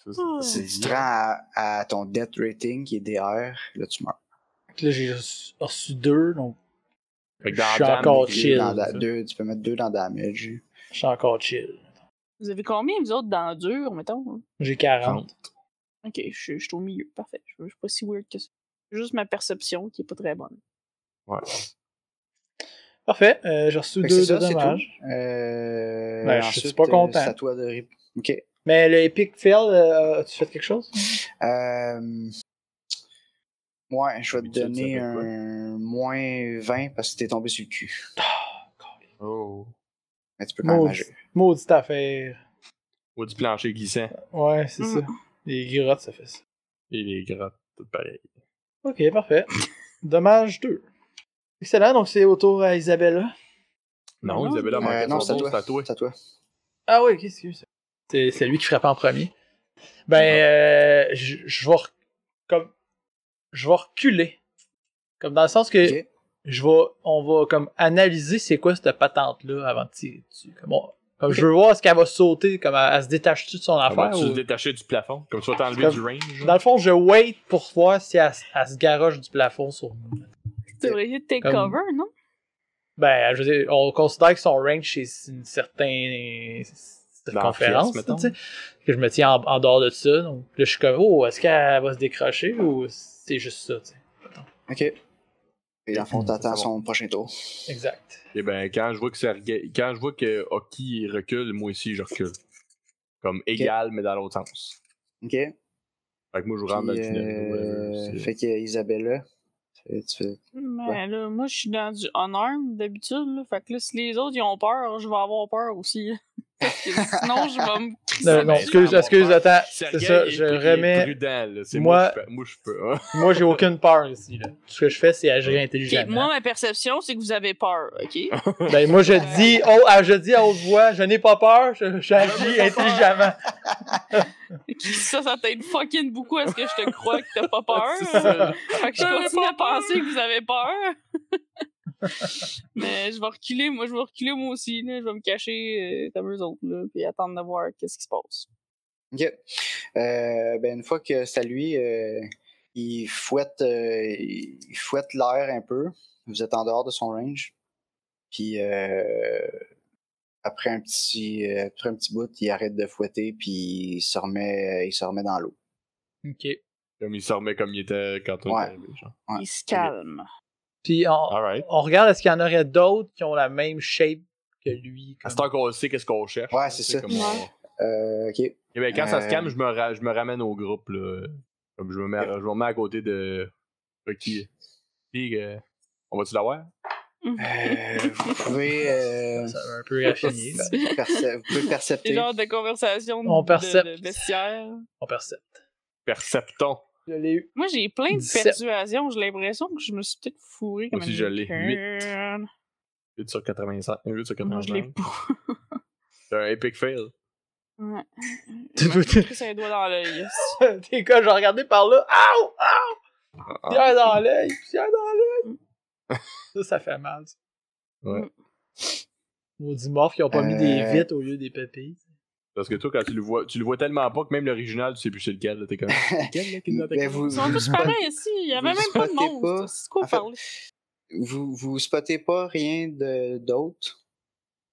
[SPEAKER 3] Ça,
[SPEAKER 4] Oh.
[SPEAKER 3] c'est-
[SPEAKER 2] Si tu te rends à, à ton death rating qui est DR, là tu meurs.
[SPEAKER 1] Là, j'ai reçu, reçu deux, donc
[SPEAKER 3] Fait que
[SPEAKER 1] Je
[SPEAKER 3] dans
[SPEAKER 1] suis
[SPEAKER 3] la dame,
[SPEAKER 1] encore
[SPEAKER 3] il-
[SPEAKER 1] chill.
[SPEAKER 2] Dans
[SPEAKER 3] c'est
[SPEAKER 2] da-
[SPEAKER 3] ça?
[SPEAKER 2] deux, tu peux mettre deux dans damage.
[SPEAKER 1] je suis encore chill.
[SPEAKER 4] Vous avez combien, vous autres, dans dur, mettons?
[SPEAKER 1] J'ai 40.
[SPEAKER 4] Ok, je suis- je suis au milieu, parfait. Je je suis pas si weird que ça. C'est Juste ma perception qui est pas très bonne.
[SPEAKER 3] Ouais.
[SPEAKER 1] Parfait, euh, j'ai reçu
[SPEAKER 2] Fait que
[SPEAKER 1] deux
[SPEAKER 2] c'est
[SPEAKER 1] de
[SPEAKER 2] ça, c'est
[SPEAKER 1] dommages.
[SPEAKER 2] tout. Euh,
[SPEAKER 1] Ben, je suis pas
[SPEAKER 2] euh,
[SPEAKER 1] content.
[SPEAKER 2] C'est à toi de rip. Ok.
[SPEAKER 1] Mais le Epic Fail, euh, as-tu fait quelque chose?
[SPEAKER 2] Euh, ouais, je vais te
[SPEAKER 3] D'habitude,
[SPEAKER 2] donner
[SPEAKER 3] ça fait quoi?
[SPEAKER 2] un moins 20 parce que t'es tombé sur le cul.
[SPEAKER 3] Oh.
[SPEAKER 2] Mais tu peux quand même
[SPEAKER 1] Maudit.
[SPEAKER 2] agir. Euh,
[SPEAKER 1] Maudite affaire.
[SPEAKER 3] Ou du plancher glissant.
[SPEAKER 1] Ouais, c'est
[SPEAKER 4] Mm.
[SPEAKER 1] ça. Les grottes, ça fait ça.
[SPEAKER 3] Et les grottes, tout pareil.
[SPEAKER 1] Ok, parfait. Dommage 2. Excellent, donc c'est au tour à Isabella.
[SPEAKER 3] Non,
[SPEAKER 4] Non,
[SPEAKER 3] ils avaient la
[SPEAKER 4] euh,
[SPEAKER 3] manqué
[SPEAKER 2] Euh, non, c'est à
[SPEAKER 3] son dos, c'est à toi.
[SPEAKER 2] toi. C'est à toi.
[SPEAKER 1] Ah oui, qu'est-ce que c'est? C'est- C'est lui qui frappe en premier.
[SPEAKER 2] Ah.
[SPEAKER 1] Ben, euh, je je vais rec- comme je vais reculer. Comme dans le sens que
[SPEAKER 2] Ok.
[SPEAKER 1] je vais, on va comme analyser c'est quoi cette patente là avant de tirer dessus. Comme, on- comme je veux voir ce qu'elle va sauter, comme elle, elle se détache-tu de son
[SPEAKER 3] Comment
[SPEAKER 1] affaire.
[SPEAKER 3] Ah, bah, tu
[SPEAKER 1] ou-
[SPEAKER 3] le détacher du plafond? Comme ça, t'enlever
[SPEAKER 1] Comme-
[SPEAKER 3] du range. genre?
[SPEAKER 1] Dans le fond, je wait pour voir si elle, s- elle se garoche du plafond sur nous.
[SPEAKER 4] Tu devrais essayer de take
[SPEAKER 1] Comme-
[SPEAKER 4] cover, non?
[SPEAKER 1] Ben, je veux dire, on considère que son range c'est une certaine circonférence,
[SPEAKER 3] pièce, mettons.
[SPEAKER 1] tu sais, que je me tiens en, en dehors de ça. Donc là, je suis comme, oh, est-ce qu'elle va se décrocher ou c'est juste ça, tu sais.
[SPEAKER 2] Ok. Et dans le fond, t'attends
[SPEAKER 3] Hmm, C'est bon.
[SPEAKER 2] son prochain tour.
[SPEAKER 1] Exact.
[SPEAKER 3] Eh ben, quand je vois que ça rega- quand je vois que Hockey recule, moi aussi je recule. Comme égal, mais dans l'autre sens.
[SPEAKER 2] Ok.
[SPEAKER 3] Fait que moi je
[SPEAKER 2] Puis,
[SPEAKER 3] rentre dans le
[SPEAKER 2] euh,
[SPEAKER 3] tunnel.
[SPEAKER 2] fait que Isabella, tu tu fais.
[SPEAKER 4] Mais
[SPEAKER 2] Ouais.
[SPEAKER 4] là, moi, je suis dans du unarmed d'habitude. là. Fait que là, si les autres, ils ont peur, je vais avoir peur aussi. là. Parce que sinon, je vais me crisser.
[SPEAKER 1] Euh, Non, non,
[SPEAKER 4] dessus.
[SPEAKER 1] excuse,
[SPEAKER 3] ça,
[SPEAKER 1] excuse,
[SPEAKER 3] mon père.
[SPEAKER 1] attends. C'est ça, je remets.
[SPEAKER 3] Prudent, là. C'est
[SPEAKER 1] Moi-
[SPEAKER 3] moi. Moi je peux. hein. Moi, je peux.
[SPEAKER 1] Moi, j'ai aucune peur ici. Là. Ce que je fais, c'est agir
[SPEAKER 4] Puis
[SPEAKER 1] intelligemment.
[SPEAKER 4] moi, ma perception, c'est que vous avez peur, OK?
[SPEAKER 1] Ben, moi, je dis, oh, ah, je dis à haute voix, je n'ai pas peur, je- j'agis
[SPEAKER 4] n'ai pas peur.
[SPEAKER 1] intelligemment.
[SPEAKER 4] ça, ça t'aide fucking beaucoup à ce que je te crois que t'as pas
[SPEAKER 1] C'est
[SPEAKER 4] peur.
[SPEAKER 1] ça.
[SPEAKER 4] Fait que je continue à penser que vous avez peur. Mais je vais reculer, moi, je vais reculer moi aussi. Là. Je vais me cacher euh, comme eux autres, là, puis attendre de voir qu'est-ce qui se passe.
[SPEAKER 2] Ok. Euh, ben, une fois que c'est à lui, euh, il fouette, euh, il il fouette l'air un peu. Vous êtes en dehors de son range. Puis euh, après un petit, euh, après un petit bout, il arrête de fouetter puis il se remet, il se remet dans l'eau.
[SPEAKER 1] OK.
[SPEAKER 3] Comme il se remet comme il était quand on
[SPEAKER 2] Ouais.
[SPEAKER 3] est arrivé. genre.
[SPEAKER 2] Ouais.
[SPEAKER 4] Il se calme.
[SPEAKER 1] Puis, on,
[SPEAKER 3] Alright.
[SPEAKER 1] on regarde, est-ce qu'il y en aurait d'autres qui ont la même shape que lui?
[SPEAKER 3] À
[SPEAKER 1] comme-
[SPEAKER 3] ce temps qu'on sait qu'est-ce qu'on cherche.
[SPEAKER 2] Ouais,
[SPEAKER 3] là,
[SPEAKER 2] c'est
[SPEAKER 3] tu
[SPEAKER 2] ça.
[SPEAKER 3] sais, comme on-
[SPEAKER 2] Euh, ok.
[SPEAKER 3] Eh ben, quand ça se
[SPEAKER 2] Euh.
[SPEAKER 3] calme, je me, ra- je me ramène au groupe. Là. Comme je me mets, à- je me mets à côté de Rocky. Puis, euh, on va-tu l'avoir?
[SPEAKER 2] Euh, vous pouvez, euh,
[SPEAKER 1] Ça va un peu raffiner. là.
[SPEAKER 2] perce- vous pouvez
[SPEAKER 4] C'est
[SPEAKER 2] percepter.
[SPEAKER 4] genre de conversation
[SPEAKER 1] On
[SPEAKER 4] de-
[SPEAKER 1] percepte.
[SPEAKER 4] de bestiaire.
[SPEAKER 1] On percepte.
[SPEAKER 3] Percepton.
[SPEAKER 1] Je l'ai eu.
[SPEAKER 4] Moi, j'ai plein de
[SPEAKER 1] 17.
[SPEAKER 4] persuasions. J'ai l'impression que je me suis peut-être fourré comme
[SPEAKER 3] Moi aussi, je l'ai.
[SPEAKER 4] une conne.
[SPEAKER 3] 8 sur 85. 8 sur
[SPEAKER 4] Moi, je l'ai
[SPEAKER 3] 85.
[SPEAKER 4] pas.
[SPEAKER 3] C'est un epic fail.
[SPEAKER 4] Ouais.
[SPEAKER 1] Tu peux-
[SPEAKER 4] J'ai pris un doigt dans l'œil.
[SPEAKER 1] T'es quoi, j'ai regardé par là. Aouh! Aouh!
[SPEAKER 3] Ah.
[SPEAKER 1] Pierre dans l'œil! Pierre dans l'œil! ça, ça fait mal. ça.
[SPEAKER 3] Ouais.
[SPEAKER 1] Maudits morphes qui ont pas mis des
[SPEAKER 2] Euh.
[SPEAKER 1] vites au lieu des pépilles.
[SPEAKER 3] Parce que toi, quand tu le vois, tu le vois tellement pas que même l'original, tu sais plus c'est lequel. là, T'es comme. Lequel, là, qui est dans ta
[SPEAKER 2] Mais
[SPEAKER 3] cour?
[SPEAKER 2] vous,
[SPEAKER 4] Ils sont
[SPEAKER 2] vous,
[SPEAKER 4] tous
[SPEAKER 2] spot-
[SPEAKER 4] pareils ici. Il y avait
[SPEAKER 3] vous
[SPEAKER 4] même pas de
[SPEAKER 2] spottez pas.
[SPEAKER 4] monstre. C'est quoi
[SPEAKER 2] En fait,
[SPEAKER 4] parler?
[SPEAKER 2] vous, vous spottez pas rien de- d'autre.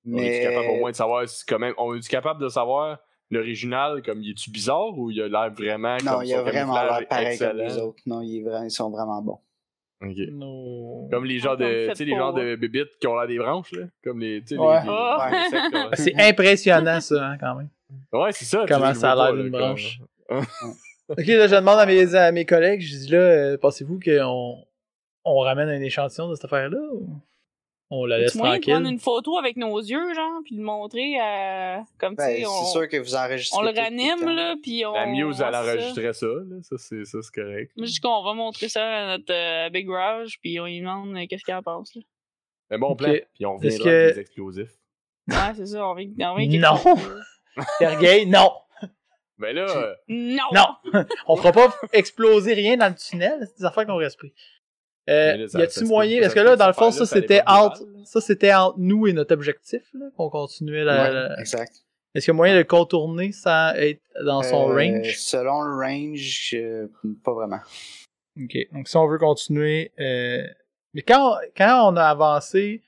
[SPEAKER 3] On est-tu
[SPEAKER 2] Mais
[SPEAKER 3] capable au moins de savoir si quand même. On est-tu capable de savoir l'original, comme il est-tu bizarre ou il a l'air vraiment.
[SPEAKER 2] non,
[SPEAKER 3] comme
[SPEAKER 2] il a
[SPEAKER 3] son
[SPEAKER 2] vraiment
[SPEAKER 3] camouflage
[SPEAKER 2] l'air pareil comme les
[SPEAKER 3] excellent?
[SPEAKER 2] autres. Non, il est vra- ils sont vraiment bons.
[SPEAKER 3] Ok.
[SPEAKER 1] Non.
[SPEAKER 3] Comme les genres de.
[SPEAKER 4] Attends, faites
[SPEAKER 3] Tu sais, les
[SPEAKER 4] pas,
[SPEAKER 3] genres de
[SPEAKER 4] ouais.
[SPEAKER 3] bébites qui ont l'air des branches, là. Comme les. Tu sais, les-
[SPEAKER 1] Ouais.
[SPEAKER 3] les-
[SPEAKER 4] Ah.
[SPEAKER 3] les insectes, ouais.
[SPEAKER 1] Ah, C'est impressionnant, ça, hein, quand même.
[SPEAKER 3] Ouais, c'est ça. tu sais,
[SPEAKER 1] Comment
[SPEAKER 3] je
[SPEAKER 1] ça a
[SPEAKER 3] vois
[SPEAKER 1] l'air
[SPEAKER 3] pas, là, Ah.
[SPEAKER 1] d'une
[SPEAKER 3] comme-
[SPEAKER 1] branche. Ok, là, je demande à mes, à mes collègues, je dis là, euh, pensez-vous qu'on on ramène un échantillon de cette affaire-là ou on la laisse
[SPEAKER 4] Tu moyen de prendre
[SPEAKER 1] tranquille?
[SPEAKER 4] une photo avec nos yeux, genre, puis le montrer à. Comme tu
[SPEAKER 2] Ben,
[SPEAKER 4] sais,
[SPEAKER 2] c'est
[SPEAKER 4] on,
[SPEAKER 2] sûr que vous enregistrez.
[SPEAKER 4] on le
[SPEAKER 2] tout tout
[SPEAKER 4] ranime,
[SPEAKER 2] temps.
[SPEAKER 4] là, puis on.
[SPEAKER 3] La Muse, elle
[SPEAKER 4] ouais, c'est ça.
[SPEAKER 3] enregistrait ça, là. Ça, c'est ça, c'est correct.
[SPEAKER 4] Moi, je dis qu'on va montrer ça à notre euh, Big Raj, puis on lui demande euh, qu'est-ce qu'il en pense. là.
[SPEAKER 3] Un bon
[SPEAKER 1] Ok.
[SPEAKER 3] plan. Puis on reviendra
[SPEAKER 1] que-
[SPEAKER 3] avec des explosifs.
[SPEAKER 4] Ouais, c'est ça, on vient on vient quelque
[SPEAKER 1] Non! Sergueï, non!
[SPEAKER 3] Mais là, euh,
[SPEAKER 4] Non!
[SPEAKER 1] Non! on fera pas exploser rien dans le tunnel, c'est des affaires qu'on respire. Euh,
[SPEAKER 3] Mais là, ça-
[SPEAKER 1] y
[SPEAKER 3] ça
[SPEAKER 1] a-tu
[SPEAKER 3] se peut-
[SPEAKER 1] moyen,
[SPEAKER 3] ça
[SPEAKER 1] parce
[SPEAKER 3] se
[SPEAKER 1] que
[SPEAKER 3] peut
[SPEAKER 1] là,
[SPEAKER 3] que
[SPEAKER 1] dans le
[SPEAKER 3] cette
[SPEAKER 1] fond, ça
[SPEAKER 3] affaire-là, ça allait
[SPEAKER 1] c'était
[SPEAKER 3] pas
[SPEAKER 1] entre, ça c'était entre nous et notre objectif, là, qu'on continuait la,
[SPEAKER 2] Ouais,
[SPEAKER 1] la-
[SPEAKER 2] exact.
[SPEAKER 1] Est-ce qu'il y a moyen de le contourner sans être dans son
[SPEAKER 2] Euh,
[SPEAKER 1] range?
[SPEAKER 2] Selon le range, euh, pas vraiment.
[SPEAKER 1] Ok, donc si on veut continuer, euh, mais quand quand on a avancé,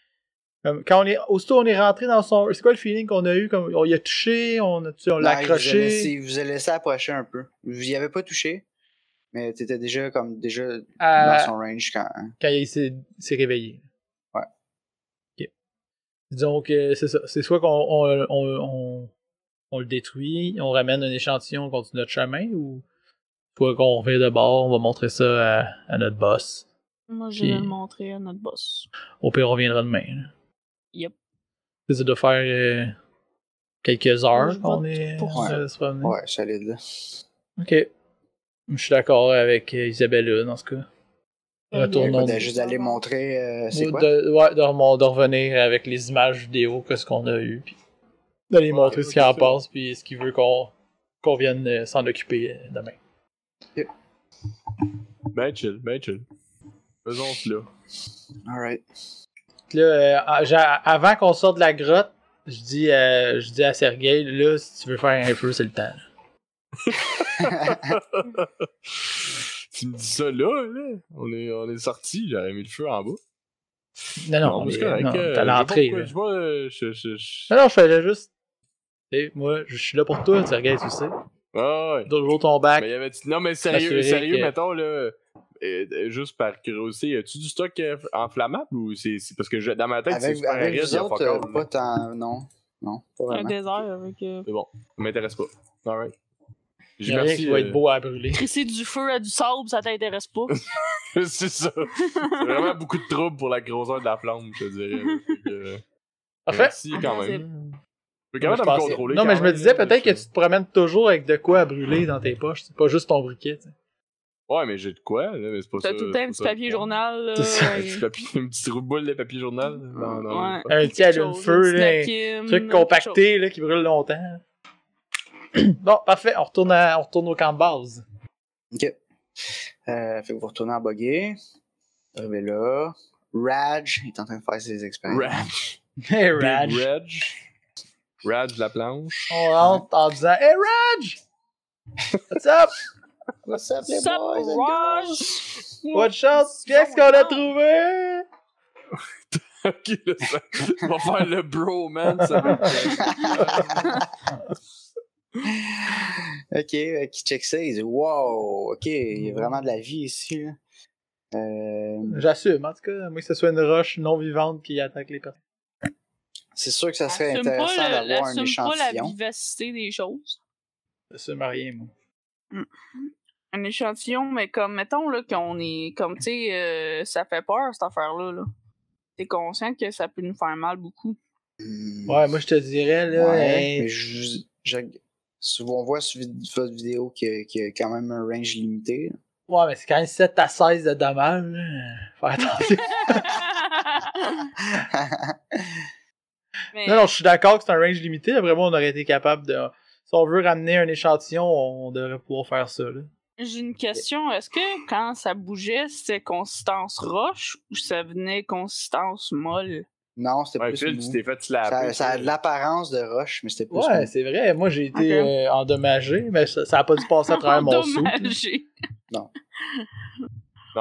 [SPEAKER 1] comme, quand on est aussitôt on est rentré dans son, c'est quoi le feeling qu'on a eu comme on y a touché, on a tu sais, on l'a
[SPEAKER 2] Non, il Ben, vous a laissé-
[SPEAKER 1] accroché
[SPEAKER 2] Il vous a laissé approcher un peu. Vous y avez pas touché, mais t'étais déjà comme déjà dans
[SPEAKER 1] à-
[SPEAKER 2] son range quand. hein.
[SPEAKER 1] quand il s'est s'est réveillé.
[SPEAKER 2] Ouais.
[SPEAKER 1] Ok. Donc euh, c'est ça, c'est soit qu'on on, on, on, on le détruit, on ramène un échantillon, on continue notre chemin ou soit qu'on revient de bord, on va montrer ça à, à notre boss.
[SPEAKER 4] Moi, je
[SPEAKER 1] Puis-
[SPEAKER 4] vais le montrer à notre boss.
[SPEAKER 1] Au pire, on reviendra demain. là.
[SPEAKER 4] Yep.
[SPEAKER 1] Ça, Ça doit faire euh, quelques
[SPEAKER 4] Moi,
[SPEAKER 1] heures
[SPEAKER 4] je
[SPEAKER 1] qu'on
[SPEAKER 4] vote
[SPEAKER 1] est
[SPEAKER 4] pour
[SPEAKER 1] on
[SPEAKER 2] ça.
[SPEAKER 1] se promener.
[SPEAKER 2] Ouais, solide là.
[SPEAKER 1] Ok. Je suis d'accord avec euh, Isabella dans ce
[SPEAKER 3] Ben,
[SPEAKER 1] cas. Retournons.
[SPEAKER 2] Écoute, ben,
[SPEAKER 1] non.
[SPEAKER 2] juste d'aller montrer euh, c'est
[SPEAKER 1] Ou
[SPEAKER 2] quoi.
[SPEAKER 1] De, ouais, de, remon- de revenir avec les images vidéo, que ce qu'on a eu, puis d'aller
[SPEAKER 3] Ouais,
[SPEAKER 1] montrer
[SPEAKER 3] ok,
[SPEAKER 1] ce qu'il en
[SPEAKER 3] ça.
[SPEAKER 1] pense, puis ce qu'il veut qu'on qu'on vienne euh, s'en occuper euh, demain.
[SPEAKER 3] ben chill, ben chill. Faisons cela.
[SPEAKER 2] Alright.
[SPEAKER 1] Là, euh, ah, j'a- avant qu'on sorte de la grotte, je dis, euh, je dis à Sergueï, là, si tu veux faire un feu, c'est le temps. là.
[SPEAKER 3] tu me dis ça là, là. On est, on est sorti, j'aurais mis le feu en bas.
[SPEAKER 1] Non, non, on
[SPEAKER 3] mais c'est
[SPEAKER 1] est-
[SPEAKER 3] correct,
[SPEAKER 1] non,
[SPEAKER 3] euh,
[SPEAKER 1] t'es à
[SPEAKER 3] je vois pas
[SPEAKER 1] l'entrée.
[SPEAKER 3] pourquoi-
[SPEAKER 1] là. Hein?
[SPEAKER 3] Je vois, euh, je, je, je-
[SPEAKER 1] Non, non, je faisais juste. Tu sais, moi, je suis là pour toi, Sergueï, tu sais.
[SPEAKER 3] Ah ouais.
[SPEAKER 1] Toujours ton bac.
[SPEAKER 3] Mais y avait-tu- Non, mais sérieux,
[SPEAKER 1] M'assurer
[SPEAKER 3] sérieux,
[SPEAKER 1] que-
[SPEAKER 3] mettons, là, euh, euh, juste par curiosité, y a-tu du stock euh, enflammable ou c'est. c'est- Parce que je- dans ma tête, c'est
[SPEAKER 2] Avec,
[SPEAKER 3] super
[SPEAKER 2] avec
[SPEAKER 3] risque,
[SPEAKER 2] vous
[SPEAKER 3] y a fuck
[SPEAKER 2] autres, euh,
[SPEAKER 3] all,
[SPEAKER 2] pas
[SPEAKER 3] là.
[SPEAKER 2] tant. Non. Non, pas
[SPEAKER 4] Un
[SPEAKER 2] vraiment.
[SPEAKER 4] désert avec. Euh...
[SPEAKER 3] C'est bon, ça m'intéresse pas. Alright.
[SPEAKER 1] J'ai rien qui va
[SPEAKER 3] euh,
[SPEAKER 1] être beau à brûler.
[SPEAKER 4] Crisser du feu à du sable, ça t'intéresse pas.
[SPEAKER 3] euh, c'est ça. C'est vraiment beaucoup de trouble pour la grosseur de la flamme, je te dirais. là. Fait que, euh,
[SPEAKER 1] Parfait.
[SPEAKER 3] Merci quand
[SPEAKER 4] Attends,
[SPEAKER 3] même. Je suis
[SPEAKER 1] Moi,
[SPEAKER 3] capable
[SPEAKER 1] je
[SPEAKER 3] de me
[SPEAKER 1] pensais-
[SPEAKER 3] contrôler.
[SPEAKER 1] Non,
[SPEAKER 3] quand
[SPEAKER 1] mais je me
[SPEAKER 3] même,
[SPEAKER 1] disais
[SPEAKER 3] là,
[SPEAKER 1] peut-être que
[SPEAKER 3] je-
[SPEAKER 1] tu te promènes toujours avec de quoi à brûler dans tes poches. C'est pas juste ton briquet. tu sais.
[SPEAKER 3] Ouais, mais j'ai de quoi, là, mais c'est pas ça.
[SPEAKER 4] T'as tout le temps
[SPEAKER 3] c'est
[SPEAKER 4] un
[SPEAKER 3] pas
[SPEAKER 4] petit
[SPEAKER 3] ça
[SPEAKER 4] papier
[SPEAKER 3] le point.
[SPEAKER 4] journal. Là,
[SPEAKER 1] C'est ça,
[SPEAKER 3] Un
[SPEAKER 4] ouais.
[SPEAKER 3] petit papier, une petite boule de papier journal. Non, non.
[SPEAKER 4] Ouais.
[SPEAKER 1] Un petit
[SPEAKER 4] Quelque
[SPEAKER 1] allume
[SPEAKER 4] chose,
[SPEAKER 1] feu,
[SPEAKER 4] un
[SPEAKER 1] là, un
[SPEAKER 4] petit napkin,
[SPEAKER 1] truc
[SPEAKER 4] quelque chose.
[SPEAKER 1] compacté là, qui brûle longtemps. bon, parfait. On retourne, à- on retourne au camp de base.
[SPEAKER 2] Ok. Euh, fait que vous retournez en buggy. Arrivez là. Raj est en train de faire ses expériences.
[SPEAKER 3] Raj.
[SPEAKER 1] Hey,
[SPEAKER 3] Big
[SPEAKER 1] Raj.
[SPEAKER 3] Raj. Raj la planche.
[SPEAKER 1] On rentre en disant Hey, Raj! What's up?
[SPEAKER 2] What's up, les
[SPEAKER 4] What's up,
[SPEAKER 2] boys and
[SPEAKER 4] Raj?
[SPEAKER 2] girls?
[SPEAKER 1] What chance? Qu'est-ce qu'on a trouvé?
[SPEAKER 3] ok, là, ça on va faire le bro, man. Ça va euh,
[SPEAKER 2] ok, euh, qui check ça, il dit Wow, ok, il y a vraiment de la vie ici. là. Euh,
[SPEAKER 1] J'assume, en tout cas, moi que ce soit une roche non vivante qui attaque les personnes.
[SPEAKER 2] c'est sûr que ça serait
[SPEAKER 4] Assume
[SPEAKER 2] intéressant
[SPEAKER 4] pas, le-
[SPEAKER 2] d'avoir un
[SPEAKER 4] assume pas la
[SPEAKER 2] échantillon.
[SPEAKER 4] vivacité des choses.
[SPEAKER 1] J'assume à rien, moi.
[SPEAKER 4] Un échantillon, mais comme, mettons, là, qu'on est. Comme, tu sais, euh, ça fait peur, cette affaire-là. Là. t'es conscient que ça peut nous faire mal beaucoup.
[SPEAKER 2] Hmm.
[SPEAKER 1] Ouais, moi je te dirais, là.
[SPEAKER 2] Ouais,
[SPEAKER 1] hein,
[SPEAKER 2] mais je- je- souvent, on voit sur vid- votre vidéo qu'il y, a- qu'il y a quand même un range limité. là.
[SPEAKER 1] ouais, mais c'est quand même 7 à 16 de dommages. là. Faut attention.
[SPEAKER 4] Mais
[SPEAKER 1] non, non, je suis d'accord que c'est un range limité. Après moi, on aurait été capable de. Si on veut ramener un échantillon, on devrait pouvoir faire ça, là.
[SPEAKER 4] j'ai une question. Est-ce que quand ça bougeait, c'était consistance roche ou ça venait consistance molle?
[SPEAKER 2] Non, c'était
[SPEAKER 3] Ouais,
[SPEAKER 2] plus.
[SPEAKER 3] Phil,
[SPEAKER 2] mou.
[SPEAKER 3] tu t'es fait
[SPEAKER 2] ça,
[SPEAKER 3] slapper.
[SPEAKER 2] ça a de l'apparence de roche, mais c'était plus.
[SPEAKER 1] Ouais,
[SPEAKER 2] mou.
[SPEAKER 1] c'est vrai. Moi, j'ai été
[SPEAKER 4] Ok.
[SPEAKER 1] euh, endommagé, mais ça n'a pas dû passer à travers mon sou.
[SPEAKER 4] Endommagé.
[SPEAKER 3] Non,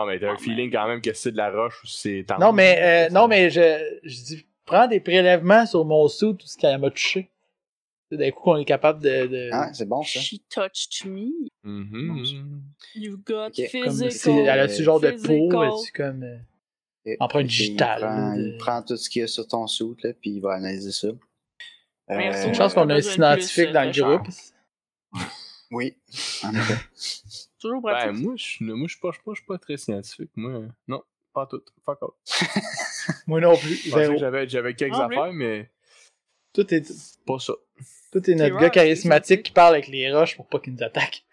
[SPEAKER 3] mais t'as un feeling quand même que c'est de la roche ou c'est tendre.
[SPEAKER 1] Non, mais, euh, non, mais je, je dis, prends des prélèvements sur mon sou, tout ce qu'elle m'a touché. D'un coup, on est capable de. de-
[SPEAKER 2] Hein, c'est bon, ça.
[SPEAKER 4] She touched me.
[SPEAKER 3] Mhm.
[SPEAKER 4] You got
[SPEAKER 2] Ok,
[SPEAKER 1] comme
[SPEAKER 4] physical.
[SPEAKER 1] si elle a ce genre de peau,
[SPEAKER 4] physical.
[SPEAKER 1] elle a-tu comme. euh,
[SPEAKER 2] Ok.
[SPEAKER 1] Empreinte
[SPEAKER 2] Fait qu'il
[SPEAKER 1] digitale,
[SPEAKER 2] prend-
[SPEAKER 1] là, de-
[SPEAKER 2] Il prend tout ce qu'il y a sur ton soute, là, puis il va analyser ça. Euh,
[SPEAKER 4] Merci.
[SPEAKER 3] Euh,
[SPEAKER 1] Une
[SPEAKER 4] Ouais,
[SPEAKER 1] chance qu'on a
[SPEAKER 4] t'as
[SPEAKER 1] un
[SPEAKER 4] besoin de plus,
[SPEAKER 1] scientifique
[SPEAKER 4] euh,
[SPEAKER 1] dans le
[SPEAKER 4] de cher.
[SPEAKER 1] groupe.
[SPEAKER 2] Oui. En effet.
[SPEAKER 4] Toujours
[SPEAKER 3] Ben,
[SPEAKER 4] pratique.
[SPEAKER 3] moi, je suis moi, je suis pas, je suis pas- je suis pas très scientifique. Moi, non, pas tout. Fuck off.
[SPEAKER 1] Moi non plus,
[SPEAKER 3] Je pensais
[SPEAKER 1] zéro.
[SPEAKER 3] que J'avais j'avais quelques
[SPEAKER 4] Non plus.
[SPEAKER 3] affaires, mais
[SPEAKER 1] Tout est,
[SPEAKER 3] pas ça.
[SPEAKER 1] tout est notre
[SPEAKER 4] C'est
[SPEAKER 1] gars
[SPEAKER 4] rare,
[SPEAKER 1] charismatique
[SPEAKER 4] scientifique.
[SPEAKER 1] qui parle avec les roches pour pas qu'ils nous attaquent.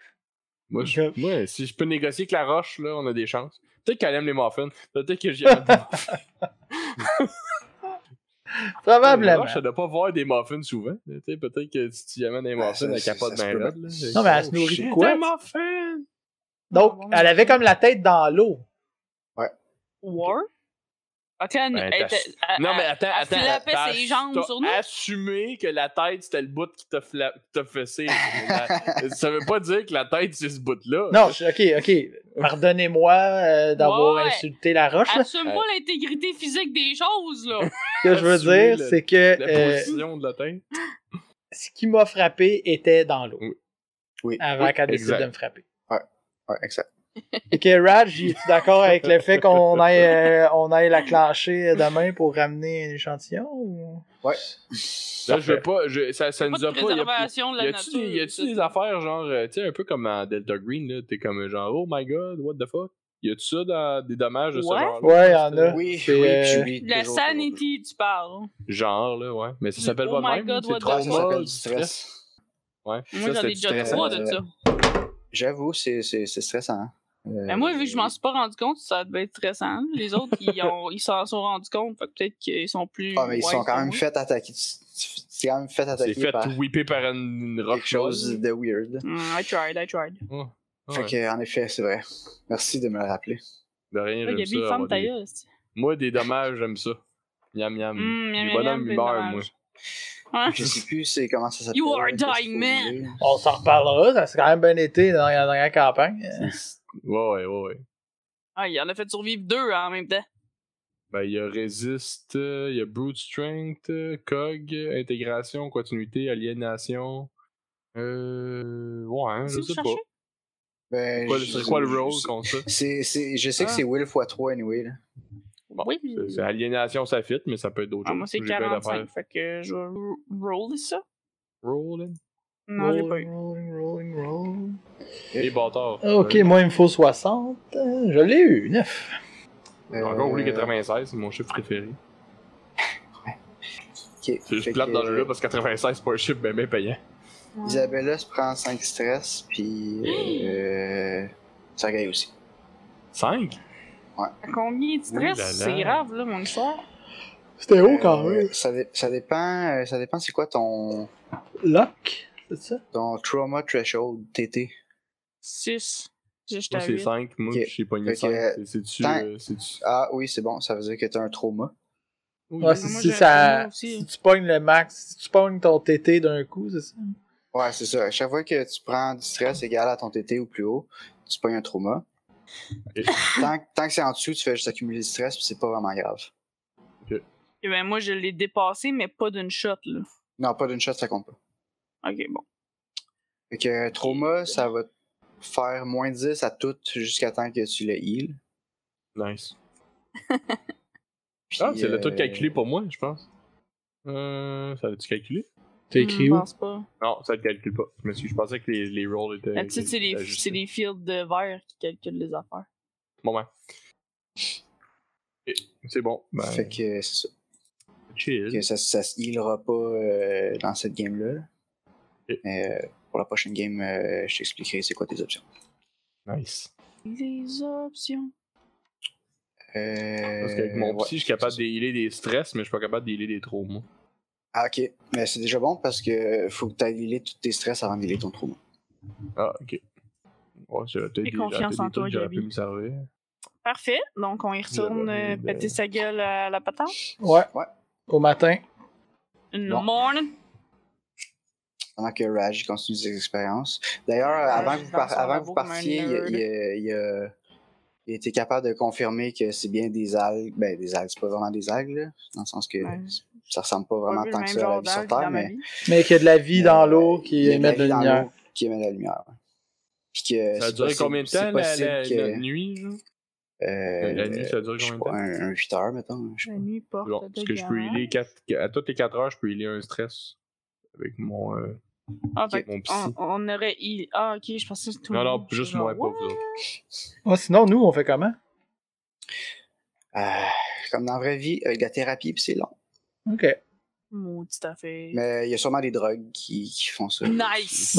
[SPEAKER 3] Moi, je-
[SPEAKER 1] Ok.
[SPEAKER 3] moi, si je peux négocier avec la roche, là, on a des chances. Peut-être qu'elle aime les muffins. Peut-être que j'y aime des muffins. La
[SPEAKER 1] Probablement.
[SPEAKER 3] roche, elle doit pas voir des muffins souvent. Tu sais, Peut-être que si tu y amènes des
[SPEAKER 2] Ben,
[SPEAKER 3] muffins,
[SPEAKER 2] ça,
[SPEAKER 3] elle
[SPEAKER 2] ça-
[SPEAKER 3] capote
[SPEAKER 2] ça
[SPEAKER 3] dans
[SPEAKER 2] se
[SPEAKER 3] les
[SPEAKER 2] peut.
[SPEAKER 3] rottes. là.
[SPEAKER 1] Non, mais elle se
[SPEAKER 2] Oh,
[SPEAKER 1] nourrit de
[SPEAKER 2] shit.
[SPEAKER 1] quoi?
[SPEAKER 3] Des muffins!
[SPEAKER 1] Donc, elle avait comme la tête dans l'eau.
[SPEAKER 4] War? Ok, elle,
[SPEAKER 3] Ben,
[SPEAKER 4] elle
[SPEAKER 3] t'as-
[SPEAKER 4] était- elle-
[SPEAKER 3] Non, mais
[SPEAKER 4] elle-
[SPEAKER 3] attends,
[SPEAKER 4] elle
[SPEAKER 3] attends.
[SPEAKER 4] flappait
[SPEAKER 3] t'as-
[SPEAKER 4] ses jambes
[SPEAKER 3] t'as
[SPEAKER 4] sur nous?
[SPEAKER 3] assumé que la tête, c'était le bout qui t'a fla- t'a fessé. La- ça veut pas dire que la tête, c'est ce bout-là.
[SPEAKER 1] Non, je- ok, ok. Pardonnez-moi euh, d'avoir
[SPEAKER 4] Ouais.
[SPEAKER 1] insulté la roche. là.
[SPEAKER 4] Assume pas l'intégrité physique des choses, là!
[SPEAKER 1] Ce que je veux
[SPEAKER 3] assumer
[SPEAKER 1] dire,
[SPEAKER 3] le-
[SPEAKER 1] c'est que
[SPEAKER 3] La
[SPEAKER 1] euh,
[SPEAKER 3] position de la tête.
[SPEAKER 1] ce qui m'a frappé était dans l'eau.
[SPEAKER 2] Oui.
[SPEAKER 4] Ah.
[SPEAKER 1] Avant
[SPEAKER 3] Oui,
[SPEAKER 1] qu'elle décide
[SPEAKER 3] exact.
[SPEAKER 1] de me frapper.
[SPEAKER 2] Ouais, exact.
[SPEAKER 1] Et que Raj, es-tu d'accord avec le fait qu'on aille, euh, on aille la clencher demain pour ramener un échantillon? ou-
[SPEAKER 2] Ouais.
[SPEAKER 3] Là, je veux pas. je- ça ça
[SPEAKER 4] Pas
[SPEAKER 3] nous
[SPEAKER 4] de
[SPEAKER 3] a pas. y a-
[SPEAKER 4] préservation de
[SPEAKER 3] Y
[SPEAKER 4] la
[SPEAKER 3] a-tu des,
[SPEAKER 4] nature.
[SPEAKER 3] y a-tu
[SPEAKER 4] c'est
[SPEAKER 3] des
[SPEAKER 4] tout.
[SPEAKER 3] affaires genre, euh, tu sais, un peu comme dans Delta Green, là, t'es comme genre, oh my god, what the fuck? Y a-tu ça dans des dommages de ce
[SPEAKER 4] Ouais.
[SPEAKER 3] genre?
[SPEAKER 1] Ouais, y'en a.
[SPEAKER 2] Oui,
[SPEAKER 1] C'est,
[SPEAKER 2] oui,
[SPEAKER 1] euh,
[SPEAKER 2] puis j'oublie
[SPEAKER 4] De la
[SPEAKER 2] toujours, toujours, toujours.
[SPEAKER 4] sanity, tu parles.
[SPEAKER 3] Genre, là, ouais. Mais ça
[SPEAKER 4] Du
[SPEAKER 3] s'appelle
[SPEAKER 4] oh
[SPEAKER 3] pas de
[SPEAKER 4] my
[SPEAKER 3] même.
[SPEAKER 4] God,
[SPEAKER 3] c'est
[SPEAKER 4] what the
[SPEAKER 2] Ouais, ça
[SPEAKER 4] fuck.
[SPEAKER 2] s'appelle du stress.
[SPEAKER 3] Ouais.
[SPEAKER 4] Moi, j'en
[SPEAKER 3] c'est
[SPEAKER 4] ai
[SPEAKER 3] du
[SPEAKER 4] déjà
[SPEAKER 3] stress.
[SPEAKER 4] trois
[SPEAKER 2] euh,
[SPEAKER 4] de ça.
[SPEAKER 2] J'avoue, c'est c'est- c'est stressant. hein. Euh,
[SPEAKER 4] Mais Ben, moi, vu que je m'en suis pas rendu compte, ça devait être stressant. Les autres, ils ont- ils s'en sont rendus compte, fait que peut-être qu'ils sont plus.
[SPEAKER 2] Ah, mais ils
[SPEAKER 4] ouais,
[SPEAKER 2] sont quand
[SPEAKER 4] que
[SPEAKER 2] même
[SPEAKER 4] moi.
[SPEAKER 2] fait attaquer. Tu- tu- C'est quand même fait
[SPEAKER 3] C'est
[SPEAKER 2] attaquer
[SPEAKER 3] fait
[SPEAKER 2] par
[SPEAKER 3] whipper par une, une roche.
[SPEAKER 2] quelque chose de weird.
[SPEAKER 4] Mm, I tried, I tried.
[SPEAKER 3] Ouais. Ouais.
[SPEAKER 2] Fait que, en effet, c'est vrai. Merci de me le rappeler.
[SPEAKER 3] De rien,
[SPEAKER 4] Ouais,
[SPEAKER 3] j'aime
[SPEAKER 4] Gabi,
[SPEAKER 3] ça.
[SPEAKER 4] ferme
[SPEAKER 3] avoir
[SPEAKER 4] ta
[SPEAKER 3] Des...
[SPEAKER 4] gueule. c'est-
[SPEAKER 3] Moi, des dommages, j'aime ça. Miam, miam.
[SPEAKER 4] Mm, miam,
[SPEAKER 3] des
[SPEAKER 4] miam,
[SPEAKER 3] bonhommes
[SPEAKER 4] miam,
[SPEAKER 3] humeurs,
[SPEAKER 4] des
[SPEAKER 3] moi.
[SPEAKER 4] Hein?
[SPEAKER 2] Je sais plus c'est comment ça s'appelle.
[SPEAKER 4] You are a
[SPEAKER 2] qu'est-ce qu'il
[SPEAKER 4] dying
[SPEAKER 2] faut
[SPEAKER 4] man.
[SPEAKER 2] dire.
[SPEAKER 1] On s'en reparlera, ça c'est quand même bien été dans la dernière campagne.
[SPEAKER 3] C'est- Ouais, ouais, ouais, ouais.
[SPEAKER 4] Ah, il en a fait survivre deux hein, en même temps.
[SPEAKER 3] Ben, il y a Resist, euh, il y a Brute Strength, euh, Cog, euh, Intégration, Continuité, Aliénation. Euh. Ouais, hein,
[SPEAKER 4] Si
[SPEAKER 3] je
[SPEAKER 4] vous
[SPEAKER 3] sais pas.
[SPEAKER 4] cherchez.
[SPEAKER 2] Ben,
[SPEAKER 3] Quoi,
[SPEAKER 2] je-
[SPEAKER 3] c'est quoi le rôle
[SPEAKER 2] je-
[SPEAKER 3] contre ça?
[SPEAKER 2] c'est- c'est- Je sais que
[SPEAKER 3] Ah.
[SPEAKER 2] c'est Will x3 anyway. Là.
[SPEAKER 3] Bon,
[SPEAKER 4] oui.
[SPEAKER 3] c'est- c'est Aliénation, ça fit, mais ça peut être d'autres
[SPEAKER 4] Ah, moi,
[SPEAKER 3] choses.
[SPEAKER 4] c'est
[SPEAKER 3] J'ai plein d'affaires.
[SPEAKER 4] 45, fait que je vais ro- roll ça.
[SPEAKER 3] Rolling.
[SPEAKER 4] Non, j'ai pas eu.
[SPEAKER 1] Rolling, rolling, rolling.
[SPEAKER 3] Les bâtards.
[SPEAKER 2] Ah,
[SPEAKER 1] Ok,
[SPEAKER 3] Euh,
[SPEAKER 1] moi il me faut 60. Euh, Je l'ai eu, 9.
[SPEAKER 3] j'ai Encore voulu
[SPEAKER 2] Euh,
[SPEAKER 3] 96, c'est mon chiffre préféré.
[SPEAKER 2] ok.
[SPEAKER 3] C'est
[SPEAKER 2] Fait
[SPEAKER 3] juste plate
[SPEAKER 2] que, euh,
[SPEAKER 3] dans le jeu parce que 96, c'est pas un chiffre ben, ben payant.
[SPEAKER 2] Isabella se prend 5 stress, puis. Euh, Sergei aussi.
[SPEAKER 3] 5?
[SPEAKER 4] À Combien de
[SPEAKER 3] Oui, là,
[SPEAKER 4] stress?
[SPEAKER 3] là.
[SPEAKER 4] C'est grave, là, mon histoire.
[SPEAKER 1] C'était haut
[SPEAKER 2] Euh,
[SPEAKER 1] quand même.
[SPEAKER 2] ça, dé- ça dépend, euh, ça dépend c'est quoi ton,
[SPEAKER 1] Lock, c'est ça?
[SPEAKER 2] ton trauma threshold TT.
[SPEAKER 4] 6. J'étais
[SPEAKER 3] Moi,
[SPEAKER 4] à Ah,
[SPEAKER 3] c'est
[SPEAKER 4] 8.
[SPEAKER 3] 5. Moi,
[SPEAKER 2] Ok.
[SPEAKER 3] j'ai pogné
[SPEAKER 2] Fait que,
[SPEAKER 3] 5.
[SPEAKER 2] euh,
[SPEAKER 3] C'est-tu.
[SPEAKER 2] tant-
[SPEAKER 3] euh, C'est-tu.
[SPEAKER 2] Ah oui, c'est bon, ça veut dire que t'as un trauma.
[SPEAKER 3] Oui.
[SPEAKER 2] Ah,
[SPEAKER 1] Ouais, c'est
[SPEAKER 4] Moi,
[SPEAKER 1] si
[SPEAKER 4] j'ai un
[SPEAKER 1] ça.
[SPEAKER 4] trauma aussi.
[SPEAKER 1] Si tu pognes le max, si tu pognes ton TT d'un coup, c'est ça?
[SPEAKER 2] Ouais, c'est ça. À chaque fois que tu prends du stress égal à ton TT ou plus haut, tu pognes un trauma.
[SPEAKER 3] Ok.
[SPEAKER 2] Tant, que- tant que c'est en dessous, tu fais juste accumuler du stress, puis c'est pas vraiment grave.
[SPEAKER 4] Eh ben, moi, je l'ai dépassé, mais pas d'une shot, là.
[SPEAKER 2] Non, pas d'une shot, ça compte pas.
[SPEAKER 4] Ok, bon.
[SPEAKER 2] Fait que euh, trauma, ça va te faire moins 10 à tout jusqu'à temps que tu le heal.
[SPEAKER 3] Nice.
[SPEAKER 2] Puis,
[SPEAKER 3] Ah, c'est le
[SPEAKER 2] euh,
[SPEAKER 3] tout calculé pour moi, je pense. Euh. Ça l'a-tu calculé?
[SPEAKER 1] T'as
[SPEAKER 4] Je
[SPEAKER 1] écrit où?
[SPEAKER 4] Mm, pense pas.
[SPEAKER 3] Non, ça le calcule pas. Je m'excuse, je pensais que les, les rolls étaient.
[SPEAKER 4] D'habitude, c'est les,
[SPEAKER 3] ajustés.
[SPEAKER 4] c'est les fields de verre qui calculent les affaires.
[SPEAKER 3] Bon ben. Et- C'est bon. Ben,
[SPEAKER 2] Fait que c'est ça.
[SPEAKER 3] chill.
[SPEAKER 2] Que ça, ça se healera pas euh, dans cette game-là.
[SPEAKER 3] Ok.
[SPEAKER 2] Mais euh, pour la prochaine game, euh, je t'expliquerai c'est quoi tes options.
[SPEAKER 3] Nice.
[SPEAKER 4] Des options.
[SPEAKER 2] Euh,
[SPEAKER 3] Parce qu'avec mon
[SPEAKER 2] ouais,
[SPEAKER 3] psy, je suis capable
[SPEAKER 2] c'est
[SPEAKER 3] de healer des stress, mais je suis pas capable de healer des traumas.
[SPEAKER 2] ça. Ah, ok. Mais c'est déjà bon parce que faut que tu healé tous tes stress avant de healer ton trauma.
[SPEAKER 3] Ah, ok. Ouais, j'aurais peut-être
[SPEAKER 4] Fais
[SPEAKER 3] des,
[SPEAKER 4] confiance
[SPEAKER 3] j'aurais peut-être
[SPEAKER 4] en
[SPEAKER 3] des
[SPEAKER 4] toi,
[SPEAKER 3] trucs que j'aurais
[SPEAKER 4] Gabi.
[SPEAKER 3] pu me servir.
[SPEAKER 2] Euh,
[SPEAKER 4] Parfait. Donc, on y retourne
[SPEAKER 3] J'avais
[SPEAKER 4] euh,
[SPEAKER 3] envie de-
[SPEAKER 2] ben
[SPEAKER 4] péter sa gueule à la patente.
[SPEAKER 1] Ouais.
[SPEAKER 2] Ouais.
[SPEAKER 1] Au matin.
[SPEAKER 4] Une
[SPEAKER 2] Bon.
[SPEAKER 4] morning.
[SPEAKER 2] Pendant que Raj continue ses expériences. D'ailleurs, euh, avant
[SPEAKER 4] Raj
[SPEAKER 2] que vous,
[SPEAKER 4] dans
[SPEAKER 2] par-
[SPEAKER 4] son
[SPEAKER 2] avant que
[SPEAKER 4] labo
[SPEAKER 2] vous
[SPEAKER 4] comme un
[SPEAKER 2] partiez, il,
[SPEAKER 4] nerd.
[SPEAKER 2] il, euh, il, euh, il était capable de confirmer que c'est bien des algues. Ben, des algues, c'est pas vraiment des algues, là, dans le sens que
[SPEAKER 4] Ouais.
[SPEAKER 2] ça ressemble pas
[SPEAKER 4] Pas
[SPEAKER 2] vraiment
[SPEAKER 4] vu le
[SPEAKER 2] tant que ça
[SPEAKER 4] même
[SPEAKER 2] à la
[SPEAKER 4] genre
[SPEAKER 2] vie sur
[SPEAKER 4] d'algue dans
[SPEAKER 2] Terre,
[SPEAKER 4] ma
[SPEAKER 2] mais.
[SPEAKER 4] vie.
[SPEAKER 1] Mais qu'il y a de la vie dans
[SPEAKER 2] Euh,
[SPEAKER 1] l'eau qui
[SPEAKER 2] il y a
[SPEAKER 1] émet de la
[SPEAKER 2] vie dans
[SPEAKER 1] lumière.
[SPEAKER 2] l'eau Qui émet de la lumière. ouais. Puis que
[SPEAKER 3] Ça a
[SPEAKER 2] c'est
[SPEAKER 3] duré
[SPEAKER 2] possible-
[SPEAKER 3] combien de
[SPEAKER 2] c'est
[SPEAKER 3] temps la, la,
[SPEAKER 2] possible
[SPEAKER 3] la
[SPEAKER 2] que,
[SPEAKER 3] nuit, genre
[SPEAKER 2] euh,
[SPEAKER 3] La nuit, ça a duré
[SPEAKER 2] je sais
[SPEAKER 3] combien de
[SPEAKER 2] pas, un, un 8 heures, mettons. Je sais
[SPEAKER 4] La
[SPEAKER 2] pas.
[SPEAKER 4] nuit porte
[SPEAKER 3] Bon,
[SPEAKER 4] de
[SPEAKER 3] parce que je peux
[SPEAKER 4] garage.
[SPEAKER 3] healer quatre- à toutes les 4 heures, je peux healer un stress avec mon, euh,
[SPEAKER 4] Ah, fait
[SPEAKER 3] mon
[SPEAKER 4] que
[SPEAKER 3] psy.
[SPEAKER 4] on, on aurait. il- Ah, ok, je pensais que tout le
[SPEAKER 3] Non, non,
[SPEAKER 4] monde,
[SPEAKER 3] juste
[SPEAKER 4] genre,
[SPEAKER 3] moi, pas
[SPEAKER 4] what?
[SPEAKER 3] vous autres.
[SPEAKER 1] Ouais, sinon, nous, on fait comment?
[SPEAKER 2] Euh, comme dans la vraie vie, euh, la thérapie, puis c'est long.
[SPEAKER 1] OK.
[SPEAKER 4] Maudite affaire.
[SPEAKER 2] Mais il y a sûrement des drogues qui, qui font ça.
[SPEAKER 4] Nice!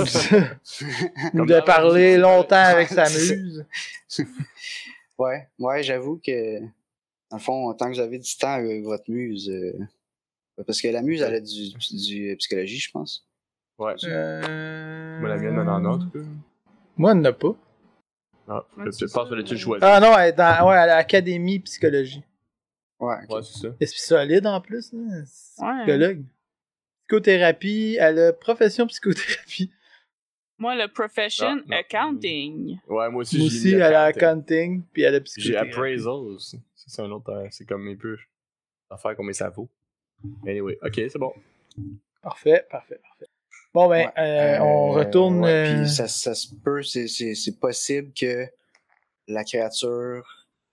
[SPEAKER 1] Ou
[SPEAKER 3] Comme
[SPEAKER 1] de
[SPEAKER 3] dans-
[SPEAKER 1] parler longtemps avec
[SPEAKER 2] Ouais,
[SPEAKER 1] sa
[SPEAKER 2] c'est-
[SPEAKER 1] muse.
[SPEAKER 2] Ouais, ouais, j'avoue que, dans le fond, tant que vous avez du temps avec votre muse, euh, parce que la muse, elle a du, du euh, psychologie, je pense.
[SPEAKER 3] Ouais.
[SPEAKER 1] Euh...
[SPEAKER 3] Moi, la mienne, elle en a, en tout cas.
[SPEAKER 1] Moi, elle n'a pas.
[SPEAKER 3] Ah,
[SPEAKER 4] Ouais,
[SPEAKER 3] je
[SPEAKER 4] c'est
[SPEAKER 3] je pense
[SPEAKER 4] ça,
[SPEAKER 3] que tu
[SPEAKER 4] euh,
[SPEAKER 3] choisi.
[SPEAKER 1] Ah non, elle est dans, ouais, à l'académie psychologie.
[SPEAKER 2] Ouais, ok.
[SPEAKER 3] Ouais, c'est ça.
[SPEAKER 1] Et puis solide en plus, hein? c'est
[SPEAKER 4] Ouais.
[SPEAKER 1] psychologue. Psychothérapie, elle a profession psychothérapie.
[SPEAKER 4] Moi, le profession
[SPEAKER 3] Ah, Non, non.
[SPEAKER 4] accounting.
[SPEAKER 3] Ouais, moi aussi,
[SPEAKER 1] Moi
[SPEAKER 3] je l'ai
[SPEAKER 1] aussi,
[SPEAKER 3] mis
[SPEAKER 1] elle a
[SPEAKER 3] quatre.
[SPEAKER 1] accounting, puis elle a
[SPEAKER 3] J'ai
[SPEAKER 1] psychothérapie.
[SPEAKER 3] appraisal aussi. Ça, C'est un autre. euh, C'est comme un peu. Affaire combien ça vaut. Anyway, ok, c'est bon.
[SPEAKER 1] Parfait, parfait, parfait. Bon, ben,
[SPEAKER 2] Ouais.
[SPEAKER 1] euh, on
[SPEAKER 2] Euh,
[SPEAKER 1] retourne.
[SPEAKER 2] ouais,
[SPEAKER 1] euh,
[SPEAKER 2] Puis ça, ça se peut, c'est- c'est c'est possible que la créature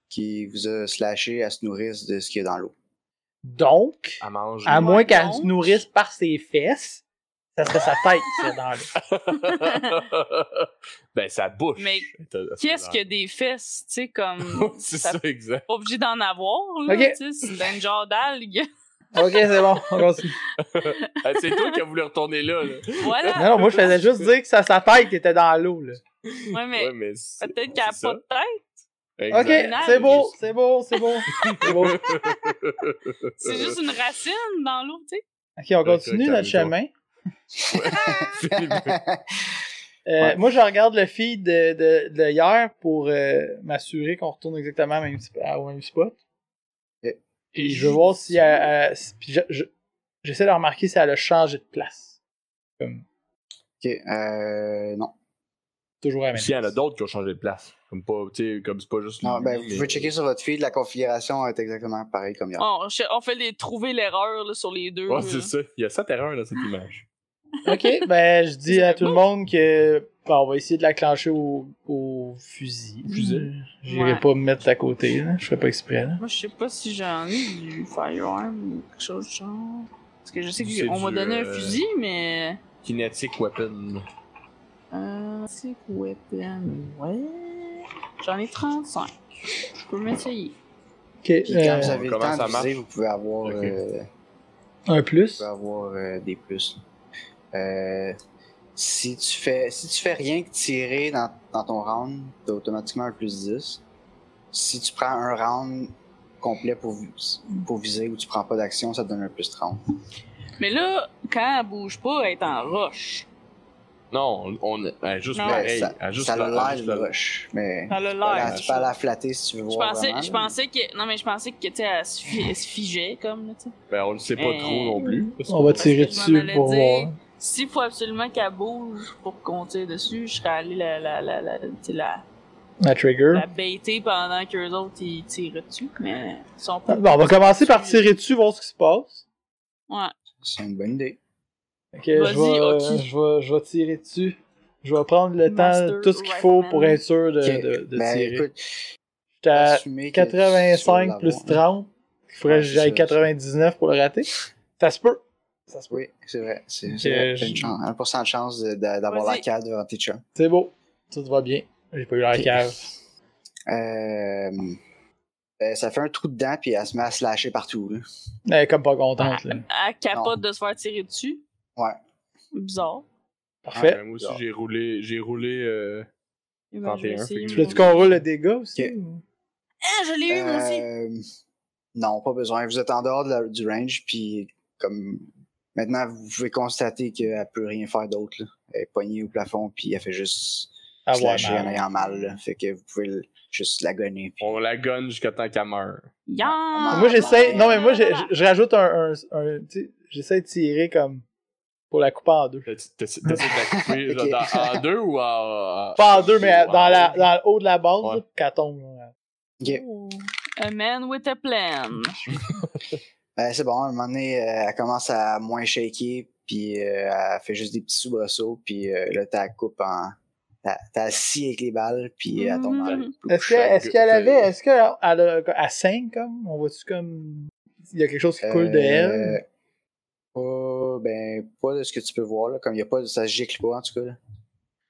[SPEAKER 2] qui vous a slashé, elle se nourrisse de ce qui est dans l'eau.
[SPEAKER 1] Donc,
[SPEAKER 3] À manger.
[SPEAKER 1] à
[SPEAKER 4] Ouais,
[SPEAKER 1] moins qu'elle
[SPEAKER 4] donc.
[SPEAKER 1] se nourrisse par ses fesses, ça serait sa tête qui serait dans l'eau.
[SPEAKER 3] ben, ça bouche.
[SPEAKER 4] Mais Qu'est-ce que des fesses, tu sais, comme.
[SPEAKER 3] C'est
[SPEAKER 4] ça-
[SPEAKER 3] ça, exact.
[SPEAKER 4] Pas obligé d'en avoir, là.
[SPEAKER 1] Ok.
[SPEAKER 4] Tu sais, c'est un genre d'algue.
[SPEAKER 1] Ok, c'est bon, on continue.
[SPEAKER 3] Ah, c'est toi qui as voulu retourner là. là.
[SPEAKER 4] voilà.
[SPEAKER 1] Non, non, moi, je faisais juste dire que ça, sa tête était dans l'eau, là.
[SPEAKER 4] Ouais, mais
[SPEAKER 3] Ouais, mais c'est-
[SPEAKER 4] peut-être qu'elle n'a
[SPEAKER 3] c'est
[SPEAKER 4] pas de tête.
[SPEAKER 3] ça.
[SPEAKER 1] Ok,
[SPEAKER 3] Exact.
[SPEAKER 1] c'est beau, c'est beau, c'est beau. C'est beau. Ok,
[SPEAKER 4] C'est juste une racine dans l'eau, tu sais.
[SPEAKER 1] on continue notre chemin. Euh,
[SPEAKER 2] Ouais.
[SPEAKER 1] Moi, je regarde le feed de, de, de hier pour euh, m'assurer qu'on retourne exactement au même, sp- à- au même spot.
[SPEAKER 2] Ok.
[SPEAKER 1] Puis je veux voir si. elle- elle- si- puis je- je- J'essaie de remarquer si elle a changé de place. Comme
[SPEAKER 2] ok, euh, non.
[SPEAKER 1] toujours à la même
[SPEAKER 3] Puis il y en a
[SPEAKER 1] place.
[SPEAKER 3] d'autres qui ont changé de place. Comme pas, tu sais, comme c'est pas juste.
[SPEAKER 2] Non,
[SPEAKER 3] lui,
[SPEAKER 2] ben, vous
[SPEAKER 3] mais-
[SPEAKER 2] pouvez checker sur votre feed, la configuration est exactement pareille comme
[SPEAKER 1] Ah,
[SPEAKER 2] hier.
[SPEAKER 4] On, ch- on fait les, trouver l'erreur là, sur les deux.
[SPEAKER 3] Ouais,
[SPEAKER 4] là.
[SPEAKER 3] c'est ça. Il y a cette erreur dans cette image.
[SPEAKER 1] Ok, ben je dis à tout le monde que ben, on va essayer de l'acclencher au, au fusil.
[SPEAKER 3] Fusil.
[SPEAKER 1] J'irai
[SPEAKER 4] Ouais.
[SPEAKER 1] pas me mettre à côté, là. je ferai pas exprès. Là.
[SPEAKER 4] Moi, je sais pas si j'en ai du firearm ou quelque chose du genre. Parce que je sais
[SPEAKER 3] C'est
[SPEAKER 4] qu'on m'a
[SPEAKER 3] du,
[SPEAKER 4] donné un
[SPEAKER 3] euh,
[SPEAKER 4] fusil, mais.
[SPEAKER 3] Kinetic weapon.
[SPEAKER 4] Euh. C'est quoi, Ben? Ouais. J'en ai 35. Je peux m'essayer.
[SPEAKER 1] Ok,
[SPEAKER 2] Puis quand
[SPEAKER 1] euh,
[SPEAKER 2] vous avez le
[SPEAKER 3] comment
[SPEAKER 2] temps
[SPEAKER 3] ça
[SPEAKER 2] de viser,
[SPEAKER 3] marche?
[SPEAKER 2] vous pouvez avoir,
[SPEAKER 3] Ok.
[SPEAKER 2] euh, vous
[SPEAKER 1] un plus.
[SPEAKER 2] pouvez avoir euh, des plus. Euh, si tu fais si tu fais rien que tirer dans, dans ton round, t'as automatiquement un plus 10. Si tu prends un round complet pour, vis- pour viser ou tu prends pas d'action, ça te donne un plus 30.
[SPEAKER 4] Mais là, quand elle bouge pas, elle est en roche.
[SPEAKER 3] Non, on, on elle est juste
[SPEAKER 4] Non.
[SPEAKER 3] pareil.
[SPEAKER 2] ça,
[SPEAKER 3] elle est juste
[SPEAKER 2] ça
[SPEAKER 3] la-
[SPEAKER 2] a
[SPEAKER 3] elle est
[SPEAKER 2] l'air
[SPEAKER 3] juste
[SPEAKER 2] de
[SPEAKER 3] la-
[SPEAKER 2] rush, mais
[SPEAKER 4] Elle a
[SPEAKER 2] voilà,
[SPEAKER 4] l'air.
[SPEAKER 2] tu peux la flatter si tu veux
[SPEAKER 4] Je
[SPEAKER 2] voir
[SPEAKER 4] pensais,
[SPEAKER 2] vraiment,
[SPEAKER 4] je
[SPEAKER 2] là.
[SPEAKER 4] pensais que. Non, mais je pensais que, tu sais, elle se, fi- elle se figeait, comme, là, tu sais.
[SPEAKER 3] Ben, on le sait pas
[SPEAKER 4] Mais-
[SPEAKER 3] trop non plus. parce que-
[SPEAKER 1] On va
[SPEAKER 4] Parce que
[SPEAKER 1] tirer
[SPEAKER 4] je m'en
[SPEAKER 1] dessus
[SPEAKER 4] allais
[SPEAKER 1] pour
[SPEAKER 4] dire-
[SPEAKER 1] voir.
[SPEAKER 4] S'il faut absolument qu'elle bouge pour qu'on tire dessus, je serais allé la, la, la, la, tu sais, la,
[SPEAKER 1] La trigger.
[SPEAKER 4] la baiter pendant qu'eux autres ils tirent dessus, mais ils sont pas.
[SPEAKER 1] Bon, Ah, bah, on va commencer par tirer dessus, voir ce qui se passe.
[SPEAKER 4] Ouais.
[SPEAKER 2] C'est une bonne idée.
[SPEAKER 1] Ok, je vais, euh,
[SPEAKER 4] Vas-y, Hockey.
[SPEAKER 1] je, vais, je vais tirer dessus. Je vais prendre le
[SPEAKER 4] Master
[SPEAKER 1] temps, tout ce qu'il faut
[SPEAKER 4] Rifleman.
[SPEAKER 1] pour être sûr de,
[SPEAKER 2] Ok,
[SPEAKER 1] de, de
[SPEAKER 2] ben,
[SPEAKER 1] tirer.
[SPEAKER 2] écoute,
[SPEAKER 1] J'étais à
[SPEAKER 2] assumer que tu vas
[SPEAKER 1] 85 plus
[SPEAKER 2] l'avoir.
[SPEAKER 1] 30. Il faudrait
[SPEAKER 2] Ouais,
[SPEAKER 1] que
[SPEAKER 2] c'est
[SPEAKER 1] j'aille
[SPEAKER 2] ça,
[SPEAKER 1] 99 pour le rater. Ça se peut. Ça se peut.
[SPEAKER 2] Oui, c'est vrai. C'est
[SPEAKER 1] Ok,
[SPEAKER 2] c'est vrai. T'as une
[SPEAKER 1] je-
[SPEAKER 2] chance, 1% de chance de- de- d'avoir
[SPEAKER 4] Vas-y.
[SPEAKER 2] la carte devant tes chums.
[SPEAKER 1] C'est beau. Tout va bien. J'ai pas eu la
[SPEAKER 2] Ok.
[SPEAKER 1] cave.
[SPEAKER 2] Euh, Euh, ça fait un trou dedans, puis elle se met à se lâcher partout. Là.
[SPEAKER 1] Elle est comme pas contente. là.
[SPEAKER 4] Elle capote de se faire tirer dessus.
[SPEAKER 2] Ouais.
[SPEAKER 4] Bizarre.
[SPEAKER 1] Parfait.
[SPEAKER 3] Ah, ben, moi aussi, j'ai roulé. J'ai roulé. euh,
[SPEAKER 4] Eh ben, je vais
[SPEAKER 3] 31,
[SPEAKER 4] essayer,
[SPEAKER 3] fait que-
[SPEAKER 1] Tu
[SPEAKER 4] moi.
[SPEAKER 1] veux-tu qu'on roule le dégât aussi?
[SPEAKER 2] Ok.
[SPEAKER 1] ou-
[SPEAKER 4] Ah, je l'ai eu, moi aussi.
[SPEAKER 2] Euh, non, pas besoin. Vous êtes en dehors de la- du range, puis comme maintenant, vous pouvez constater qu'elle peut rien faire d'autre. là. Elle est poignée au plafond, puis elle fait juste
[SPEAKER 1] Ah
[SPEAKER 2] se
[SPEAKER 1] ouais,
[SPEAKER 2] lâcher en
[SPEAKER 1] mal.
[SPEAKER 2] ayant mal. là. Fait que vous pouvez le- juste la gonner. puis-
[SPEAKER 3] On la gonne jusqu'à temps qu'elle meurt.
[SPEAKER 4] Yeah.
[SPEAKER 2] Ah,
[SPEAKER 1] Moi, j'essaie.
[SPEAKER 2] bah,
[SPEAKER 1] Non, mais moi, je, je- je rajoute un. un, un- tu sais, j'essaie de tirer comme. Pour la couper en deux.
[SPEAKER 3] T'as- T'essaies t'essaies de la couper
[SPEAKER 2] Ok.
[SPEAKER 3] genre, dans- en deux ou en.
[SPEAKER 1] Pas en deux, mais
[SPEAKER 3] en-
[SPEAKER 1] dans, la, dans le haut de la base,
[SPEAKER 3] Ouais.
[SPEAKER 1] là, puis qu'elle tombe. là.
[SPEAKER 4] Ouh. A man with a plan.
[SPEAKER 2] Ben, c'est bon, à un moment donné, euh, elle commence à moins shaker, puis euh, elle fait juste des petits soubresauts, puis euh, là, t'as la coupe en. T'as t'as scié avec les balles, puis elle tombe
[SPEAKER 4] Mm-hmm.
[SPEAKER 2] dans le.
[SPEAKER 1] Est-ce que- est-ce
[SPEAKER 3] Chaque-
[SPEAKER 1] qu'elle avait. Est-ce qu'elle a- elle a- elle saigne comme On voit-tu comme. Il y a quelque chose qui
[SPEAKER 2] Euh.
[SPEAKER 1] coule de elle
[SPEAKER 2] Pas, ben, pas de ce que tu peux voir, là. Comme il y a pas de. Ça se gicle pas, en tout cas, là.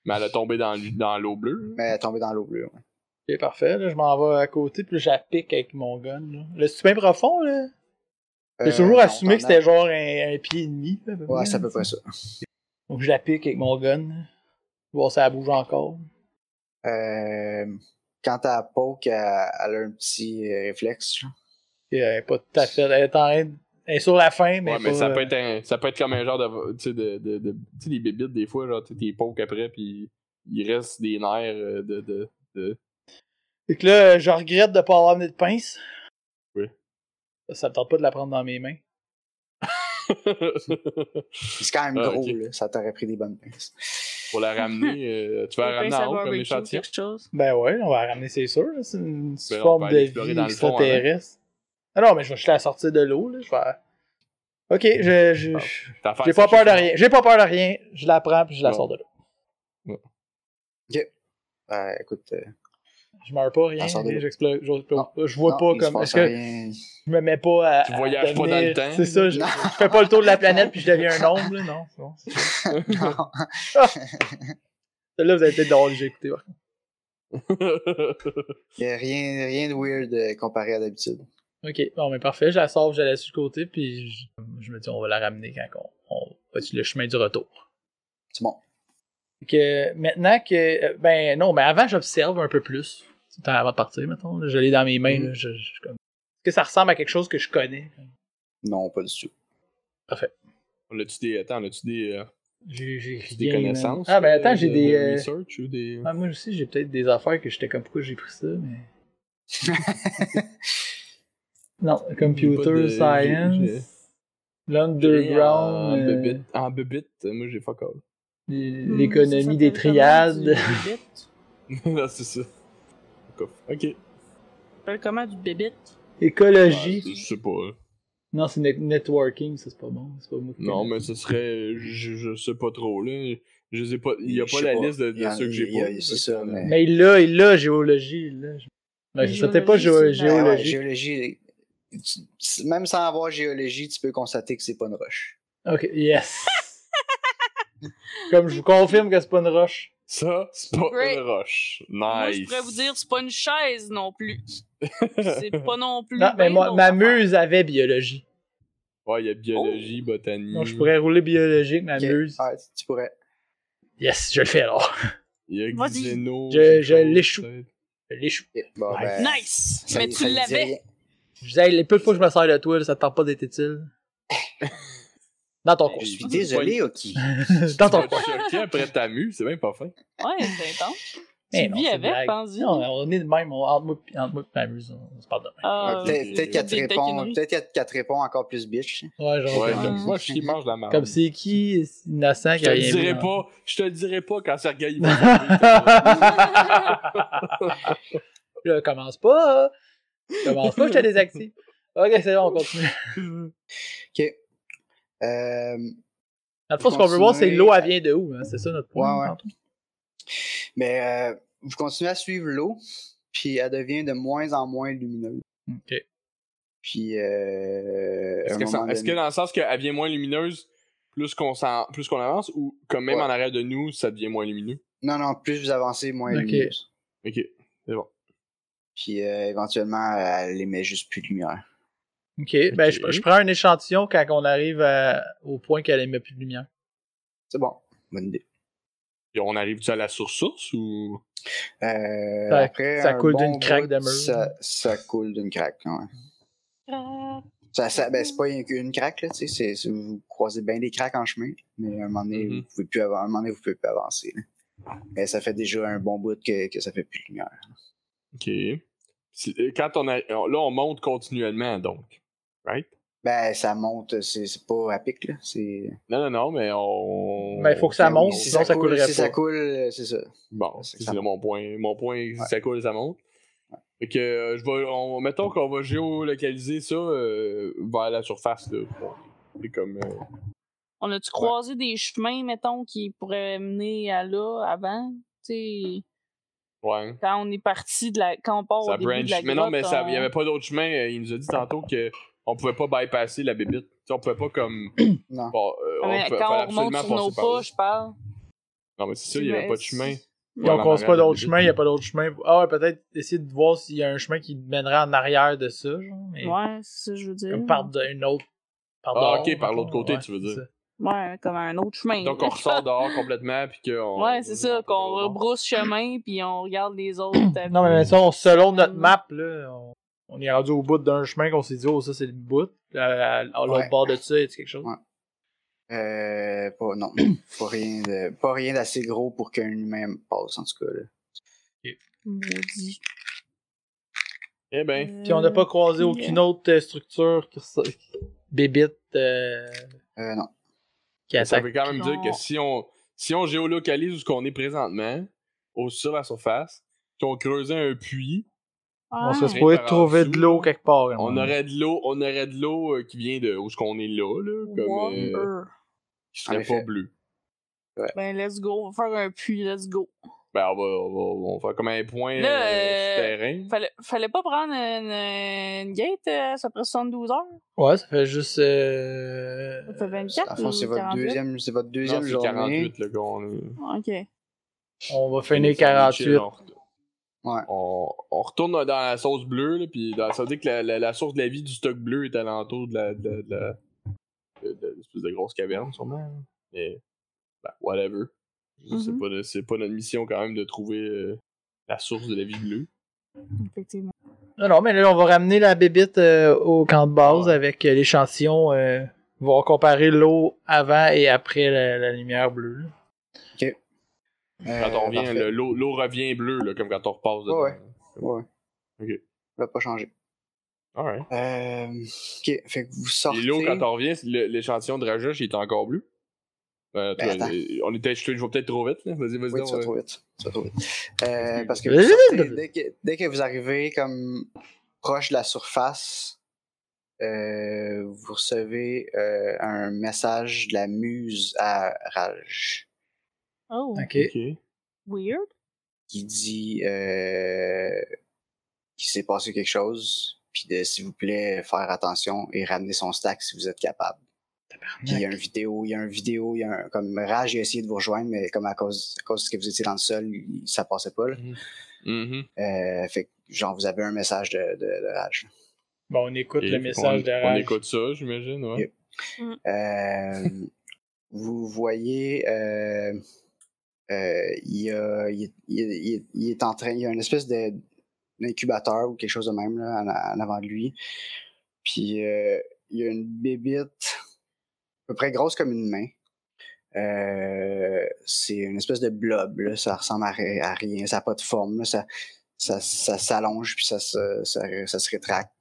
[SPEAKER 3] Mais elle a tombé dans, l- dans l'eau bleue.
[SPEAKER 2] Mais elle est tombée dans l'eau bleue, ouais.
[SPEAKER 1] C'est parfait, là, je m'en vais à côté, puis je la pique avec mon gun. Là. Le c'est bien profond, là. J'ai
[SPEAKER 2] Euh,
[SPEAKER 1] toujours
[SPEAKER 2] non,
[SPEAKER 1] assumé que
[SPEAKER 2] t'en
[SPEAKER 1] c'était genre un, un pied et demi. là, à peu
[SPEAKER 2] as- Ouais,
[SPEAKER 1] près,
[SPEAKER 2] c'est à peu
[SPEAKER 1] là.
[SPEAKER 2] près ça.
[SPEAKER 1] Donc je la pique avec mon gun. là. Voir si elle bouge encore.
[SPEAKER 2] Euh, quand elle poke, elle, elle a un petit euh, réflexe, genre.
[SPEAKER 1] Et elle est euh, pas tout à fait. Elle est, en train de- elle est sur la fin, mais.
[SPEAKER 3] ouais, mais
[SPEAKER 1] pas,
[SPEAKER 3] ça peut,
[SPEAKER 1] euh,
[SPEAKER 3] être un- ça peut être comme un genre de. Tu sais, de, de, de- tu sais, les bébites, des fois, genre, tu sais, t'es poke après, puis il reste des nerfs euh, de. de, de...
[SPEAKER 1] Fait que là, je regrette de pas avoir amené de pince.
[SPEAKER 3] Oui.
[SPEAKER 1] Ça, ça me tente pas de la prendre dans mes mains.
[SPEAKER 2] C'est quand même
[SPEAKER 3] Ah,
[SPEAKER 2] gros,
[SPEAKER 3] ok.
[SPEAKER 2] là. Ça t'aurait pris des bonnes pinces.
[SPEAKER 3] Pour la ramener, euh, tu vas la
[SPEAKER 4] Au pain
[SPEAKER 3] ramener en haut
[SPEAKER 4] saveur
[SPEAKER 3] comme
[SPEAKER 4] barbecue,
[SPEAKER 3] échantillon.
[SPEAKER 4] quelque chose.
[SPEAKER 1] Ben ouais, on va la ramener, c'est sûr. là. C'est une petite
[SPEAKER 3] Ben, on
[SPEAKER 1] forme
[SPEAKER 3] peut
[SPEAKER 1] de
[SPEAKER 3] aller explorer
[SPEAKER 1] vie
[SPEAKER 3] dans le fond avant.
[SPEAKER 1] extraterrestre. Ah non, mais je vais juste la sortir de l'eau, là. Je vais. Ok, je- je,
[SPEAKER 3] Ah.
[SPEAKER 1] je,
[SPEAKER 3] T'as affaire
[SPEAKER 1] J'ai
[SPEAKER 3] à
[SPEAKER 1] pas
[SPEAKER 3] ça,
[SPEAKER 1] peur de
[SPEAKER 3] je-
[SPEAKER 1] rien. J'ai pas peur de rien. Je la prends puis je la
[SPEAKER 3] Bon.
[SPEAKER 1] sors de là.
[SPEAKER 2] Ben, écoute, euh,
[SPEAKER 1] Je meurs pas, rien.
[SPEAKER 2] Elle sort de là.
[SPEAKER 1] J'explose. j'explose pas. Je vois
[SPEAKER 2] non,
[SPEAKER 1] pas
[SPEAKER 2] il se
[SPEAKER 1] comme.
[SPEAKER 2] passe
[SPEAKER 1] Est-ce que
[SPEAKER 2] rien.
[SPEAKER 1] je me mets pas à.
[SPEAKER 3] Tu
[SPEAKER 1] à
[SPEAKER 3] voyages pas
[SPEAKER 1] devenir-
[SPEAKER 3] dans le temps.
[SPEAKER 1] C'est ça. Je,
[SPEAKER 2] Non.
[SPEAKER 1] je fais pas le tour de la planète puis je deviens un ombre, là. Non, c'est bon.
[SPEAKER 2] Non.
[SPEAKER 1] Celle-là, vous avez été drôle, j'ai écouté. par contre.
[SPEAKER 2] Il n'y a rien, rien de weird euh, comparé à d'habitude.
[SPEAKER 1] Ok, bon, mais parfait. Je la sors, je la laisse sur le côté puis je, je me dis, on va la ramener quand on, on va sur le chemin du retour.
[SPEAKER 2] C'est bon.
[SPEAKER 1] que maintenant que. euh, Ben non, mais avant, j'observe un peu plus. C'est temps Avant de partir, mettons. là. Je l'ai dans mes mains.
[SPEAKER 2] Mhm.
[SPEAKER 1] là, je- je- comme- Est-ce que ça ressemble à quelque chose que je connais
[SPEAKER 2] Non, pas du tout.
[SPEAKER 3] On a-tu des. Attends, on a-tu des, euh,
[SPEAKER 1] J'ai j'ai
[SPEAKER 3] des
[SPEAKER 1] rien,
[SPEAKER 3] connaissances?
[SPEAKER 1] man. Ah, ben attends,
[SPEAKER 3] euh,
[SPEAKER 1] j'ai
[SPEAKER 3] de-
[SPEAKER 1] des.
[SPEAKER 3] de
[SPEAKER 1] euh,
[SPEAKER 3] research ou des.
[SPEAKER 1] ah, moi aussi, j'ai peut-être des affaires que j'étais comme pourquoi j'ai pris ça, mais. non, Computer
[SPEAKER 3] de- j'ai- Ah, j'ai-
[SPEAKER 1] Science,
[SPEAKER 3] En
[SPEAKER 1] l'Underground, euh,
[SPEAKER 3] bébite. En bébite, moi j'ai fuck all.
[SPEAKER 1] les-
[SPEAKER 4] Hmm, ça
[SPEAKER 1] l'économie
[SPEAKER 4] s'appelle
[SPEAKER 1] des
[SPEAKER 4] comment, du
[SPEAKER 1] triades.
[SPEAKER 4] bébite?
[SPEAKER 3] Là, c'est ça. Fuck off. Ok.
[SPEAKER 4] Ça s'appelle comment du bébite?
[SPEAKER 1] Écologie.
[SPEAKER 3] Ouais, je sais pas. hein.
[SPEAKER 1] Non, c'est net- networking, ça c'est pas bon. C'est pas moi qui
[SPEAKER 3] Non,
[SPEAKER 1] connais.
[SPEAKER 3] mais ce serait. Je, je sais pas trop, là. Je sais pas. Il y a
[SPEAKER 2] Je
[SPEAKER 3] pas
[SPEAKER 2] sais
[SPEAKER 3] la
[SPEAKER 2] pas.
[SPEAKER 3] liste de, de
[SPEAKER 2] Il y en-
[SPEAKER 3] ceux que
[SPEAKER 2] il
[SPEAKER 3] j'ai
[SPEAKER 2] y a-
[SPEAKER 3] pas.
[SPEAKER 2] c'est ça, mais-
[SPEAKER 1] Mais il l'a, il l'a, géologie. il l'a. Je- Ben, je- C'était pas géo-
[SPEAKER 4] Géologie, c'est
[SPEAKER 2] Ben ouais,
[SPEAKER 1] géologie.
[SPEAKER 2] géologie. euh, tu- même sans avoir géologie, tu peux constater que c'est pas une roche.
[SPEAKER 1] Ok, yes. Comme je vous confirme que c'est pas une roche.
[SPEAKER 3] Ça, c'est pas
[SPEAKER 4] Great.
[SPEAKER 3] une roche. Nice.
[SPEAKER 4] Moi, je pourrais vous dire, c'est pas une chaise non plus. C'est pas non plus.
[SPEAKER 1] Non, mais
[SPEAKER 4] ben
[SPEAKER 1] moi,
[SPEAKER 4] non.
[SPEAKER 1] ma muse avait biologie.
[SPEAKER 3] Ouais, il y a biologie,
[SPEAKER 4] Oh.
[SPEAKER 3] botanie.
[SPEAKER 1] Donc je pourrais rouler biologique, ma
[SPEAKER 2] Ok.
[SPEAKER 1] muse.
[SPEAKER 2] Ouais, tu- tu pourrais.
[SPEAKER 1] Yes, je le fais alors.
[SPEAKER 3] Il y a
[SPEAKER 4] Vas-y.
[SPEAKER 3] xéno.
[SPEAKER 1] Je-
[SPEAKER 3] quelque
[SPEAKER 1] je
[SPEAKER 3] chose,
[SPEAKER 1] l'échoue.
[SPEAKER 3] peut-être.
[SPEAKER 1] Je l'échoue.
[SPEAKER 2] Ok, bon,
[SPEAKER 1] Nice.
[SPEAKER 2] ben,
[SPEAKER 4] Nice!
[SPEAKER 2] ça-
[SPEAKER 4] mais
[SPEAKER 2] ça
[SPEAKER 4] tu
[SPEAKER 2] lui dit
[SPEAKER 4] l'avais!
[SPEAKER 2] rien.
[SPEAKER 1] Je disais, hey, les peu de fois que je me sers de toi, là, ça te tente pas d'être utile. Dans ton coin.
[SPEAKER 2] Je suis
[SPEAKER 3] Ouais.
[SPEAKER 2] désolé, Oki.
[SPEAKER 1] Dans
[SPEAKER 3] Tu
[SPEAKER 1] ton
[SPEAKER 3] vas
[SPEAKER 1] coin.
[SPEAKER 3] te choquer après ta mue, c'est même pas fin.
[SPEAKER 4] Ouais, c'est intense.
[SPEAKER 1] Mais
[SPEAKER 4] tu
[SPEAKER 1] Eh non,
[SPEAKER 4] vis
[SPEAKER 1] c'est
[SPEAKER 4] avec, hein?
[SPEAKER 1] blague.
[SPEAKER 4] pense-y.
[SPEAKER 1] Non, on est de même, on, entre, moi, pis- entre moi et ma muse, on, on se parle de
[SPEAKER 4] Ah,
[SPEAKER 2] Peut-
[SPEAKER 3] ok.
[SPEAKER 2] Peut-être qu'elle te
[SPEAKER 4] Des
[SPEAKER 2] répond,
[SPEAKER 4] taquineries.
[SPEAKER 2] peut-être qu'elle- qu'elle te répond encore plus bitch.
[SPEAKER 1] même. Ouais, genre.
[SPEAKER 3] Ouais,
[SPEAKER 1] comme-
[SPEAKER 3] comme moi, je qui mange la marde.
[SPEAKER 1] Comme c'est qui, c'est innocent,
[SPEAKER 3] Je
[SPEAKER 1] qui a
[SPEAKER 3] te le
[SPEAKER 1] rien hein?
[SPEAKER 3] dirai
[SPEAKER 1] mis dans-
[SPEAKER 3] pas, je te le dirai pas quand Sergei il va
[SPEAKER 1] Là, commence pas. hein. Commence pas, je te désactive. Ok, c'est bon, on continue.
[SPEAKER 2] Ok. Euh,
[SPEAKER 1] Dans le fond, ce qu'on veut voir, c'est
[SPEAKER 2] Continuez.
[SPEAKER 1] l'eau, elle vient de où? Hein? C'est ça notre point?
[SPEAKER 2] Ouais, ouais.
[SPEAKER 1] tantôt?
[SPEAKER 2] mais euh, vous continuez à suivre l'eau, puis elle devient de moins en moins lumineuse.
[SPEAKER 1] Ok.
[SPEAKER 2] Puis, euh, à
[SPEAKER 3] Est-ce
[SPEAKER 2] un
[SPEAKER 3] que, ça-
[SPEAKER 2] moment
[SPEAKER 3] est-ce que
[SPEAKER 2] donné-
[SPEAKER 3] dans le sens qu'elle vient moins lumineuse, plus qu'on s'en- plus qu'on avance, ou comme même
[SPEAKER 2] Ouais.
[SPEAKER 3] en arrière de nous, ça devient moins lumineux?
[SPEAKER 2] Non, non, plus vous avancez, moins
[SPEAKER 1] Ok.
[SPEAKER 2] lumineuse.
[SPEAKER 3] Ok.
[SPEAKER 2] Puis euh, éventuellement, elle émet juste plus de lumière.
[SPEAKER 1] OK. Ben, je, je prends un échantillon quand on arrive à- au point qu'elle émet plus de lumière.
[SPEAKER 2] C'est bon, bonne idée.
[SPEAKER 3] Puis on arrive-tu à la source ou.
[SPEAKER 2] Euh,
[SPEAKER 1] Ça-
[SPEAKER 2] après,
[SPEAKER 1] ça
[SPEAKER 2] un
[SPEAKER 1] coule d'une
[SPEAKER 2] bout,
[SPEAKER 1] craque de mur.
[SPEAKER 2] Ça, ça coule d'une craque, ouais.
[SPEAKER 4] Ah,
[SPEAKER 2] Ça, ça- ben, c'est pas une, une craque, là, tu sais. c'est- c'est- Vous croisez bien des craques en chemin, mais à un moment donné,
[SPEAKER 3] Mhm.
[SPEAKER 2] vous pouvez plus avancer. un moment donné, vous pouvez plus avancer. là. Mais ça fait déjà un bon bout que, que ça fait plus de lumière.
[SPEAKER 3] Ok. C'est- euh, Quand on a... Là, on monte continuellement, donc. Right?
[SPEAKER 2] Ben, ça monte, c'est c'est pas à pic, là. C'est.
[SPEAKER 3] Non, non, non, mais on.
[SPEAKER 1] Ben, il faut que ça
[SPEAKER 2] Ben oui,
[SPEAKER 1] monte,
[SPEAKER 2] si
[SPEAKER 1] sinon ça
[SPEAKER 2] coule,
[SPEAKER 1] coulerait
[SPEAKER 2] Si
[SPEAKER 1] pas.
[SPEAKER 2] ça coule, euh, c'est ça.
[SPEAKER 3] Bon,
[SPEAKER 2] C'est
[SPEAKER 3] c'est
[SPEAKER 2] ça.
[SPEAKER 3] là mon point. Mon point, si ça coule, ça monte. Fait que, euh, je vais, on, mettons qu'on va géolocaliser ça euh, vers la surface. Là. C'est comme. euh,
[SPEAKER 4] On a-tu croisé des chemins, mettons, qui pourraient mener à là avant? Tu sais,
[SPEAKER 3] ouais.
[SPEAKER 4] quand on est parti de la. Quand on part
[SPEAKER 3] Ça
[SPEAKER 4] au début de
[SPEAKER 3] branch.
[SPEAKER 4] la
[SPEAKER 3] Mais non, mais
[SPEAKER 4] grotte, hein.
[SPEAKER 3] ça-
[SPEAKER 4] on-
[SPEAKER 3] il n'y avait pas d'autre chemin. Euh, Il nous a dit tantôt que on pouvait pas bypasser la bébite. Tu sais, on pouvait pas comme.
[SPEAKER 2] Non.
[SPEAKER 3] bon, euh,
[SPEAKER 4] Ah, mais
[SPEAKER 3] peut-
[SPEAKER 4] quand
[SPEAKER 3] fallait
[SPEAKER 4] on remonte
[SPEAKER 3] absolument
[SPEAKER 4] sur nos
[SPEAKER 3] passer par là.
[SPEAKER 4] pas, je parle.
[SPEAKER 3] Non, mais c'est ça, il n'y avait
[SPEAKER 4] Mais
[SPEAKER 3] pas de chemin.
[SPEAKER 1] Et on
[SPEAKER 3] Ouais,
[SPEAKER 1] cause
[SPEAKER 3] en
[SPEAKER 1] pas
[SPEAKER 3] arrière,
[SPEAKER 1] d'autre
[SPEAKER 3] vite.
[SPEAKER 1] chemin, il n'y a pas d'autre chemin. Ah ouais, peut-être essayer de voir s'il y a un chemin qui mènerait en arrière de ça, genre. mais
[SPEAKER 4] Ouais, c'est ça que je veux dire.
[SPEAKER 1] Comme par de- une autre. Par
[SPEAKER 3] Ah,
[SPEAKER 1] dehors,
[SPEAKER 3] ok, par l'autre
[SPEAKER 1] mettons.
[SPEAKER 3] côté,
[SPEAKER 1] Ouais,
[SPEAKER 3] tu veux
[SPEAKER 1] c'est
[SPEAKER 3] dire.
[SPEAKER 1] ça.
[SPEAKER 4] Ouais, comme un autre chemin.
[SPEAKER 3] Donc on ressort dehors complètement puis qu'on.
[SPEAKER 4] Ouais, c'est ça, qu'on rebrousse chemin, puis on regarde les autres. euh,
[SPEAKER 1] Non, mais ça, on, selon notre map, là, on, on est rendu au bout d'un chemin qu'on s'est dit, oh, ça, c'est le bout. À, à- à l'autre
[SPEAKER 2] Ouais.
[SPEAKER 1] bord de ça, est quelque chose?
[SPEAKER 2] Ouais. Euh, pas, non, pas rien de, pas rien d'assez gros pour qu'un humain passe, en tout cas. Là.
[SPEAKER 4] Maudit.
[SPEAKER 3] Eh ben,
[SPEAKER 1] Puis on n'a pas croisé
[SPEAKER 4] Euh,
[SPEAKER 1] aucune autre euh, structure qui ressa- qui- bébite euh,
[SPEAKER 2] Euh, non.
[SPEAKER 1] qui
[SPEAKER 3] ça
[SPEAKER 1] attaque.
[SPEAKER 3] veut quand même dire que si on, si on géolocalise où ce qu'on est présentement, au sur la surface, qu'on creusait un puits,
[SPEAKER 1] On
[SPEAKER 4] Ouais.
[SPEAKER 1] se
[SPEAKER 3] serait-
[SPEAKER 1] supposé
[SPEAKER 3] par en
[SPEAKER 1] trouver
[SPEAKER 3] dessous,
[SPEAKER 1] de l'eau
[SPEAKER 3] là.
[SPEAKER 1] quelque part. hein.
[SPEAKER 3] on aurait de l'eau, on aurait de l'eau euh, qui vient de où ce qu'on est là, là, comme euh,
[SPEAKER 4] Water.
[SPEAKER 3] qui
[SPEAKER 2] En
[SPEAKER 3] serait
[SPEAKER 2] effet.
[SPEAKER 3] pas bleue.
[SPEAKER 4] Ben, let's go, on va faire un puits, let's go.
[SPEAKER 3] Ben on va, on va- on va faire comme un point
[SPEAKER 4] Là,
[SPEAKER 3] euh,
[SPEAKER 4] euh,
[SPEAKER 3] souterrain.
[SPEAKER 4] Fallait, fallait pas prendre une, une gate, euh, ça prend 72 heures.
[SPEAKER 1] Ouais, ça fait juste. euh,
[SPEAKER 4] Ça fait
[SPEAKER 2] Dans
[SPEAKER 4] 24
[SPEAKER 2] le fond, c'est
[SPEAKER 4] ou
[SPEAKER 2] votre
[SPEAKER 4] 48?
[SPEAKER 2] deuxième, c'est votre deuxième
[SPEAKER 3] Non, c'est
[SPEAKER 2] journée.
[SPEAKER 3] 48 le gars. On,
[SPEAKER 1] On
[SPEAKER 4] Ok.
[SPEAKER 1] va
[SPEAKER 3] est- on est
[SPEAKER 1] finir
[SPEAKER 3] chill,
[SPEAKER 1] 48.
[SPEAKER 3] on ret-
[SPEAKER 2] Ouais.
[SPEAKER 3] On, on retourne dans la sauce bleue, là, puis dans- ça veut dire que la, la- la source de la vie du stock bleu est alentour de la. de, la- de la- de- de l'espèce de grosse caverne, sûrement. là. Mais. ben, whatever.
[SPEAKER 4] Mhm.
[SPEAKER 3] C'est pas, de- c'est pas notre mission, quand même, de trouver euh, la source de la vie bleue.
[SPEAKER 4] Effectivement.
[SPEAKER 1] Non, non, mais là, on va ramener la bébite euh, au camp de base
[SPEAKER 3] Ouais.
[SPEAKER 1] avec euh, l'échantillon. euh, on va comparer l'eau avant et après la, la lumière bleue. là.
[SPEAKER 2] Euh,
[SPEAKER 3] Quand on revient,
[SPEAKER 2] parfait.
[SPEAKER 3] le- l'eau l'eau revient bleue, là, comme quand on repasse dedans.
[SPEAKER 2] Ouais, Ouais.
[SPEAKER 3] Ok.
[SPEAKER 2] Ça va pas changer.
[SPEAKER 3] Alright.
[SPEAKER 2] Euh, ok, fait que vous sortez.
[SPEAKER 3] Et l'eau, quand on revient, le- l'échantillon de Rajesh, il est encore bleu. Euh,
[SPEAKER 2] Ben,
[SPEAKER 3] toi,
[SPEAKER 2] attends.
[SPEAKER 3] euh, on était, je, je vais peut-être trop vite, là. Vas-y, vas-y.
[SPEAKER 2] Oui,
[SPEAKER 3] donc,
[SPEAKER 2] tu vas
[SPEAKER 3] euh,
[SPEAKER 2] trop vite. Tu vas trop vite. Euh, parce que,
[SPEAKER 1] Vas-y,
[SPEAKER 2] vous sortez-
[SPEAKER 1] vas-y.
[SPEAKER 2] dès que dès que vous arrivez comme proche de la surface, euh, vous recevez euh, un message de la muse à Raj
[SPEAKER 4] Oh,
[SPEAKER 1] Ok.
[SPEAKER 3] ok.
[SPEAKER 4] weird.
[SPEAKER 2] qui dit euh, qu'il s'est passé quelque chose, puis de s'il vous plaît faire attention et ramener son stack si vous êtes capable. Puis il y a une vidéo, il y a une vidéo, il y a un, comme Raj a essayé de vous rejoindre, mais comme à cause, à cause que vous étiez dans le sol, il- ça passait pas. Là.
[SPEAKER 3] Mhm.
[SPEAKER 2] Euh, fait que, genre, vous avez un message de, de, de rage.
[SPEAKER 1] Bon, on écoute
[SPEAKER 3] Et
[SPEAKER 1] le message
[SPEAKER 3] on,
[SPEAKER 1] de
[SPEAKER 3] On
[SPEAKER 1] Raj.
[SPEAKER 3] écoute ça, j'imagine, ouais.
[SPEAKER 2] Yep. Euh, vous voyez, euh, euh, il, y a, il, il- il- il est en train, il y a une espèce de- d'incubateur ou quelque chose de même là, en, en avant de lui. Puis euh, il y a une bébite à peu près grosse comme une main. Euh, c'est une espèce de blob, là, ça ressemble à, ri- à rien, ça n'a pas de forme, là, ça, ça, ça s'allonge puis ça se, ça, ça se rétracte.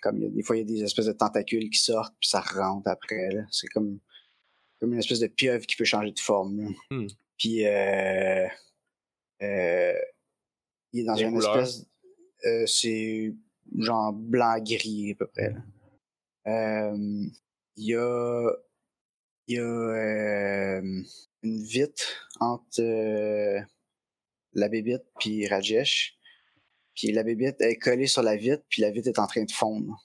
[SPEAKER 2] Comme il y a- des fois, il y a des espèces de tentacules qui sortent puis ça rentre après. là. C'est comme, comme une espèce de pieuvre qui peut changer de forme. là.
[SPEAKER 3] Hmm.
[SPEAKER 2] Puis euh, euh, il est dans
[SPEAKER 3] Quelle
[SPEAKER 2] une
[SPEAKER 3] couleur?
[SPEAKER 2] espèce. euh, c'est genre blanc-gris à peu près. là. Euh, il y a il y a euh, une vitre entre euh, la bébite puis Rajesh. Puis la bébite est collée sur la vitre, puis la vitre est en train de fondre.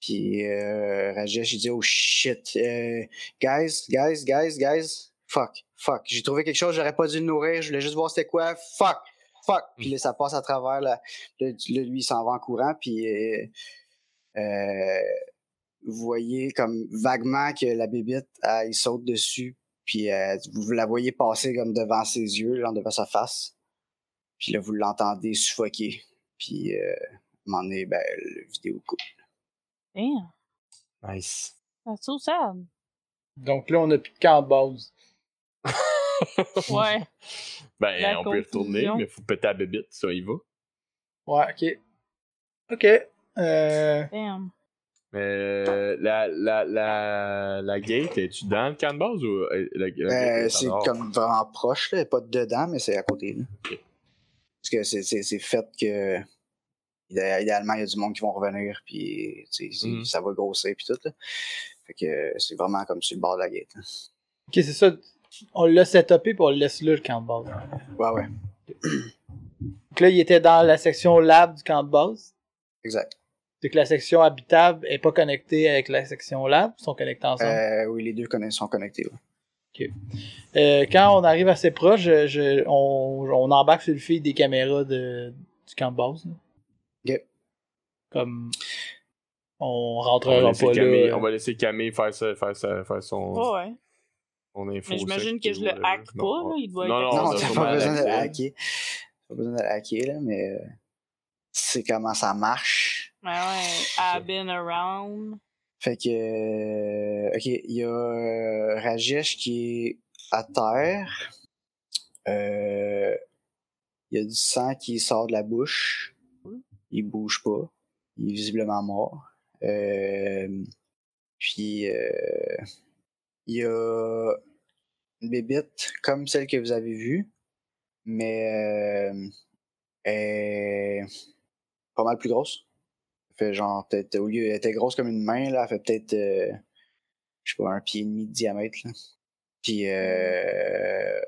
[SPEAKER 2] Puis euh, Rajesh, il dit Oh shit, euh, guys, guys, guys, guys, fuck, fuck. J'ai trouvé quelque chose, j'aurais pas dû le nourrir, je voulais juste voir c'était quoi, fuck. Fuck! Puis là, ça passe à travers. La... Là, là, lui, il s'en va en courant. Puis euh, euh, vous voyez comme vaguement que la bébite, elle, il saute dessus. Puis euh, vous la voyez passer comme devant ses yeux, genre devant sa face. Puis là, vous l'entendez suffoquer. Puis, euh, à un moment donné, ben, le vidéo coupe.
[SPEAKER 4] Damn,
[SPEAKER 3] Nice.
[SPEAKER 4] that's so sad.
[SPEAKER 1] Donc là, on a plus de camp de base.
[SPEAKER 4] Ouais.
[SPEAKER 3] Ben,
[SPEAKER 4] La
[SPEAKER 3] on peut y retourner,
[SPEAKER 4] confusion.
[SPEAKER 3] mais faut péter la bébite, ça y va.
[SPEAKER 1] Ouais, ok. Ok. Euh,
[SPEAKER 4] Damn.
[SPEAKER 3] Mais euh, la, la, la, la gate, es-tu dans le camp de base ou euh, la, la gate
[SPEAKER 2] Euh,
[SPEAKER 3] est en
[SPEAKER 2] c'est
[SPEAKER 3] dehors?
[SPEAKER 2] comme vraiment proche, là. pas dedans, mais c'est à côté. Là. Parce que c'est- c'est c'est fait que idé- idéalement, il y a du monde qui vont revenir, puis tu sais, c'est-
[SPEAKER 3] Mhm.
[SPEAKER 2] ça va grossir, puis tout. Là. Fait que c'est vraiment comme sur le bord de la guette.
[SPEAKER 1] ok, c'est ça. On l'a setupé puis on le laisse là, le camp de base.
[SPEAKER 2] Ouais, ouais,
[SPEAKER 1] Donc là, il était dans la section lab du camp de base.
[SPEAKER 2] exact.
[SPEAKER 1] C'est que la section habitable est pas connectée avec la section lab. Ils sont connectés
[SPEAKER 3] Ah.
[SPEAKER 1] ensemble.
[SPEAKER 2] Euh, oui, les deux conna- sont connectés. ouais.
[SPEAKER 1] Euh, quand on arrive assez proche, je- je- on, on embarque sur le fil des caméras de, du camp de base. là.
[SPEAKER 2] Ok.
[SPEAKER 1] Comme on
[SPEAKER 3] On va,
[SPEAKER 1] rentrera
[SPEAKER 3] laisser
[SPEAKER 1] pas
[SPEAKER 3] Camille-
[SPEAKER 1] là.
[SPEAKER 3] on va laisser Camille faire, sa- faire, sa- faire son,
[SPEAKER 4] Ouais, ouais.
[SPEAKER 3] son info.
[SPEAKER 4] Mais j'imagine
[SPEAKER 3] sec
[SPEAKER 4] que je
[SPEAKER 3] ou
[SPEAKER 4] le
[SPEAKER 3] whatever.
[SPEAKER 4] hack pas,
[SPEAKER 3] Non,
[SPEAKER 4] là. Il doit
[SPEAKER 3] Non,
[SPEAKER 4] être.
[SPEAKER 3] non,
[SPEAKER 2] Non,
[SPEAKER 3] on a
[SPEAKER 2] t'as
[SPEAKER 3] sûrement
[SPEAKER 2] pas besoin de le
[SPEAKER 3] l'accès.
[SPEAKER 2] hacker. T'as pas besoin de le hacker, là, mais euh, tu sais comment ça marche.
[SPEAKER 4] Ouais, ouais. I've been around.
[SPEAKER 2] Fait que. euh, ok, il y a euh, Rajesh qui est à terre. Euh, Il y a du sang qui sort de la bouche. Il bouge pas. Il est visiblement mort. Euh, puis. euh, Il y a une bébite comme celle que vous avez vue, mais. euh, elle est pas mal plus grosse. Elle fait genre peut-être au lieu elle était grosse comme une main là, elle fait peut-être euh, je sais pas un pied et demi de diamètre là. Puis euh,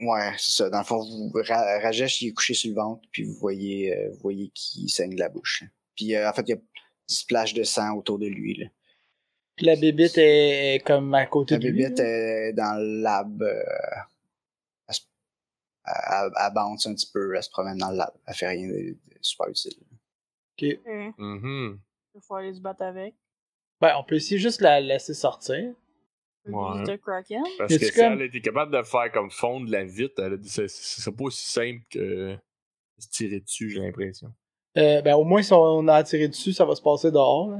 [SPEAKER 2] ouais, c'est ça. Dans le fond, vous, Ra- Rajesh il est couché sur le ventre, puis vous voyez euh, vous voyez qu'il saigne de la bouche. Puis euh, en fait, il y a des splashes de sang autour de lui là.
[SPEAKER 1] La bébite est, est comme à côté
[SPEAKER 2] La
[SPEAKER 1] de lui.
[SPEAKER 2] bébête
[SPEAKER 1] là.
[SPEAKER 2] est dans le lab. euh, elle, se- elle- elle- elle bounce un petit peu, elle se promène dans le lab. Elle fait rien de, de super utile.
[SPEAKER 1] Ok.
[SPEAKER 4] Il
[SPEAKER 3] Mhm.
[SPEAKER 4] faut aller se battre avec.
[SPEAKER 1] Ben, on peut essayer juste la laisser sortir.
[SPEAKER 3] Ouais.
[SPEAKER 4] Use the Kraken.
[SPEAKER 3] Parce
[SPEAKER 1] Y'a-tu
[SPEAKER 3] que si
[SPEAKER 1] comme-
[SPEAKER 3] elle était capable de faire comme fondre la vitre, elle a dit, c'est- c'est c'est pas aussi simple que se tirer dessus, j'ai l'impression.
[SPEAKER 1] Euh, ben, au moins, si on a tiré dessus, ça va se passer dehors. là.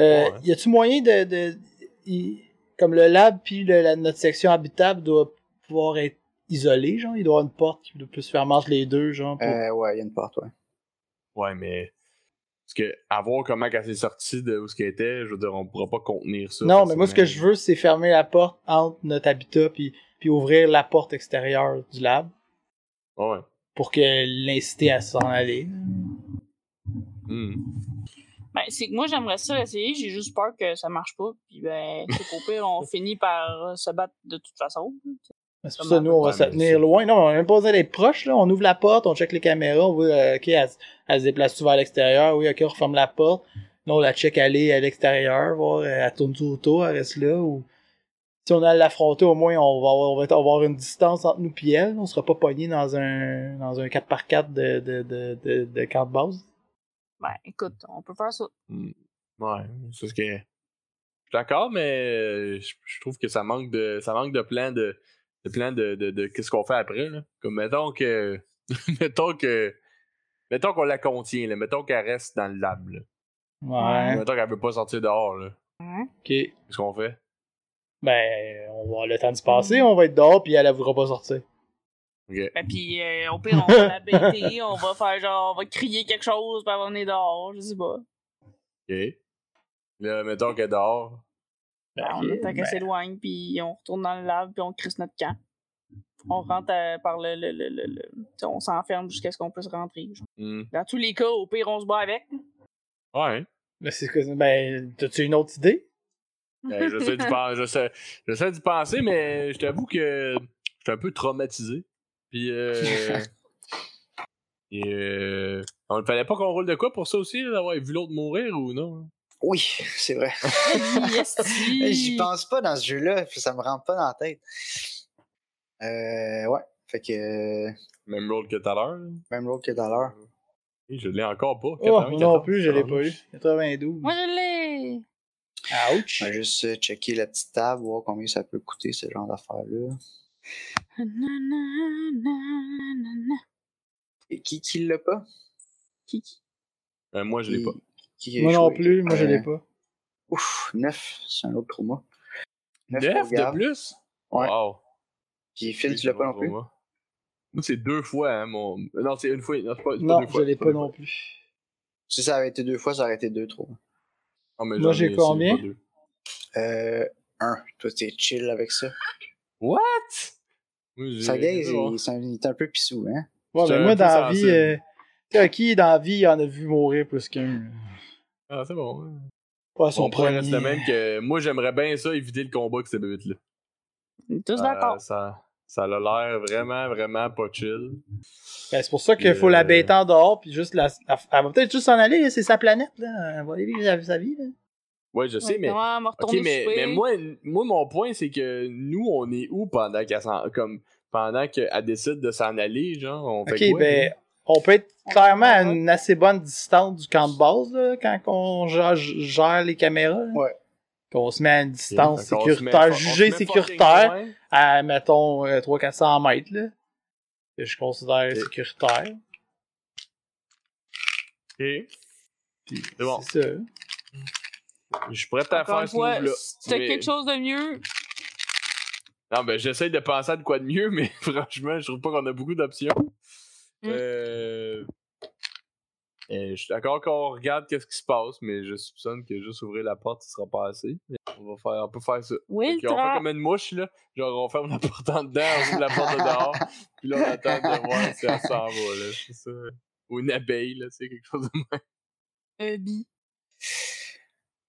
[SPEAKER 1] Euh,
[SPEAKER 3] Ouais.
[SPEAKER 1] Y a-tu moyen de. de- y- comme le lab, puis le- la- notre section habitable doit pouvoir être isolée, genre, il doit y avoir une porte qui peut se fermer entre les deux, genre. pour-
[SPEAKER 2] Euh, ouais, il y a une porte, ouais.
[SPEAKER 3] Ouais, mais. Parce que, à voir comment elle s'est sortie de où ce qu'elle était, je veux dire, on pourra pas contenir ça.
[SPEAKER 1] non, mais moi, ce que je
[SPEAKER 3] facilement.
[SPEAKER 1] veux, c'est fermer la porte entre notre habitat, puis, puis ouvrir la porte extérieure du lab
[SPEAKER 3] Ouais.
[SPEAKER 1] pour que l'inciter à s'en aller.
[SPEAKER 3] Mhm.
[SPEAKER 4] Ben, c'est que moi, j'aimerais ça l'essayer. J'ai juste peur que ça marche pas. Puis, ben, c'est qu'au pire, on finit par euh, se battre de toute façon.
[SPEAKER 1] C'est pour ça, nous, on va
[SPEAKER 3] Ouais,
[SPEAKER 1] se
[SPEAKER 3] mais
[SPEAKER 1] tenir
[SPEAKER 3] c'est-
[SPEAKER 1] loin. Non, on n'a même pas besoin d'être proche, là. On ouvre la porte, on check les caméras, on voit, euh, OK, elle, s- elle se déplace-tu vers l'extérieur? Oui, OK, on referme la porte. Là, on la check aller à l'extérieur, voir, euh, elle tourne-tu autour, elle reste là, ou... Si on a à l'affronter, au moins, on va, avoir, on va être- avoir une distance entre nous et elle. On sera pas pogné dans un, dans un 4x4 de, de, de, de, de camp de base.
[SPEAKER 4] Ben, écoute, on peut faire ça.
[SPEAKER 3] Ouais, c'est ce que. Je suis d'accord, mais euh, je, je trouve que ça manque de. ça manque de plan de. de plan de, de, de qu'est-ce qu'on fait après, là. Comme mettons que. mettons que. Mettons qu'on la contient, là. Mettons qu'elle reste dans le lab, là.
[SPEAKER 1] Ouais.
[SPEAKER 3] Mettons qu'elle peut pas sortir dehors, là.
[SPEAKER 4] Hein?
[SPEAKER 1] OK.
[SPEAKER 3] Qu'est-ce qu'on fait?
[SPEAKER 1] Ben, on va avoir le temps de
[SPEAKER 4] Hmm.
[SPEAKER 1] se passer, on va être dehors, puis elle, elle voudra pas sortir.
[SPEAKER 3] Ok.
[SPEAKER 4] Ben, puis, euh, au pire, on va la bêter. on va faire genre, on va crier quelque chose. Puis, on est dehors. Je sais pas.
[SPEAKER 3] Ok. Là, mettons qu'elle est dehors.
[SPEAKER 1] Ben,
[SPEAKER 4] Ben,
[SPEAKER 1] ok,
[SPEAKER 4] on attend
[SPEAKER 1] ben,
[SPEAKER 4] qu'elle s'éloigne, puis on retourne dans le lave, puis on crisse notre camp. On rentre euh, par le. le, le, le, le- tu sais, on s'enferme jusqu'à ce qu'on puisse rentrer. genre.
[SPEAKER 3] Hmm.
[SPEAKER 4] Dans tous les cas, au pire, on se bat avec.
[SPEAKER 3] Ouais.
[SPEAKER 1] ben, c'est quoi, ben, t'as-tu une autre idée?
[SPEAKER 3] Ben, j'essaie d'y pen- j'essaie- j'essaie d'y penser, mais je t'avoue que je suis un peu traumatisé. Puis, euh, et, euh, on ne fallait pas qu'on roule de quoi pour ça aussi, là, d'avoir vu l'autre mourir ou non? hein?
[SPEAKER 2] Oui, c'est vrai.
[SPEAKER 4] Esti.
[SPEAKER 2] J'y pense pas dans ce jeu-là, puis ça me rentre pas dans la tête. Euh, ouais. Fait que. euh,
[SPEAKER 3] Même rôle que tout à l'heure. là.
[SPEAKER 2] Même rôle que tout à l'heure.
[SPEAKER 3] Et je l'ai encore pas.
[SPEAKER 1] Oh, moi
[SPEAKER 3] 94,
[SPEAKER 1] non plus, je l'ai
[SPEAKER 3] tabarnouche.
[SPEAKER 1] pas eu. 92.
[SPEAKER 4] Moi, je l'ai!
[SPEAKER 1] Ouch!
[SPEAKER 2] On va juste euh, checker la petite table, voir combien ça peut coûter ce genre d'affaires-là.
[SPEAKER 4] Na, na, na, na, na.
[SPEAKER 2] Et qui qui l'a pas
[SPEAKER 4] Qui- qui-
[SPEAKER 3] Euh, moi, je l'ai
[SPEAKER 2] Qui-
[SPEAKER 3] pas.
[SPEAKER 2] qui a
[SPEAKER 1] Moi non
[SPEAKER 2] échoué?
[SPEAKER 1] plus, moi je
[SPEAKER 2] Euh,
[SPEAKER 1] l'ai pas.
[SPEAKER 2] Ouf, 9, c'est un autre trauma. Neuf pour
[SPEAKER 3] Neuf de
[SPEAKER 2] Gab.
[SPEAKER 3] plus?
[SPEAKER 2] Ouais.
[SPEAKER 3] Wow.
[SPEAKER 2] Puis Phil, tu l'as pas non plus
[SPEAKER 3] Moi, c'est deux fois, hein, mon. Non, c'est une fois. Non, c'est pas, c'est pas
[SPEAKER 1] Non,
[SPEAKER 3] deux
[SPEAKER 1] je
[SPEAKER 3] fois,
[SPEAKER 1] l'ai
[SPEAKER 3] c'est
[SPEAKER 1] pas
[SPEAKER 3] deux
[SPEAKER 1] non
[SPEAKER 3] fois.
[SPEAKER 1] plus.
[SPEAKER 2] Si ça avait été deux fois, ça aurait été deux traumas.
[SPEAKER 3] Non, Ah, mais
[SPEAKER 1] Moi,
[SPEAKER 3] j'en
[SPEAKER 1] j'ai
[SPEAKER 3] ai- c'est
[SPEAKER 1] combien?
[SPEAKER 3] pas deux.
[SPEAKER 2] Euh, un. Toi, t'es chill avec ça.
[SPEAKER 3] What? Oui, j'ai-
[SPEAKER 2] Ça gaze,
[SPEAKER 3] c'est bon.
[SPEAKER 2] il, c'est un- il est un peu pissou, hein.
[SPEAKER 1] Ouais,
[SPEAKER 3] J'étais
[SPEAKER 1] mais
[SPEAKER 3] un
[SPEAKER 1] moi
[SPEAKER 3] peu
[SPEAKER 1] dans la vie,
[SPEAKER 3] sensible.
[SPEAKER 1] euh, tu sais, à qui dans la vie en a vu mourir plus qu'un? là?
[SPEAKER 3] Ah, c'est bon. hein.
[SPEAKER 1] Pas son
[SPEAKER 3] Mon point reste le
[SPEAKER 1] premier.
[SPEAKER 3] même que moi, j'aimerais bien ça éviter le combat que ces bébés-là.
[SPEAKER 4] On est
[SPEAKER 3] Euh,
[SPEAKER 4] tous d'accord.
[SPEAKER 3] ça, ça a l'air vraiment, vraiment pas chill.
[SPEAKER 1] Ben, c'est pour ça qu'il faut
[SPEAKER 3] Euh,
[SPEAKER 1] la bêter en dehors, puis juste la. la- Elle va peut-être juste s'en aller, là, c'est sa planète, là. Elle va aller vivre sa- sa vie, là.
[SPEAKER 3] Ouais, je sais, mais.
[SPEAKER 4] Ouais, on va
[SPEAKER 3] Ok,
[SPEAKER 4] retourner
[SPEAKER 3] mais,
[SPEAKER 4] souper.
[SPEAKER 3] mais moi, moi, mon point, c'est que nous, on est où pendant qu'elle s'en- comme pendant qu'elle décide de s'en aller, genre, on fait
[SPEAKER 1] Ok,
[SPEAKER 3] quoi,
[SPEAKER 1] ben, on peut être clairement à une assez bonne distance du camp de base, là, quand on gère, gère les caméras. là.
[SPEAKER 2] Ouais.
[SPEAKER 1] Qu'on se met à une
[SPEAKER 3] nous?
[SPEAKER 1] distance
[SPEAKER 3] Fait qu'on se met-
[SPEAKER 1] sécuritaire,
[SPEAKER 3] on se met
[SPEAKER 1] jugée
[SPEAKER 3] fucking
[SPEAKER 1] sécuritaire,
[SPEAKER 3] loin.
[SPEAKER 1] à, mettons, euh, 300-400 mètres, là. Que je considère
[SPEAKER 3] Ok.
[SPEAKER 1] sécuritaire.
[SPEAKER 3] Ok. C'est bon,
[SPEAKER 1] C'est ça.
[SPEAKER 3] je suis prêt à
[SPEAKER 4] Encore une
[SPEAKER 3] faire ce
[SPEAKER 4] fois,
[SPEAKER 3] move-là.
[SPEAKER 4] si t'as
[SPEAKER 3] mais-
[SPEAKER 4] quelque chose de mieux,
[SPEAKER 3] Non, ben j'essaie de penser à de quoi de mieux, mais franchement, je trouve pas qu'on a beaucoup d'options.
[SPEAKER 4] Mm.
[SPEAKER 3] Euh... euh, je suis d'accord qu'on regarde qu'est-ce qui se passe, mais je soupçonne que juste ouvrir la porte, ce sera pas assez. Mais On va faire, on peut faire ça.
[SPEAKER 4] oui,
[SPEAKER 3] Fait qu'on fait comme une mouche, là. Genre, on ferme la porte en dedans, on ouvre la porte de dehors, puis là, on attend de voir si elle s'en va, là. C'est ça. Ou une abeille, là, c'est quelque chose de...
[SPEAKER 4] un bi.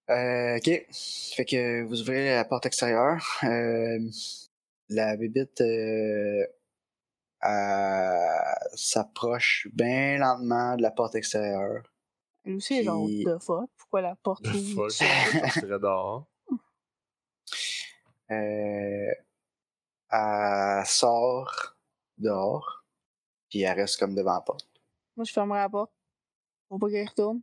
[SPEAKER 2] Euh, ok. Fait que vous ouvrez la porte extérieure. Euh, la bébite euh, elle s'approche bien lentement de la porte extérieure.
[SPEAKER 4] Lui aussi, il est genre,
[SPEAKER 2] Puis-
[SPEAKER 4] what the fuck? Pourquoi la porte
[SPEAKER 3] The
[SPEAKER 4] ouvre?
[SPEAKER 3] fuck, on sortirait dehors.
[SPEAKER 2] Euh, elle sort dehors. Puis elle reste comme devant la porte.
[SPEAKER 4] Moi, je fermerai la porte. Faut pas qu'elle retourne.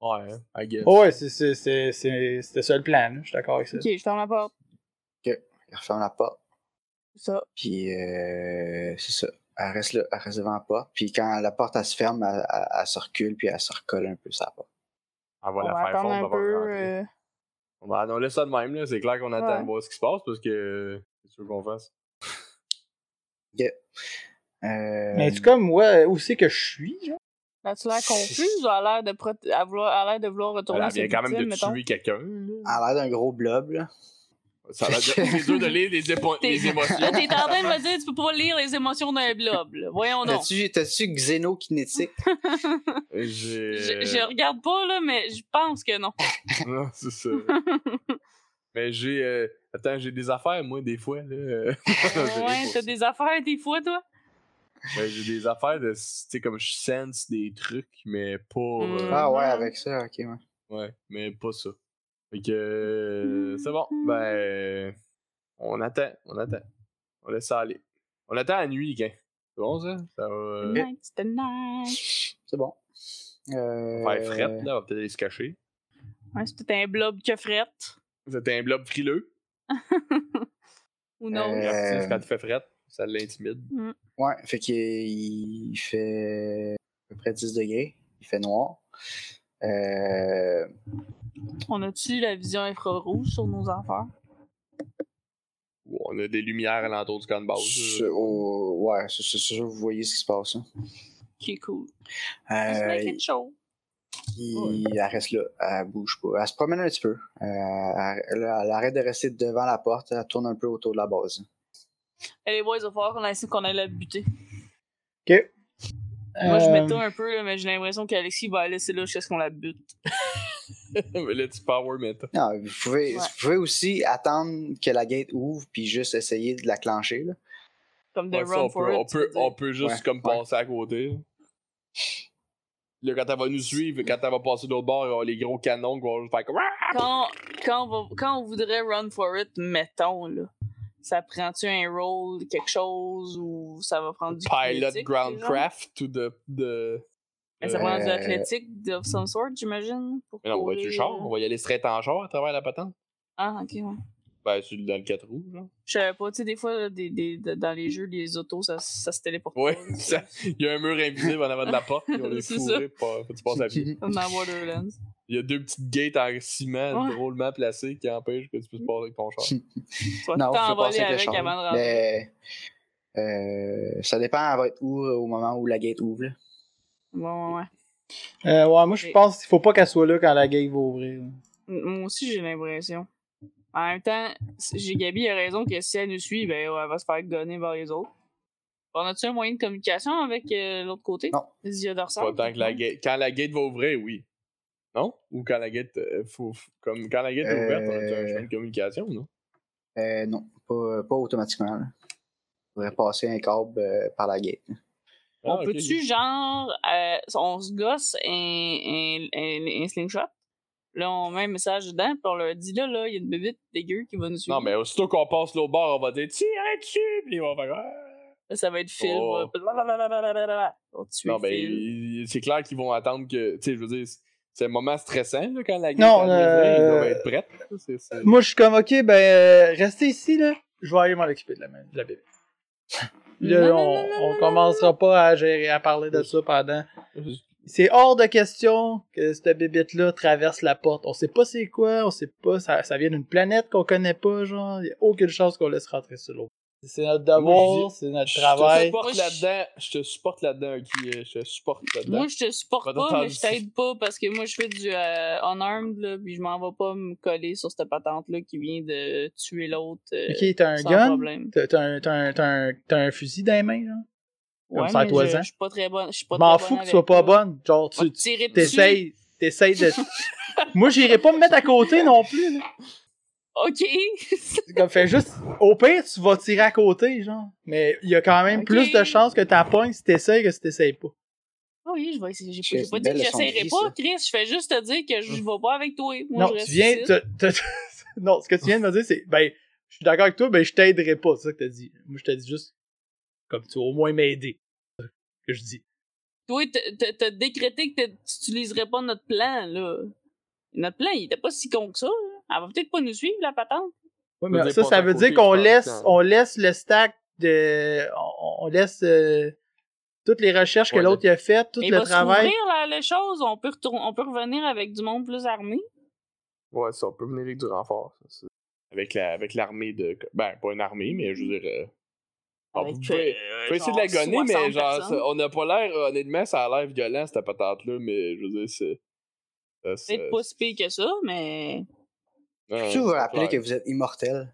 [SPEAKER 3] Ouais, hein, I guess.
[SPEAKER 1] Oh, ouais, c'est- c'est- c'est- c'est- c'était ça le plan, là. Je suis d'accord avec ça.
[SPEAKER 4] Ok, je ferme la porte.
[SPEAKER 2] Elle referme la porte.
[SPEAKER 4] Ça.
[SPEAKER 2] Puis euh, c'est ça. Elle reste là, elle reste devant la porte. Puis quand la porte elle se ferme, elle, elle- elle se recule, puis elle se recolle un peu sur la porte.
[SPEAKER 3] On va
[SPEAKER 4] on
[SPEAKER 3] la
[SPEAKER 4] va
[SPEAKER 3] faire
[SPEAKER 4] attendre
[SPEAKER 3] fondre,
[SPEAKER 4] un
[SPEAKER 3] on va
[SPEAKER 4] peu.
[SPEAKER 3] rentrer.
[SPEAKER 4] euh,
[SPEAKER 3] On va- on Bah, laisse ça de même, là. C'est clair qu'on attend
[SPEAKER 4] Ouais.
[SPEAKER 3] de voir ce qui se passe parce que euh, c'est sûr qu'on fasse.
[SPEAKER 2] Euh,
[SPEAKER 1] Mais tu comme, ouais, où c'est que je suis, genre?
[SPEAKER 4] As-tu l'air confuse ou à l'air de, prote- à vouloir, à l'air de vouloir
[SPEAKER 3] Elle
[SPEAKER 4] retourner
[SPEAKER 3] a
[SPEAKER 4] ses
[SPEAKER 3] bien quand même de
[SPEAKER 4] victimes, mettons?
[SPEAKER 3] tuer quelqu'un. là.
[SPEAKER 2] elle a l'air d'un gros blob, là.
[SPEAKER 3] Ça a l'air de- C'est dur de lire les, épo-
[SPEAKER 4] T'es-
[SPEAKER 3] les émotions.
[SPEAKER 4] Là, t'es en train de me dire, tu peux pas lire les émotions d'un blob. là. Voyons donc.
[SPEAKER 2] T'as-tu, t'as-tu xénokinétique?
[SPEAKER 3] J'ai-
[SPEAKER 4] Je, je regarde pas, là, mais je pense que non.
[SPEAKER 3] Non, c'est ça. Mais j'ai. euh, Attends, j'ai des affaires, moi, des fois. Là.
[SPEAKER 4] ouais, t'as des affaires des fois, toi?
[SPEAKER 3] Ben, j'ai des affaires de. Tu sais, comme je sense des trucs, mais pas. euh,
[SPEAKER 2] Ah ouais,
[SPEAKER 4] Mhm.
[SPEAKER 2] avec ça, ok, ouais.
[SPEAKER 3] Ouais, mais pas ça. Fait que euh, c'est bon. Ben, on attend, on attend. On laisse ça aller. On attend à nuit, quand. C'est bon, ça? Ça va euh,
[SPEAKER 4] The night, the night.
[SPEAKER 2] C'est bon. Euh,
[SPEAKER 3] faire frette, là. On va peut-être aller se cacher.
[SPEAKER 4] Ouais, c'est peut-être un blob que frette.
[SPEAKER 3] C'était un blob frileux.
[SPEAKER 4] Ou non?
[SPEAKER 2] Euh,
[SPEAKER 3] L'artiste, Quand tu fais frette, ça l'intimide.
[SPEAKER 2] Ouais, fait qu'il il fait à peu près 10 degrés. Il fait noir. Euh,
[SPEAKER 4] On a-tu la vision infrarouge sur nos affaires?
[SPEAKER 3] Ou on a des lumières alentour du camp de base.
[SPEAKER 2] sur- au- ouais, c'est c'est sûr, vous voyez ce qui se passe. hein.
[SPEAKER 4] Qui est cool. Just
[SPEAKER 2] Euh,
[SPEAKER 4] making sure.
[SPEAKER 2] Puis elle reste là, elle bouge pas. Elle se promène un petit peu. Euh, elle, elle- elle arrête de rester devant la porte, elle tourne un peu autour de la base.
[SPEAKER 4] Allez, boys, il va falloir qu'on a qu'on aille la buter.
[SPEAKER 1] Ok.
[SPEAKER 4] Moi, je
[SPEAKER 1] Euh,
[SPEAKER 4] m'étais un peu, là, mais j'ai l'impression qu'Alexis va laisser là jusqu'à ce qu'on la bute.
[SPEAKER 3] Mais là, tu power meta.
[SPEAKER 2] Non, Ah, vous, pouvez,
[SPEAKER 4] Ouais.
[SPEAKER 2] vous pouvez aussi attendre que la gate ouvre, puis juste essayer de la clencher. Là.
[SPEAKER 4] Comme de
[SPEAKER 3] Ouais, ça,
[SPEAKER 4] Run
[SPEAKER 3] on,
[SPEAKER 4] for
[SPEAKER 3] peut,
[SPEAKER 4] It.
[SPEAKER 3] on,
[SPEAKER 4] tu
[SPEAKER 3] peut,
[SPEAKER 4] veux dire.
[SPEAKER 3] on peut juste
[SPEAKER 2] Ouais,
[SPEAKER 3] comme
[SPEAKER 2] ouais.
[SPEAKER 3] passer à côté. Là, quand elle va nous suivre, quand elle va passer de l'autre bord, il va y avoir les gros canons qui vont juste faire comme.
[SPEAKER 4] Quand, quand, on va- quand on voudrait Run for It, mettons, là. ça prend-tu un roll, quelque chose, ou ça va prendre du.
[SPEAKER 3] Pilot
[SPEAKER 4] athlétique, genre?
[SPEAKER 3] Groundcraft ou de. de...
[SPEAKER 4] Mais ça prend de
[SPEAKER 2] Euh,
[SPEAKER 4] l'athlétique of some sort, j'imagine. pour
[SPEAKER 3] Mais non, on va être
[SPEAKER 4] courir,
[SPEAKER 3] du char.
[SPEAKER 4] euh.
[SPEAKER 3] On va y aller straight en char à travers la patente.
[SPEAKER 4] Ah, ok, ouais.
[SPEAKER 3] Ben, sur, dans le 4 roues, genre.
[SPEAKER 4] Je savais pas, tu sais, des fois, là, des, des, de- dans les jeux, les autos, ça, ça se téléporte.
[SPEAKER 3] Ouais,
[SPEAKER 4] pas, là,
[SPEAKER 3] ça- Il y a un mur invisible en avant de la porte, puis on est
[SPEAKER 4] C'est
[SPEAKER 3] fourré, pas, faut que tu passes à pied.
[SPEAKER 4] Comme dans Borderlands.
[SPEAKER 3] Il y a deux petites gates en ciment
[SPEAKER 4] Ouais.
[SPEAKER 3] drôlement placées qui empêchent que tu puisses passer avec ton char.
[SPEAKER 4] Tu vas
[SPEAKER 2] Non, je peux
[SPEAKER 4] t'envoler
[SPEAKER 2] passer avec le
[SPEAKER 4] avec
[SPEAKER 2] char.
[SPEAKER 4] avant de rentrer.
[SPEAKER 2] Mais, euh, ça dépend, elle va être où euh, au moment où la gate ouvre. là.
[SPEAKER 4] Bon, ouais, ouais.
[SPEAKER 1] Euh, ouais, moi je
[SPEAKER 4] Et-
[SPEAKER 1] pense qu'il faut pas qu'elle soit là quand la gate va ouvrir.
[SPEAKER 4] M- Moi aussi, j'ai l'impression. En même temps, c- j'ai Gabi a raison que si elle nous suit, ben, elle va se faire gonner par les autres. On a-tu un moyen de communication avec euh, l'autre côté?
[SPEAKER 2] Non.
[SPEAKER 4] Les yeux dorsales?
[SPEAKER 3] Pas tant que la gate. Quand la gate va ouvrir, oui. Non? Ou quand la gate. euh, faut- faut- comme quand la gate est
[SPEAKER 2] Euh,
[SPEAKER 3] ouverte, on a un chemin de communication, non?
[SPEAKER 2] Euh, non, pas, pas automatiquement. Là. On pourrait passer un câble euh, par la gate.
[SPEAKER 4] On
[SPEAKER 3] Ah, ok.
[SPEAKER 4] peut-tu, genre, euh, on se gosse un, un- un- un slingshot? Là, on met un message dedans, puis on leur dit, là, là, il y a une bébite dégueu qui va nous suivre.
[SPEAKER 3] Non, mais aussitôt qu'on passe l'autre bord, on va dire Tirez dessus! Puis ils vont faire. Ah.
[SPEAKER 4] Là, ça va être Phil.
[SPEAKER 3] Oh.
[SPEAKER 4] va- blablabla, On va tuer
[SPEAKER 3] Non, ben,
[SPEAKER 4] Phil.
[SPEAKER 3] il- c'est clair qu'ils vont attendre que. Tu sais, je veux dire, c'est- c'est un moment stressant, là, quand la gate
[SPEAKER 1] Non,
[SPEAKER 3] va ouvrir,
[SPEAKER 1] euh,
[SPEAKER 3] ils doivent être prêts. là. C'est- c'est-
[SPEAKER 1] Moi je suis comme ok, ben euh, restez ici là. Je vais aller m'en occuper de la, ma- de la bébé. Là,
[SPEAKER 4] Non, non,
[SPEAKER 1] on,
[SPEAKER 4] non, non,
[SPEAKER 1] on
[SPEAKER 4] non,
[SPEAKER 1] commencera pas à gérer, à parler de ça pendant. C'est hors de question que cette bébête-là traverse la porte. On sait pas c'est quoi, on sait pas, ça, ça vient d'une planète qu'on connaît pas, genre. Y a aucune chance qu'on laisse rentrer sur l'autre. C'est notre
[SPEAKER 3] Moi,
[SPEAKER 1] devoir, c'est notre travail.
[SPEAKER 3] Je te supporte
[SPEAKER 4] Moi, je-
[SPEAKER 3] là-dedans. Je te supporte là-dedans, ok, euh, Je te supporte là-dedans.
[SPEAKER 4] Moi, je te supporte
[SPEAKER 3] Pas
[SPEAKER 4] pas, mais
[SPEAKER 3] d'entendre
[SPEAKER 4] je t'aide pas parce que moi, je fais du euh, unarmed, là, puis je m'en vais pas me coller sur cette patente-là qui vient de tuer l'autre euh,
[SPEAKER 1] Ok, t'as un
[SPEAKER 4] sans
[SPEAKER 1] gun,
[SPEAKER 4] problème.
[SPEAKER 1] t'as t'as un, t'as un, t'as un, t'as un fusil dans les mains, genre. Comme
[SPEAKER 4] Ouais,
[SPEAKER 1] ça,
[SPEAKER 4] mais
[SPEAKER 1] toi,
[SPEAKER 4] je,
[SPEAKER 1] hein.
[SPEAKER 4] je suis pas très bonne. Je suis pas
[SPEAKER 1] M'en
[SPEAKER 4] très
[SPEAKER 1] fous
[SPEAKER 4] bonne
[SPEAKER 1] que tu sois pas bonne. Genre, tu
[SPEAKER 4] Tirer dessus.
[SPEAKER 1] t'essayes, t'essayes de. Moi, j'irai pas me mettre à côté non plus, là.
[SPEAKER 4] Ok.
[SPEAKER 1] Comme, fait juste, au pire, tu vas tirer à côté, genre. Mais il y a quand même
[SPEAKER 4] Ok.
[SPEAKER 1] plus de chances que t'appognes si t'essayes que si t'essayes pas.
[SPEAKER 4] Ah oui, je vais essayer. J'ai
[SPEAKER 2] Chris,
[SPEAKER 4] j'ai pas
[SPEAKER 2] une
[SPEAKER 4] dit que
[SPEAKER 2] belle leçon de
[SPEAKER 4] j'essayerai
[SPEAKER 2] vie,
[SPEAKER 4] pas,
[SPEAKER 2] ça.
[SPEAKER 4] Chris. Je fais juste te dire que je je vais pas avec toi. Moi, je
[SPEAKER 1] non,
[SPEAKER 4] reste
[SPEAKER 1] tu viens.
[SPEAKER 4] ici.
[SPEAKER 1] t'as- t'as- t'as- non, ce que tu viens de me dire, c'est. Ben, je suis d'accord avec toi, ben, je t'aiderai pas. C'est ça que t'as dit. Moi, je te dis juste. Comme tu vas au moins m'aider. C'est ça que je dis.
[SPEAKER 4] Toi, t- t- t'as décrété que t- tu utiliserais pas notre plan, là. Notre plan, il était pas si con que ça. là. Elle va peut-être pas nous suivre, la patente.
[SPEAKER 1] Ouais,
[SPEAKER 3] Ça
[SPEAKER 1] mais ça,
[SPEAKER 3] dépend
[SPEAKER 1] ça
[SPEAKER 3] de
[SPEAKER 1] veut
[SPEAKER 3] côté,
[SPEAKER 1] dire qu'on
[SPEAKER 3] je pense,
[SPEAKER 1] laisse,
[SPEAKER 3] hein.
[SPEAKER 1] on laisse le stack de. On, on laisse euh, toutes les recherches que
[SPEAKER 3] Ouais,
[SPEAKER 1] l'autre a faites, tout
[SPEAKER 4] Mais
[SPEAKER 1] le
[SPEAKER 4] va se
[SPEAKER 1] travail.
[SPEAKER 4] rouvrir, là, les choses. On peut, retourner, on peut revenir avec du monde plus armé.
[SPEAKER 3] Ouais, ça, on peut venir avec du renfort. ça, c'est- Avec la, avec l'armée de. Ben, pas une armée, mais je veux dire. euh, on
[SPEAKER 4] Avec,
[SPEAKER 3] peut,
[SPEAKER 4] euh,
[SPEAKER 3] peut essayer de la
[SPEAKER 4] genre
[SPEAKER 3] gonner,
[SPEAKER 4] 60
[SPEAKER 3] mais genre,
[SPEAKER 4] personnes.
[SPEAKER 3] ça- on n'a pas l'air. Honnêtement, ça a l'air violent, cette patente-là, mais je veux dire, c'est. ça, c'est-
[SPEAKER 4] Peut-être pas si pire que ça, mais.
[SPEAKER 3] non,
[SPEAKER 2] Tu
[SPEAKER 3] c'est
[SPEAKER 2] vous rappeler
[SPEAKER 3] clair.
[SPEAKER 2] que vous êtes immortel.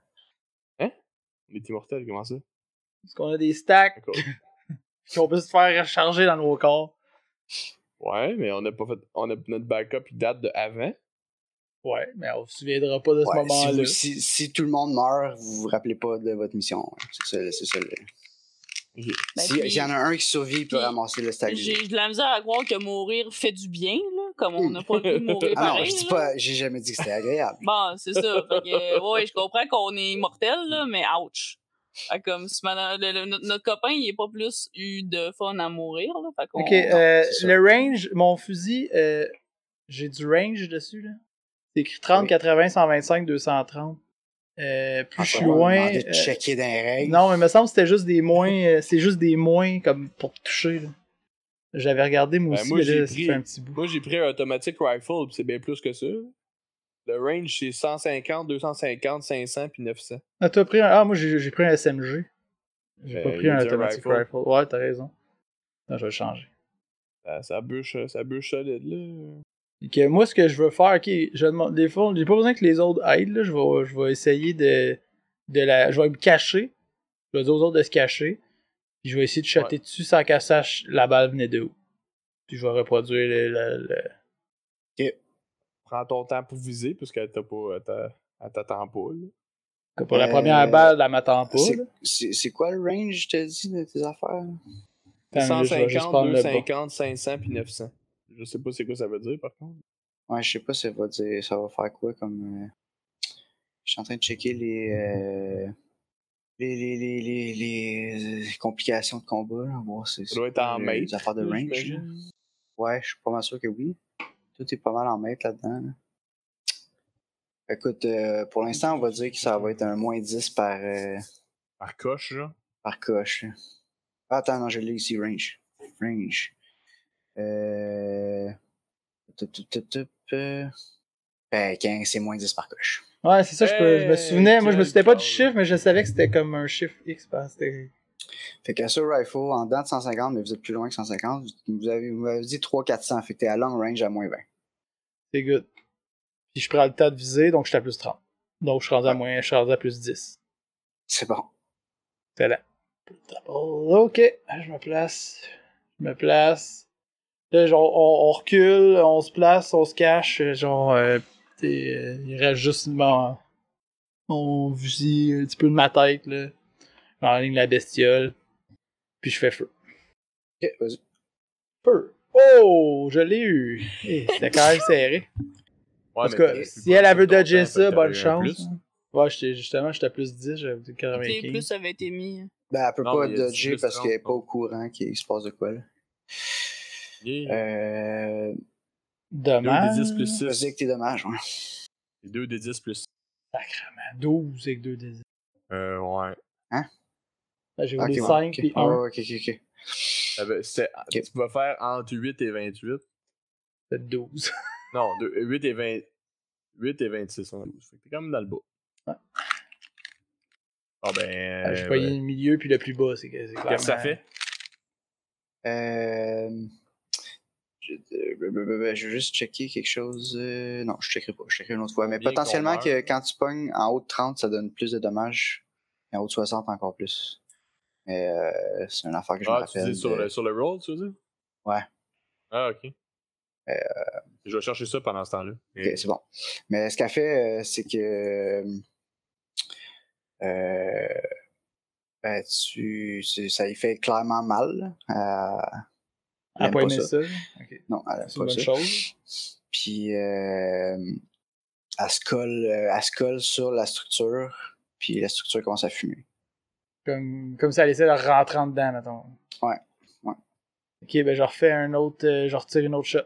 [SPEAKER 3] On est immortel, comment ça?
[SPEAKER 1] Parce qu'on a des stacks
[SPEAKER 3] D'accord.
[SPEAKER 1] qu'on peut se faire recharger dans nos corps.
[SPEAKER 3] Ouais, mais on n'a pas fait. On a, notre backup, il date de avant.
[SPEAKER 1] Ouais, mais on se souviendra pas de ce
[SPEAKER 2] Ouais, si,
[SPEAKER 1] moment-là.
[SPEAKER 2] vous- si, si tout le monde meurt, vous vous rappelez pas de votre mission. hein. C'est ça. C'est ça. le-
[SPEAKER 1] Mhm.
[SPEAKER 4] Ben,
[SPEAKER 2] Si-
[SPEAKER 4] puis-
[SPEAKER 2] S'il y en a un qui survit, il peut
[SPEAKER 4] puis-
[SPEAKER 2] ramasser le stack.
[SPEAKER 4] J'ai de la misère à croire que mourir fait du bien, là. Comme on n'a pas le goût de mourir
[SPEAKER 2] Ah non,
[SPEAKER 4] pareil,
[SPEAKER 2] je dis
[SPEAKER 4] là.
[SPEAKER 2] pas, j'ai jamais dit que c'était agréable.
[SPEAKER 4] Bon, c'est ça. Fait que, euh, ouais, je comprends qu'on est immortel, là, mais ouch. Fait que comme si madame- le- le- notre, notre copain, il est pas plus eu de fun à mourir, là. Fait qu'on.
[SPEAKER 1] Ok,
[SPEAKER 4] Ouais,
[SPEAKER 1] euh,
[SPEAKER 2] c'est ça.
[SPEAKER 1] le range, mon fusil, euh, j'ai du range dessus, là. C'est écrit 30,
[SPEAKER 2] Oui.
[SPEAKER 1] 80, 125, 230. Euh, plus je suis
[SPEAKER 2] On va
[SPEAKER 1] loin.
[SPEAKER 2] demander de
[SPEAKER 1] euh,
[SPEAKER 2] checker dans les règles.
[SPEAKER 1] Non, mais me semble que c'était juste des moins. euh, c'est juste des moins comme pour te toucher. là. J'avais regardé moi
[SPEAKER 3] Ben,
[SPEAKER 1] aussi,
[SPEAKER 3] moi,
[SPEAKER 1] mais là,
[SPEAKER 3] j'ai
[SPEAKER 1] ça
[SPEAKER 3] pris-
[SPEAKER 1] fait un petit bout.
[SPEAKER 3] Moi, j'ai pris un automatic rifle, puis c'est bien plus que ça. Le range, c'est 150, 250, 500, puis 900.
[SPEAKER 1] Ah, t'as pris un... ah moi j'ai j'ai pris un SMG. J'ai
[SPEAKER 3] Ben,
[SPEAKER 1] pas
[SPEAKER 3] il
[SPEAKER 1] pris un
[SPEAKER 3] dit un
[SPEAKER 1] automatic
[SPEAKER 3] rifle.
[SPEAKER 1] rifle. Ouais, t'as raison. Non, je vais le changer.
[SPEAKER 3] Ça, ça bûche, euh, ça bûche solide, là.
[SPEAKER 1] Ok, moi, ce que je veux faire, ok, je demande, des fois, j'ai pas besoin que les autres aident, là, je vais, je vais essayer de, de la, je vais me cacher, je vais dire aux autres de se cacher, puis je vais essayer de shotter dessus sans qu'elle sache la balle venait de où. Puis je vais reproduire le, le- le-
[SPEAKER 3] Prends ton temps pour viser, parce qu'elle t'a pas. elle t'a- Elle t'attend pas, là.
[SPEAKER 1] que pour la
[SPEAKER 2] Euh,
[SPEAKER 1] première balle, elle m'attend pas,
[SPEAKER 2] C'est-
[SPEAKER 1] là.
[SPEAKER 2] C'est c'est quoi le range, je te dis, de tes affaires?
[SPEAKER 1] Attends, là, je vais
[SPEAKER 3] 150,
[SPEAKER 1] juste prendre le bon.
[SPEAKER 3] 250, 500 puis 900. Je sais pas c'est quoi ça veut dire par contre.
[SPEAKER 2] Ouais, je sais pas, ça va, dire, ça va faire quoi comme. euh, Je suis en train de checker les. euh, les, les, les, les, les, euh, complications de combat, là, voir si
[SPEAKER 3] Ça doit être en
[SPEAKER 2] les- les
[SPEAKER 3] mate,
[SPEAKER 2] affaires de
[SPEAKER 3] là,
[SPEAKER 2] range.
[SPEAKER 3] j'imagine.
[SPEAKER 2] là. Ouais, je suis pas mal sûr que oui. Tout est pas mal en mètre là-dedans. là. Écoute, euh, pour l'instant, on va dire que ça va être un moins 10 par, euh,
[SPEAKER 3] Par coche, genre.
[SPEAKER 2] par coche. là. Ah, attends, non, je l'ai ici, range. Range. Euh... tup, tup, tup, tup, euh, Ben, 15, c'est moins 10 par coche.
[SPEAKER 1] Ouais, c'est ça, je, peux- je me
[SPEAKER 3] Hey,
[SPEAKER 1] souvenais. Moi, je me
[SPEAKER 3] quel
[SPEAKER 1] souvenais pas du
[SPEAKER 3] drôle.
[SPEAKER 1] chiffre, mais je savais que c'était comme un chiffre X. parce que c'était-
[SPEAKER 2] Fait que sur rifle, en dedans de 150, mais vous êtes plus loin que 150, vous avez, vous m'avez dit 3-400, fait que t'es à long range à moins 20.
[SPEAKER 1] C'est good. Puis je prends le temps de viser, donc je suis à plus 30. Donc je suis rendu à moins, je suis rendu à plus 10.
[SPEAKER 2] C'est bon.
[SPEAKER 1] C'est là. Ok, je me place. Je me place. Là, genre, on, on recule, on se place, on se cache. euh, Genre, euh, t'es, euh, il reste juste mon, mon fusil un petit peu de ma tête, là. J'enligne la bestiole. Puis je fais feu.
[SPEAKER 2] Ok, vas-y.
[SPEAKER 1] Feu. Oh, je l'ai eu. Eh, C'était quand même serré. En
[SPEAKER 3] Ouais, mais
[SPEAKER 1] tout cas,
[SPEAKER 3] t'as-
[SPEAKER 1] si elle, elle veut
[SPEAKER 3] t'as-
[SPEAKER 1] dodger
[SPEAKER 3] t'as-
[SPEAKER 1] ça,
[SPEAKER 3] t'as-
[SPEAKER 1] bonne
[SPEAKER 3] t'as-
[SPEAKER 1] chance.
[SPEAKER 3] plus.
[SPEAKER 1] Ouais, j'étais- justement, j'étais à plus 10, j'avais dit
[SPEAKER 4] Les
[SPEAKER 1] 95.
[SPEAKER 4] plus avaient été mis. hein,
[SPEAKER 2] Ben, elle peut
[SPEAKER 3] Non,
[SPEAKER 2] pas
[SPEAKER 3] mais il y a
[SPEAKER 2] dodger
[SPEAKER 3] 10,
[SPEAKER 2] parce
[SPEAKER 3] 30,
[SPEAKER 2] qu'elle est pas
[SPEAKER 3] non.
[SPEAKER 2] au courant qu'il se passe de quoi, là.
[SPEAKER 3] Yeah.
[SPEAKER 2] Euh.
[SPEAKER 1] Dommage.
[SPEAKER 3] 2 des 10 plus
[SPEAKER 2] Vas-y
[SPEAKER 3] 6.
[SPEAKER 2] avec tes hein. dommages, ouais.
[SPEAKER 3] 2 des 10 plus
[SPEAKER 1] Sacrement. 12 avec 2 des
[SPEAKER 3] Euh, ouais.
[SPEAKER 1] Ah, J'ai roulé
[SPEAKER 2] Ah, Ok, ouais,
[SPEAKER 1] 5
[SPEAKER 2] ok.
[SPEAKER 1] puis
[SPEAKER 2] Ouais,
[SPEAKER 1] 1.
[SPEAKER 2] ouais, ok, ok, ok.
[SPEAKER 3] Ça veut- c'est- ah, Tu pouvais faire entre 8 et 28.
[SPEAKER 1] Fait 12.
[SPEAKER 3] Non, deux- 8 et 20. 8 et 26, on a 12. Fait que t'es quand même dans le bas.
[SPEAKER 1] Ouais.
[SPEAKER 3] Ah ben.
[SPEAKER 1] J'ai
[SPEAKER 3] euh,
[SPEAKER 1] payé
[SPEAKER 3] ouais.
[SPEAKER 1] le milieu puis le plus bas, c'est que c'est
[SPEAKER 3] Qu'est-ce que ça
[SPEAKER 1] clairement-
[SPEAKER 3] fait?
[SPEAKER 2] Euh. Je, euh, je vais juste checker quelque chose. euh, Non, je checkerai pas. Je checkerai une autre fois. Mais
[SPEAKER 3] Combien qu'on
[SPEAKER 2] potentiellement
[SPEAKER 3] meurt?
[SPEAKER 2] que quand tu pognes en haut de 30, ça donne plus de dommages. Et en haut de 60, encore plus. Mais euh, c'est une affaire que je me
[SPEAKER 3] Ah, tu
[SPEAKER 2] rappelle.
[SPEAKER 3] dis sur
[SPEAKER 2] de-
[SPEAKER 3] le, sur le roll, tu veux dire?
[SPEAKER 2] Ouais. Euh.
[SPEAKER 3] Ah, ok. Je vais chercher ça pendant ce temps-là.
[SPEAKER 2] Ok, c'est bon. Mais ce qu'elle fait, euh, c'est que. euh, euh, ben, tu, c'est- ça lui fait clairement mal. euh,
[SPEAKER 1] Elle a
[SPEAKER 2] J'aime
[SPEAKER 1] pas
[SPEAKER 2] pas
[SPEAKER 1] aimé
[SPEAKER 2] ça.
[SPEAKER 1] ça. là. Ok.
[SPEAKER 2] non, elle aime
[SPEAKER 1] C'est une
[SPEAKER 2] pas
[SPEAKER 1] bonne
[SPEAKER 2] ça.
[SPEAKER 1] chose.
[SPEAKER 2] Puis, euh, elle, se colle, euh, elle se colle sur la structure, puis la structure commence à fumer.
[SPEAKER 1] Comme, comme ça, elle essaie de rentrer en dedans, mettons.
[SPEAKER 2] Ouais, ouais.
[SPEAKER 1] Ok, ben je refais un autre. euh, je retire une autre shot.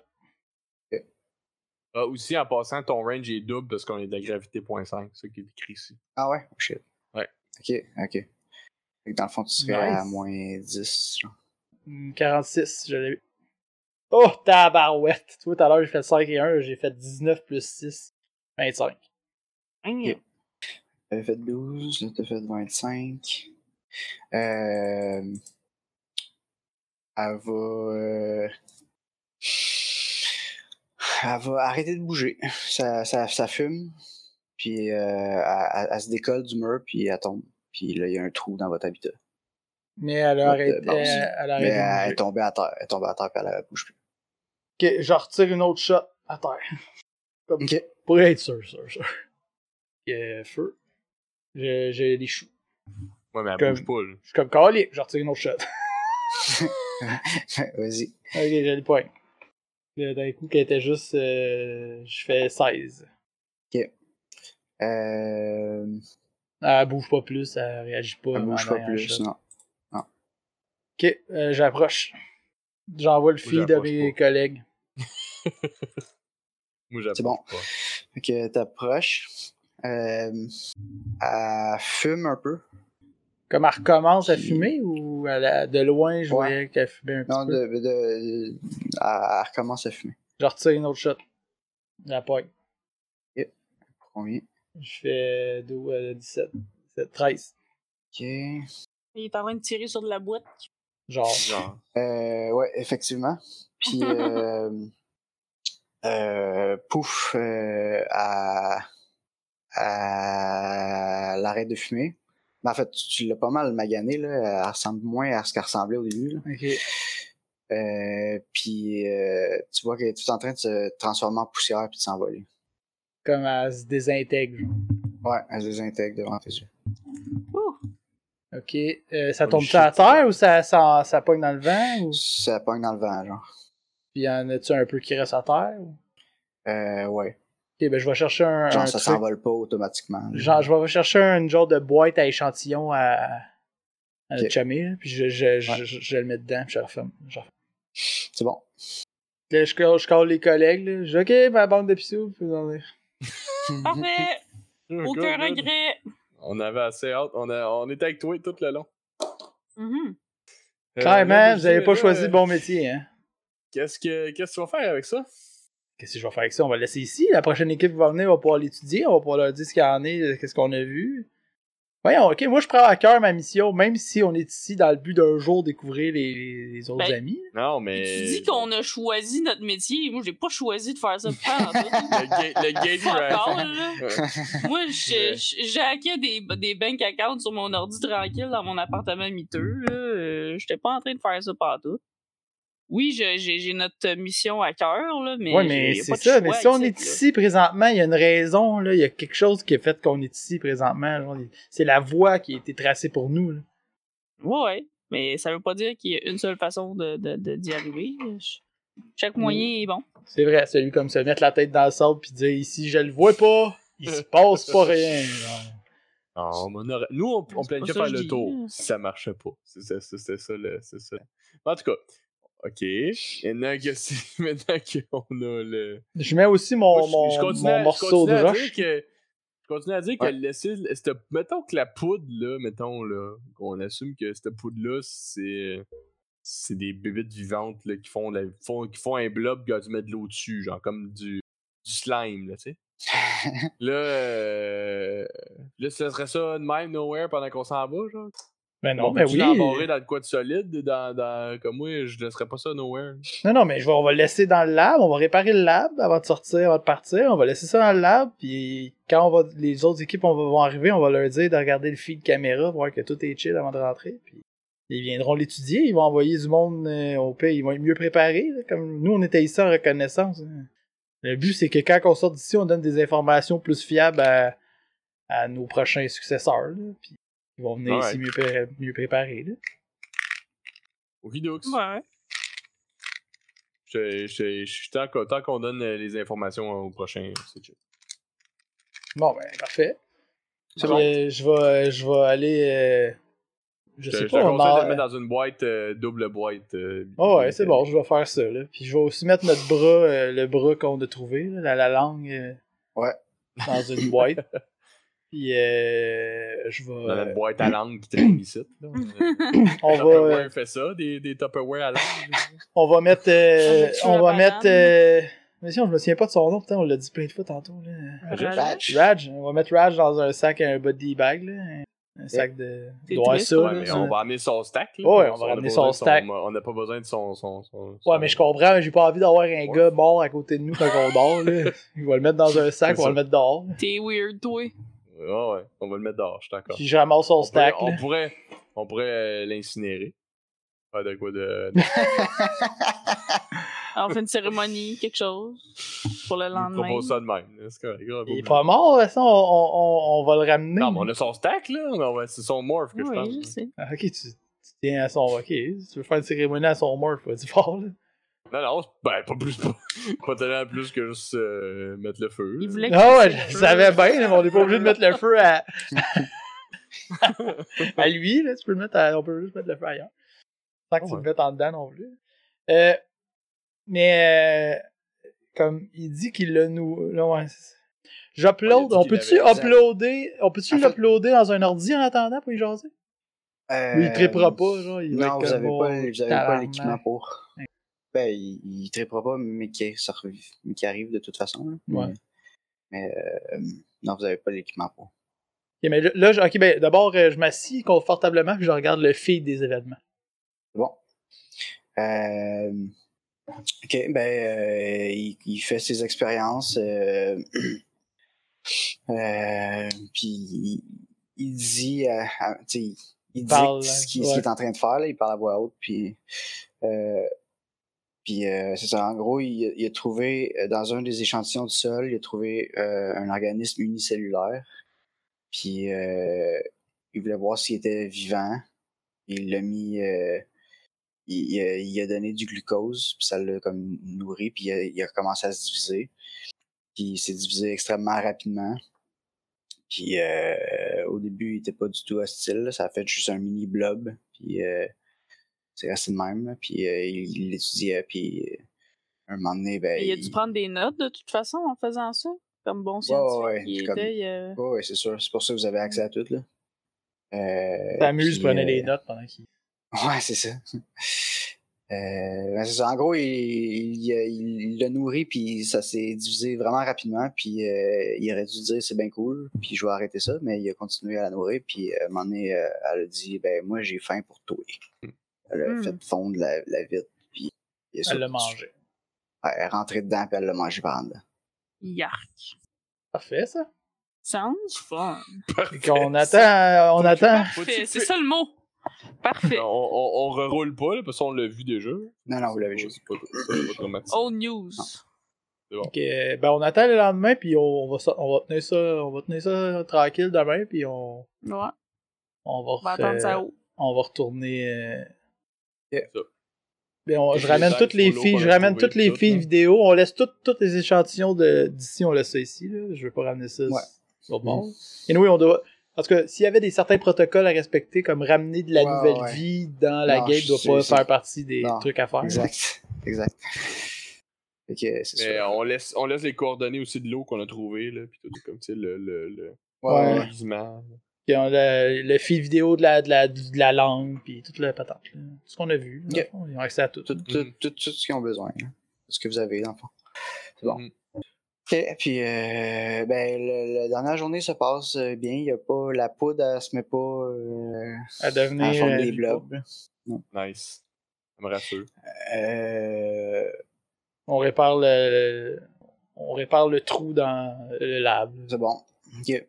[SPEAKER 3] Ah, aussi, en passant, ton range est double parce qu'on est de la gravité 0.5, c'est ça qui est écrit ici.
[SPEAKER 2] Ah ouais? Oh shit.
[SPEAKER 3] Ouais.
[SPEAKER 2] Ok, ok. Fait que dans le fond, tu serais à
[SPEAKER 1] Nice.
[SPEAKER 2] moins 10. genre.
[SPEAKER 1] Hum, 46, je l'ai eu. Oh, tabarouette! Tu vois, tout à l'heure, j'ai fait 5 et 1, j'ai fait 19 plus 6, 25.
[SPEAKER 4] Hein,
[SPEAKER 2] Ok. T'avais fait 12, là, t'as fait 25. Euh, elle va. euh, Elle va arrêter de bouger. Ça, ça, ça fume. Puis euh, elle, elle- elle se décolle du mur, puis elle tombe. Puis là, il y a un trou dans votre habitat.
[SPEAKER 1] Mais elle a
[SPEAKER 2] Votre
[SPEAKER 1] arrêté.
[SPEAKER 2] base.
[SPEAKER 1] Elle, elle a
[SPEAKER 2] Mais
[SPEAKER 1] arrêté. de
[SPEAKER 2] euh, elle
[SPEAKER 1] bouger.
[SPEAKER 2] est tombée à terre. Elle est tombée à terre, puis elle ne bouge plus.
[SPEAKER 1] Ok, je retire une autre shot à terre.
[SPEAKER 2] Ok.
[SPEAKER 1] Pour être sûr, sûr, sûr. Euh, feu. Je, je les choux.
[SPEAKER 3] Ouais, mais elle
[SPEAKER 1] Comme-
[SPEAKER 3] bouge pas, là.
[SPEAKER 1] Je suis comme calé, je retire une autre shot. ok,
[SPEAKER 2] Vas-y.
[SPEAKER 1] je les poigne. Là, D'un coup, qu'elle était juste. euh, je fais 16.
[SPEAKER 2] Euh,
[SPEAKER 1] Elle bouge pas plus, elle réagit pas.
[SPEAKER 2] elle
[SPEAKER 1] en
[SPEAKER 2] bouge pas
[SPEAKER 1] arrière,
[SPEAKER 2] plus, hein.
[SPEAKER 1] shot.
[SPEAKER 2] non.
[SPEAKER 1] Ok, euh, j'approche. J'envoie le fil de
[SPEAKER 3] j'approche
[SPEAKER 1] mes collègues.
[SPEAKER 3] Moi, j'approche
[SPEAKER 2] C'est bon.
[SPEAKER 3] pas.
[SPEAKER 2] Fait que t'approches. Euh, elle fume un peu.
[SPEAKER 1] Comme elle recommence à
[SPEAKER 2] Puis-
[SPEAKER 1] fumer ou elle a- de loin, je
[SPEAKER 2] Ouais.
[SPEAKER 1] voyais qu'elle fumait un petit
[SPEAKER 2] Non,
[SPEAKER 1] peu.
[SPEAKER 2] de, de, de- elle, elle recommence à fumer.
[SPEAKER 1] Je retire une autre shot. Je la poigne.
[SPEAKER 2] Combien?
[SPEAKER 1] Je fais 12, euh, 17, 17, 13.
[SPEAKER 2] Ok. Euh,
[SPEAKER 4] Il est en train de tirer sur de la boîte.
[SPEAKER 1] Genre.
[SPEAKER 3] Genre.
[SPEAKER 2] Euh, ouais, effectivement. Puis, euh, euh, pouf, euh, elle, elle arrête de fumer. Mais en fait, tu, tu l'as pas mal magané, là. Elle ressemble moins à ce qu'elle ressemblait au début, là.
[SPEAKER 1] Ok.
[SPEAKER 2] Euh, puis, euh, tu vois qu'elle est tout en train de se transformer en poussière puis de s'envoler.
[SPEAKER 1] Comme elle se désintègre. genre.
[SPEAKER 2] Ouais, elle se désintègre devant tes yeux.
[SPEAKER 4] Ouh!
[SPEAKER 1] Ok. Euh, ça
[SPEAKER 3] Holy
[SPEAKER 1] tombe ça à
[SPEAKER 3] shit.
[SPEAKER 1] terre ou ça, ça, ça pogne dans le vent? Ou...
[SPEAKER 2] Ça pogne dans le vent, genre.
[SPEAKER 1] Puis y en a-tu un peu qui reste à terre? ou-
[SPEAKER 2] Euh, ouais.
[SPEAKER 1] Ok, ben je vais chercher un.
[SPEAKER 2] Genre,
[SPEAKER 1] un
[SPEAKER 2] ça
[SPEAKER 1] truc.
[SPEAKER 2] s'envole pas automatiquement. là.
[SPEAKER 1] Genre, je vais chercher un genre de boîte à échantillons à, à
[SPEAKER 2] Ok.
[SPEAKER 1] chummy, là, puis je, je, je,
[SPEAKER 2] Ouais.
[SPEAKER 1] je- je le mets dedans, puis je le referme. Je referme.
[SPEAKER 2] C'est bon.
[SPEAKER 1] Là, je, call- je call les collègues, là. Je dis, OK, ma bande de pissous, puis on est-
[SPEAKER 4] Parfait!
[SPEAKER 1] Oh
[SPEAKER 4] Aucun regret!
[SPEAKER 3] On avait assez hâte. On, a, on était avec toi tout le long.
[SPEAKER 4] Mhm.
[SPEAKER 3] Euh, là,
[SPEAKER 1] Clairement,
[SPEAKER 3] je
[SPEAKER 1] vous avez
[SPEAKER 3] dis,
[SPEAKER 1] pas
[SPEAKER 3] là,
[SPEAKER 1] choisi
[SPEAKER 3] euh,
[SPEAKER 1] le bon métier, hein.
[SPEAKER 3] Qu'est-ce que, qu'est-ce que tu vas faire avec ça?
[SPEAKER 1] Qu'est-ce que je vais faire avec ça? On va le laisser ici. La prochaine équipe qui va venir va pouvoir l'étudier. On va pouvoir leur dire ce qu'il y en est, euh, qu'est-ce qu'on a vu. Voyons, ok, moi je prends à cœur ma mission, même si on est ici dans le but d'un jour découvrir les, les- les autres
[SPEAKER 4] Ben,
[SPEAKER 1] amis.
[SPEAKER 3] Non, mais.
[SPEAKER 4] Tu dis qu'on a choisi notre métier. Moi, j'ai pas choisi de faire ça pour faire en tout.
[SPEAKER 3] Le, ga- le gate
[SPEAKER 4] Fuck all,
[SPEAKER 3] drive.
[SPEAKER 4] là.
[SPEAKER 3] Ouais.
[SPEAKER 4] Moi, je-
[SPEAKER 1] euh,
[SPEAKER 4] je- j'ai hacké des, des bank accounts sur mon ordi tranquille dans mon appartement miteux. là. Euh, J'étais pas en train de faire ça partout. Oui, je- j'ai j'ai notre mission à cœur, là, mais.
[SPEAKER 1] ouais, mais
[SPEAKER 4] j'ai
[SPEAKER 1] c'est
[SPEAKER 4] pas de
[SPEAKER 1] ça.
[SPEAKER 4] choix
[SPEAKER 1] Mais si on
[SPEAKER 4] ici,
[SPEAKER 1] est
[SPEAKER 4] là.
[SPEAKER 1] ici présentement, il y a une raison, là. Il y a quelque chose qui a fait qu'on est ici présentement. Genre, C'est la voie qui a été tracée pour nous. là.
[SPEAKER 4] Ouais, ouais. Mais ça veut pas dire qu'il y a une seule façon d'y de, de, d'y arriver. Ch-
[SPEAKER 1] Mm.
[SPEAKER 4] Chaque moyen est bon.
[SPEAKER 1] C'est vrai, celui comme se mettre la tête dans le sable puis dire ici je le vois pas, il se passe pas rien. genre.
[SPEAKER 3] Non, mais on aurait- Nous, on, on
[SPEAKER 4] C'est
[SPEAKER 3] planifiait
[SPEAKER 4] pas ça
[SPEAKER 3] faire
[SPEAKER 4] que je
[SPEAKER 3] le
[SPEAKER 4] dis, là.
[SPEAKER 3] tour si ça marchait pas. C'est ça, c'est- c'est ça. le- c'est ça. En tout cas, OK. Maintenant que c'est- maintenant qu'on a le.
[SPEAKER 1] Je mets aussi mon,
[SPEAKER 3] Moi,
[SPEAKER 1] mon,
[SPEAKER 3] je- je continue
[SPEAKER 1] mon
[SPEAKER 3] à- je
[SPEAKER 1] morceau
[SPEAKER 3] continue
[SPEAKER 1] de
[SPEAKER 3] à dire
[SPEAKER 1] roche.
[SPEAKER 3] que- Je continue à dire
[SPEAKER 2] Ouais.
[SPEAKER 3] que laisser. cette- Mettons que la poudre, là, mettons, là, qu'on assume que cette poudre-là, c'est. C'est des bébites vivantes là, qui, font la, font- qui font un blob qui a dû mettre de l'eau dessus, genre comme du, du slime, là, tu sais. là, euh, là, ce serait ça de même, nowhere, pendant qu'on s'en va, genre.
[SPEAKER 1] Ben non,
[SPEAKER 3] On
[SPEAKER 1] mais
[SPEAKER 3] peut-tu
[SPEAKER 1] oui.
[SPEAKER 3] l'embarrer dans de quoi de solide, dans, dans- comme moi, je laisserais pas ça nowhere.
[SPEAKER 1] Non, non, mais je vais- on va le laisser dans le lab, on va réparer le lab avant de sortir, avant de partir, on va laisser ça dans le lab, puis quand on va, les autres équipes on va, vont arriver, on va leur dire de regarder le feed caméra, voir que tout est chill avant de rentrer, puis ils viendront l'étudier, ils vont envoyer du monde euh, au pays, ils vont être mieux préparés, là, comme nous on était ici en reconnaissance. hein. Le but c'est que quand on sort d'ici, on donne des informations plus fiables à, à nos prochains successeurs, là, puis ils vont venir
[SPEAKER 3] Ouais.
[SPEAKER 1] ici mieux, pré- mieux préparés. là.
[SPEAKER 3] Au Redux.
[SPEAKER 4] Ouais.
[SPEAKER 3] Je- je- je- Tant qu'on tant qu'on donne euh, les informations au prochain, euh, c'est chill.
[SPEAKER 1] Bon ben parfait.
[SPEAKER 2] C'est
[SPEAKER 1] Puis,
[SPEAKER 2] bon.
[SPEAKER 1] euh, je vais, je vais aller. euh, je
[SPEAKER 3] Je
[SPEAKER 1] sais
[SPEAKER 3] te je te
[SPEAKER 1] pas. on
[SPEAKER 3] conseille de
[SPEAKER 1] en-
[SPEAKER 3] le mettre dans une boîte, euh, double boîte. euh,
[SPEAKER 1] Ah ouais, c'est
[SPEAKER 3] euh,
[SPEAKER 1] bon, je vais faire ça. Là. Puis je vais aussi mettre notre bras, euh, le bras qu'on a trouvé, là, la, la langue, euh,
[SPEAKER 2] Ouais.
[SPEAKER 1] dans une boîte. Puis euh, je
[SPEAKER 3] Dans notre
[SPEAKER 1] vais.
[SPEAKER 3] boîte à langue qui traîne ici. là. Euh,
[SPEAKER 1] On va, euh,
[SPEAKER 3] Tupperware fait ça, des, des Tupperware à langue.
[SPEAKER 1] on va mettre. euh,
[SPEAKER 4] Avec
[SPEAKER 1] on
[SPEAKER 4] la
[SPEAKER 1] va
[SPEAKER 4] banane.
[SPEAKER 1] mettre. euh, Mais si, on- je me souviens pas de son nom, putain, on l'a dit plein de fois tantôt. Là.
[SPEAKER 4] Raj.
[SPEAKER 1] Raj, on va mettre Raj dans un sac, un body bag, là. un- Un sac de.
[SPEAKER 4] C'est
[SPEAKER 1] doit avoir
[SPEAKER 4] triste,
[SPEAKER 1] ça,
[SPEAKER 3] Ouais,
[SPEAKER 1] là,
[SPEAKER 3] mais
[SPEAKER 1] ça.
[SPEAKER 3] on va amener son stack. là.
[SPEAKER 1] Ouais, on va
[SPEAKER 3] Ça, a
[SPEAKER 1] ramener
[SPEAKER 3] pas
[SPEAKER 1] son
[SPEAKER 3] besoin de
[SPEAKER 1] stack.
[SPEAKER 3] on n'a pas besoin de son. son, son-
[SPEAKER 1] Ouais,
[SPEAKER 3] son-
[SPEAKER 1] mais je comprends, mais j'ai pas envie d'avoir un gars mort à côté de nous quand on dort. Là. Il va le mettre dans un sac,
[SPEAKER 3] C'est
[SPEAKER 1] on va
[SPEAKER 3] ça.
[SPEAKER 1] le mettre dehors.
[SPEAKER 4] T'es weird, toi.
[SPEAKER 3] Ouais, Ah ouais, on va le mettre dehors, je suis d'accord.
[SPEAKER 1] Puis je ramasse son
[SPEAKER 3] On,
[SPEAKER 1] stack.
[SPEAKER 3] pourrait- on
[SPEAKER 1] là.
[SPEAKER 3] pourrait, on pourrait euh, l'incinérer. Pas de quoi de.
[SPEAKER 4] On fait une cérémonie, quelque chose. Pour le
[SPEAKER 3] On
[SPEAKER 4] lendemain.
[SPEAKER 3] propose ça de même. là. C'est correct. gars,
[SPEAKER 1] Il est
[SPEAKER 3] pas obligé.
[SPEAKER 1] pas mort, ça, on, on- on- on va le ramener.
[SPEAKER 3] Non, mais on a son stack, là. on va- C'est son morph que je
[SPEAKER 4] Oui, je
[SPEAKER 3] pense.
[SPEAKER 4] sais.
[SPEAKER 1] Ah, Ok, tu, tu tiens à son. Ok, si tu veux faire une cérémonie à son mort, faut du fort. Là.
[SPEAKER 3] Non, non, c'est- ben, pas plus. Pas, pas tellement plus que juste euh, mettre le feu.
[SPEAKER 4] Il
[SPEAKER 3] là.
[SPEAKER 4] voulait
[SPEAKER 1] Ah ouais,
[SPEAKER 4] crisse le
[SPEAKER 1] je
[SPEAKER 4] feu.
[SPEAKER 1] savais bien, là, mais on n'est pas obligé de mettre le feu à. à lui, là, tu peux le mettre à- on peut juste mettre le feu ailleurs. Sans que tu
[SPEAKER 3] Ouais.
[SPEAKER 1] le mettes en dedans non plus. Euh, mais, euh, comme il dit qu'il l'a nous. là, ouais, c'est-
[SPEAKER 3] Ouais, il
[SPEAKER 1] J'upload,
[SPEAKER 3] a dit
[SPEAKER 1] on
[SPEAKER 3] qu'il
[SPEAKER 1] peut-tu
[SPEAKER 2] l'avait-
[SPEAKER 1] uploader, on peut-tu
[SPEAKER 2] En fait-
[SPEAKER 1] l'uploader dans un ordi en attendant pour y jaser?
[SPEAKER 2] Euh,
[SPEAKER 1] Ou il trippera pas, genre, il va
[SPEAKER 2] Non,
[SPEAKER 1] être
[SPEAKER 2] vous
[SPEAKER 1] comme,
[SPEAKER 2] avez
[SPEAKER 1] oh,
[SPEAKER 2] pas, vous avez pas
[SPEAKER 1] tabarnak.
[SPEAKER 2] l'équipement pour. Ben, il, il trippera pas, mais qui, ça rev- mais qui arrive de toute façon. là.
[SPEAKER 1] Ouais.
[SPEAKER 2] Mais euh, non, vous avez pas l'équipement pour.
[SPEAKER 1] Ok, mais là, là, je- ok, ben, d'abord, euh, je m'assis confortablement puis je regarde le feed des événements.
[SPEAKER 2] Bon. Euh, ok, ben, euh, il, il fait ses expériences. euh, euh, puis il, il dit, euh, à- tu sais, il dit
[SPEAKER 1] Parle, hein,
[SPEAKER 2] ce qu'il
[SPEAKER 1] ouais.
[SPEAKER 2] ce qu'il est en train de faire. là, il parle à voix haute. Puis, euh, puis euh, c'est ça. En gros, il, il a trouvé euh, dans un des échantillons du sol, il a trouvé euh, un organisme unicellulaire. Puis euh, il voulait voir s'il était vivant. Il l'a mis. euh, il, euh, il a, il a donné du glucose, puis ça l'a comme nourri, puis il a, il a commencé à se diviser. Puis s'est divisé extrêmement rapidement. Puis euh, au début, il était pas du tout hostile. là. Ça a fait juste un mini blob. Puis euh, c'est resté de même. là. Puis euh, il l'étudiait. Puis euh, un moment donné, ben.
[SPEAKER 4] Mais il a dû prendre des notes de toute façon en faisant ça. Comme bon scientifique
[SPEAKER 2] ouais,
[SPEAKER 4] qu'il
[SPEAKER 2] comme-
[SPEAKER 4] était, il, euh,
[SPEAKER 2] Ouais, ouais, c'est sûr. C'est pour ça que vous avez accès à tout, là. Euh,
[SPEAKER 1] T'amuses,
[SPEAKER 2] puis,
[SPEAKER 1] prenait
[SPEAKER 2] euh,
[SPEAKER 1] des notes pendant qu'il.
[SPEAKER 2] Ouais, c'est ça. Euh, ben, c'est ça. En gros, il, il, il- il l'a nourri, puis ça s'est divisé vraiment rapidement, puis euh, il aurait dû dire c'est bien cool, puis je vais arrêter ça, mais il a continué à la nourrir, puis euh, à un moment donné, euh, elle a dit ben moi j'ai faim pour toi. Elle a
[SPEAKER 4] Hmm.
[SPEAKER 2] fait fondre la, la vitre, puis bien sûr,
[SPEAKER 1] Elle l'a
[SPEAKER 2] tu-
[SPEAKER 1] mangé.
[SPEAKER 2] Ouais, Elle est rentrée dedans, puis elle l'a mangé par en dedans.
[SPEAKER 4] yark.
[SPEAKER 1] Parfait, ça.
[SPEAKER 4] Sounds fun.
[SPEAKER 1] Fait qu'on attend, euh, on attend.
[SPEAKER 4] Parfait, c'est ça le mot. Parfait.
[SPEAKER 3] On, on, on reroule pas, là, parce qu'on l'a vu déjà.
[SPEAKER 2] Non, non, vous l'avez joué.
[SPEAKER 3] C'est pas, c'est pas traumatisant.
[SPEAKER 4] Old news.
[SPEAKER 1] Fait que, ben, on attend le lendemain, puis on, on va, so- on va tenir ça, on va tenir ça tranquille demain, puis on,
[SPEAKER 4] Ouais,
[SPEAKER 1] on va,
[SPEAKER 4] on va
[SPEAKER 1] re-
[SPEAKER 4] attendre ça haut.
[SPEAKER 1] on va retourner. euh,
[SPEAKER 2] Yeah.
[SPEAKER 3] Ça.
[SPEAKER 1] Ben, on-
[SPEAKER 3] Puis
[SPEAKER 1] je
[SPEAKER 3] les
[SPEAKER 1] ramène
[SPEAKER 3] tags
[SPEAKER 1] toutes les
[SPEAKER 3] follow
[SPEAKER 1] filles,
[SPEAKER 3] qu'on
[SPEAKER 1] je
[SPEAKER 3] a
[SPEAKER 1] ramène
[SPEAKER 3] trouvées,
[SPEAKER 1] toutes les
[SPEAKER 3] tout,
[SPEAKER 1] filles
[SPEAKER 3] là.
[SPEAKER 1] vidéo, on laisse toutes toutes les échantillons de- d'ici, on laisse ça ici, là. je veux pas ramener ça
[SPEAKER 2] Ouais. Mm-hmm.
[SPEAKER 1] sur
[SPEAKER 2] Hmm.
[SPEAKER 1] bord. Et oui, on doit. Parce que s'il y avait des certains protocoles à respecter, comme ramener de la
[SPEAKER 2] Ouais,
[SPEAKER 1] nouvelle
[SPEAKER 2] ouais.
[SPEAKER 1] vie dans la
[SPEAKER 2] Non,
[SPEAKER 1] game
[SPEAKER 2] je
[SPEAKER 1] doit
[SPEAKER 2] sais,
[SPEAKER 1] pas
[SPEAKER 2] c'est-
[SPEAKER 1] faire partie des
[SPEAKER 2] Non,
[SPEAKER 1] trucs à faire.
[SPEAKER 2] Exact, exact. Fait que c'est
[SPEAKER 3] Mais
[SPEAKER 2] sûr.
[SPEAKER 3] on laisse, on laisse les coordonnées aussi de l'eau qu'on a trouvée, là, pis tout, comme, tu sais, le, le, le,
[SPEAKER 1] Ouais.
[SPEAKER 3] le gisement.
[SPEAKER 1] Puis on a le fil vidéo de la, de la, de la langue, puis toute la patente. là. Tout ce qu'on a vu. là,
[SPEAKER 2] Yeah.
[SPEAKER 1] dans le fond, Ils ont accès à tout.
[SPEAKER 2] Tout, tout, tout, tout ce qu'ils ont besoin, là. Tout ce que vous avez, dans le fond. Bon.
[SPEAKER 3] Mhm.
[SPEAKER 2] Ok, puis euh, ben, le- la dernière journée se passe euh, bien. Il y a pas la poudre, elle se met pas euh,
[SPEAKER 1] À
[SPEAKER 2] en
[SPEAKER 1] devenir.
[SPEAKER 2] forme
[SPEAKER 1] euh,
[SPEAKER 2] des blobs.
[SPEAKER 3] Nice. Ça me rassure.
[SPEAKER 2] Euh,
[SPEAKER 1] on répare le. On répare le trou dans le lab.
[SPEAKER 2] c'est bon. Ok.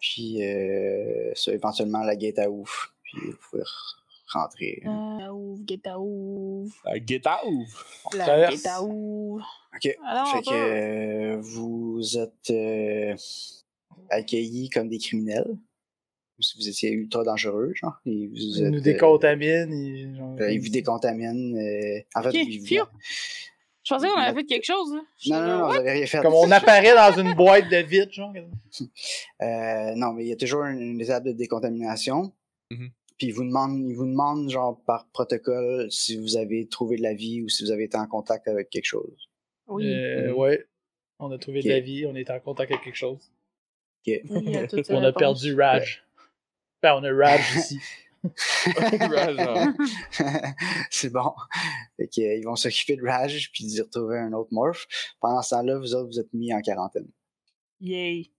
[SPEAKER 2] Puis euh, ça, éventuellement la gate à ouf. Puis vous pouvez re- rentrer.
[SPEAKER 4] Ah, ouvre, get ouvre.
[SPEAKER 3] Euh, Get out!
[SPEAKER 4] La
[SPEAKER 1] traverse.
[SPEAKER 4] get ouvre.
[SPEAKER 2] Ok.
[SPEAKER 4] Alors,
[SPEAKER 2] fait que euh, vous êtes euh, accueillis comme des criminels. Comme si vous étiez ultra dangereux, genre. Et vous
[SPEAKER 1] Ils
[SPEAKER 2] êtes,
[SPEAKER 1] nous
[SPEAKER 2] euh,
[SPEAKER 1] décontaminent. ils- genre-
[SPEAKER 2] euh, ils vous décontaminent. euh, en fait,
[SPEAKER 4] Ok,
[SPEAKER 2] ils vous-
[SPEAKER 4] fiu. Je pensais qu'on avait fait quelque chose, hein. là.
[SPEAKER 2] Non, non, non, vous avez rien fait.
[SPEAKER 1] Comme on apparaît dans une boîte de vitre, genre.
[SPEAKER 2] Euh, non, mais il y a toujours une, une étape de décontamination.
[SPEAKER 3] Mhm.
[SPEAKER 2] Puis ils vous demandent, ils vous demandent genre par protocole si vous avez trouvé de la vie ou si vous avez été en contact avec quelque chose.
[SPEAKER 4] Oui,
[SPEAKER 1] Euh,
[SPEAKER 3] Mhm.
[SPEAKER 1] Ouais. On a trouvé de
[SPEAKER 2] Ok.
[SPEAKER 1] la vie, on est en contact avec quelque chose.
[SPEAKER 4] oui, à toute
[SPEAKER 1] on a perdu Raj. Ben, on a Raj ici.
[SPEAKER 3] Ouais, genre,
[SPEAKER 2] c'est bon. Fait que, euh, ils vont s'occuper de Raj puis d'y retrouver un autre morph. Pendant ce temps-là, vous autres vous êtes mis en quarantaine.
[SPEAKER 4] Yay.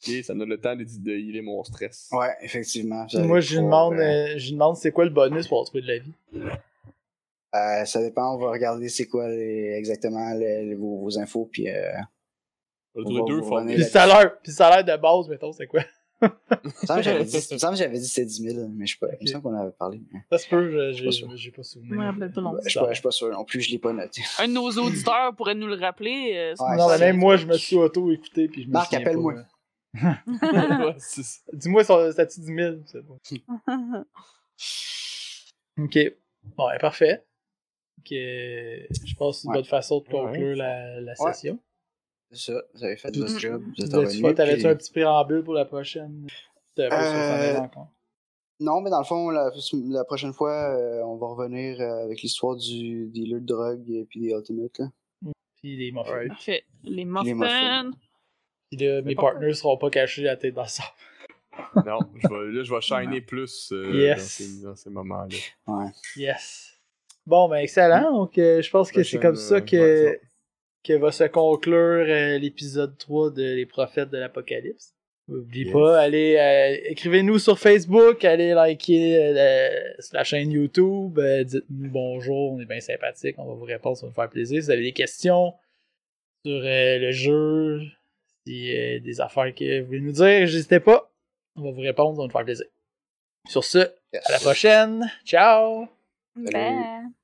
[SPEAKER 3] ok, ça me donne le temps de, de healer mon stress.
[SPEAKER 2] Ouais, effectivement. vous avez
[SPEAKER 1] Moi, je lui
[SPEAKER 2] trois,
[SPEAKER 1] demande,
[SPEAKER 2] euh,
[SPEAKER 1] euh, je lui demande c'est quoi le bonus pour trouver de la vie.
[SPEAKER 2] euh, ça dépend. On va regarder c'est quoi les- exactement les- les- vos, vos infos puis euh,
[SPEAKER 3] On
[SPEAKER 2] On va
[SPEAKER 3] a trouvé deux
[SPEAKER 2] vous
[SPEAKER 3] formules.
[SPEAKER 1] Puis le salaire, puis le salaire de base, mettons, c'est quoi?
[SPEAKER 2] Il me semble que j'avais dit, il me semble que j'avais dit c'était 10 000, mais je sais pas. Il me semble qu'on en avait parlé. mais
[SPEAKER 1] Ça se peut, je- j'ai
[SPEAKER 2] Pas sûr.
[SPEAKER 1] j'ai pas
[SPEAKER 4] Je
[SPEAKER 1] souvenir.
[SPEAKER 4] me rappelle pas non
[SPEAKER 2] Je
[SPEAKER 4] plus.
[SPEAKER 2] suis pas, je suis pas sûr. Non plus, je l'ai pas noté.
[SPEAKER 4] Un de nos auditeurs pourrait nous le rappeler. euh, c'est
[SPEAKER 2] Hmm. Ouais,
[SPEAKER 1] non,
[SPEAKER 4] pas
[SPEAKER 1] mais
[SPEAKER 2] c'est-
[SPEAKER 1] même moi, je me suis auto-écouté, puis je me
[SPEAKER 2] Marc,
[SPEAKER 1] souviens
[SPEAKER 2] appelle-moi.
[SPEAKER 1] pas. euh.
[SPEAKER 3] ouais, c'est ça.
[SPEAKER 1] Dis-moi son statut 10 000. c'est bon. Ok. Bon, ben, parfait. Ok, Je pense que c'est une
[SPEAKER 2] Ouais.
[SPEAKER 1] bonne façon de
[SPEAKER 3] Ouais.
[SPEAKER 1] conclure la, la
[SPEAKER 2] Ouais.
[SPEAKER 1] session.
[SPEAKER 2] C'est ça. Vous avez fait
[SPEAKER 1] Mm.
[SPEAKER 2] votre job. Vous êtes
[SPEAKER 1] Tu vois,
[SPEAKER 2] revenu.
[SPEAKER 1] T'avais-tu
[SPEAKER 2] puis-
[SPEAKER 1] un petit préambule pour la prochaine? T'avais pas sur
[SPEAKER 2] Euh,
[SPEAKER 1] ton rencontre.
[SPEAKER 2] Non, mais dans le fond, la, la prochaine fois, euh, on va revenir euh, avec l'histoire du dealer de drogue et puis des ultimates. Là.
[SPEAKER 1] Puis les muffins.
[SPEAKER 3] Alright.
[SPEAKER 4] Parfait. Les
[SPEAKER 2] muffins.
[SPEAKER 4] muffins.
[SPEAKER 1] Puis là, mes
[SPEAKER 3] pas
[SPEAKER 1] partners seront pas cachés à la tête d'ensemble.
[SPEAKER 3] Non, je vais, là, je vais shiner plus euh,
[SPEAKER 1] Yes.
[SPEAKER 3] dans ces, dans ces moments-là.
[SPEAKER 1] Yes. Bon, ben excellent. Donc, euh, je pense que c'est
[SPEAKER 3] Mm. Prochaine,
[SPEAKER 1] comme ça
[SPEAKER 3] euh,
[SPEAKER 1] que,
[SPEAKER 3] ouais,
[SPEAKER 1] que va se conclure euh, l'épisode 3 de Les Prophètes de l'Apocalypse. N'oubliez
[SPEAKER 3] Yes.
[SPEAKER 1] pas, allez, euh, écrivez-nous sur Facebook, allez liker euh, la- sur la chaîne YouTube, euh, dites-nous bonjour, on est bien sympathique, on va vous répondre, ça va nous faire plaisir. Si vous avez des questions sur euh, le jeu, si euh, des affaires que vous voulez nous dire, n'hésitez pas, on va vous répondre, ça va nous faire plaisir. Sur ce, à la prochaine, ciao!
[SPEAKER 2] Salut.
[SPEAKER 4] Ben.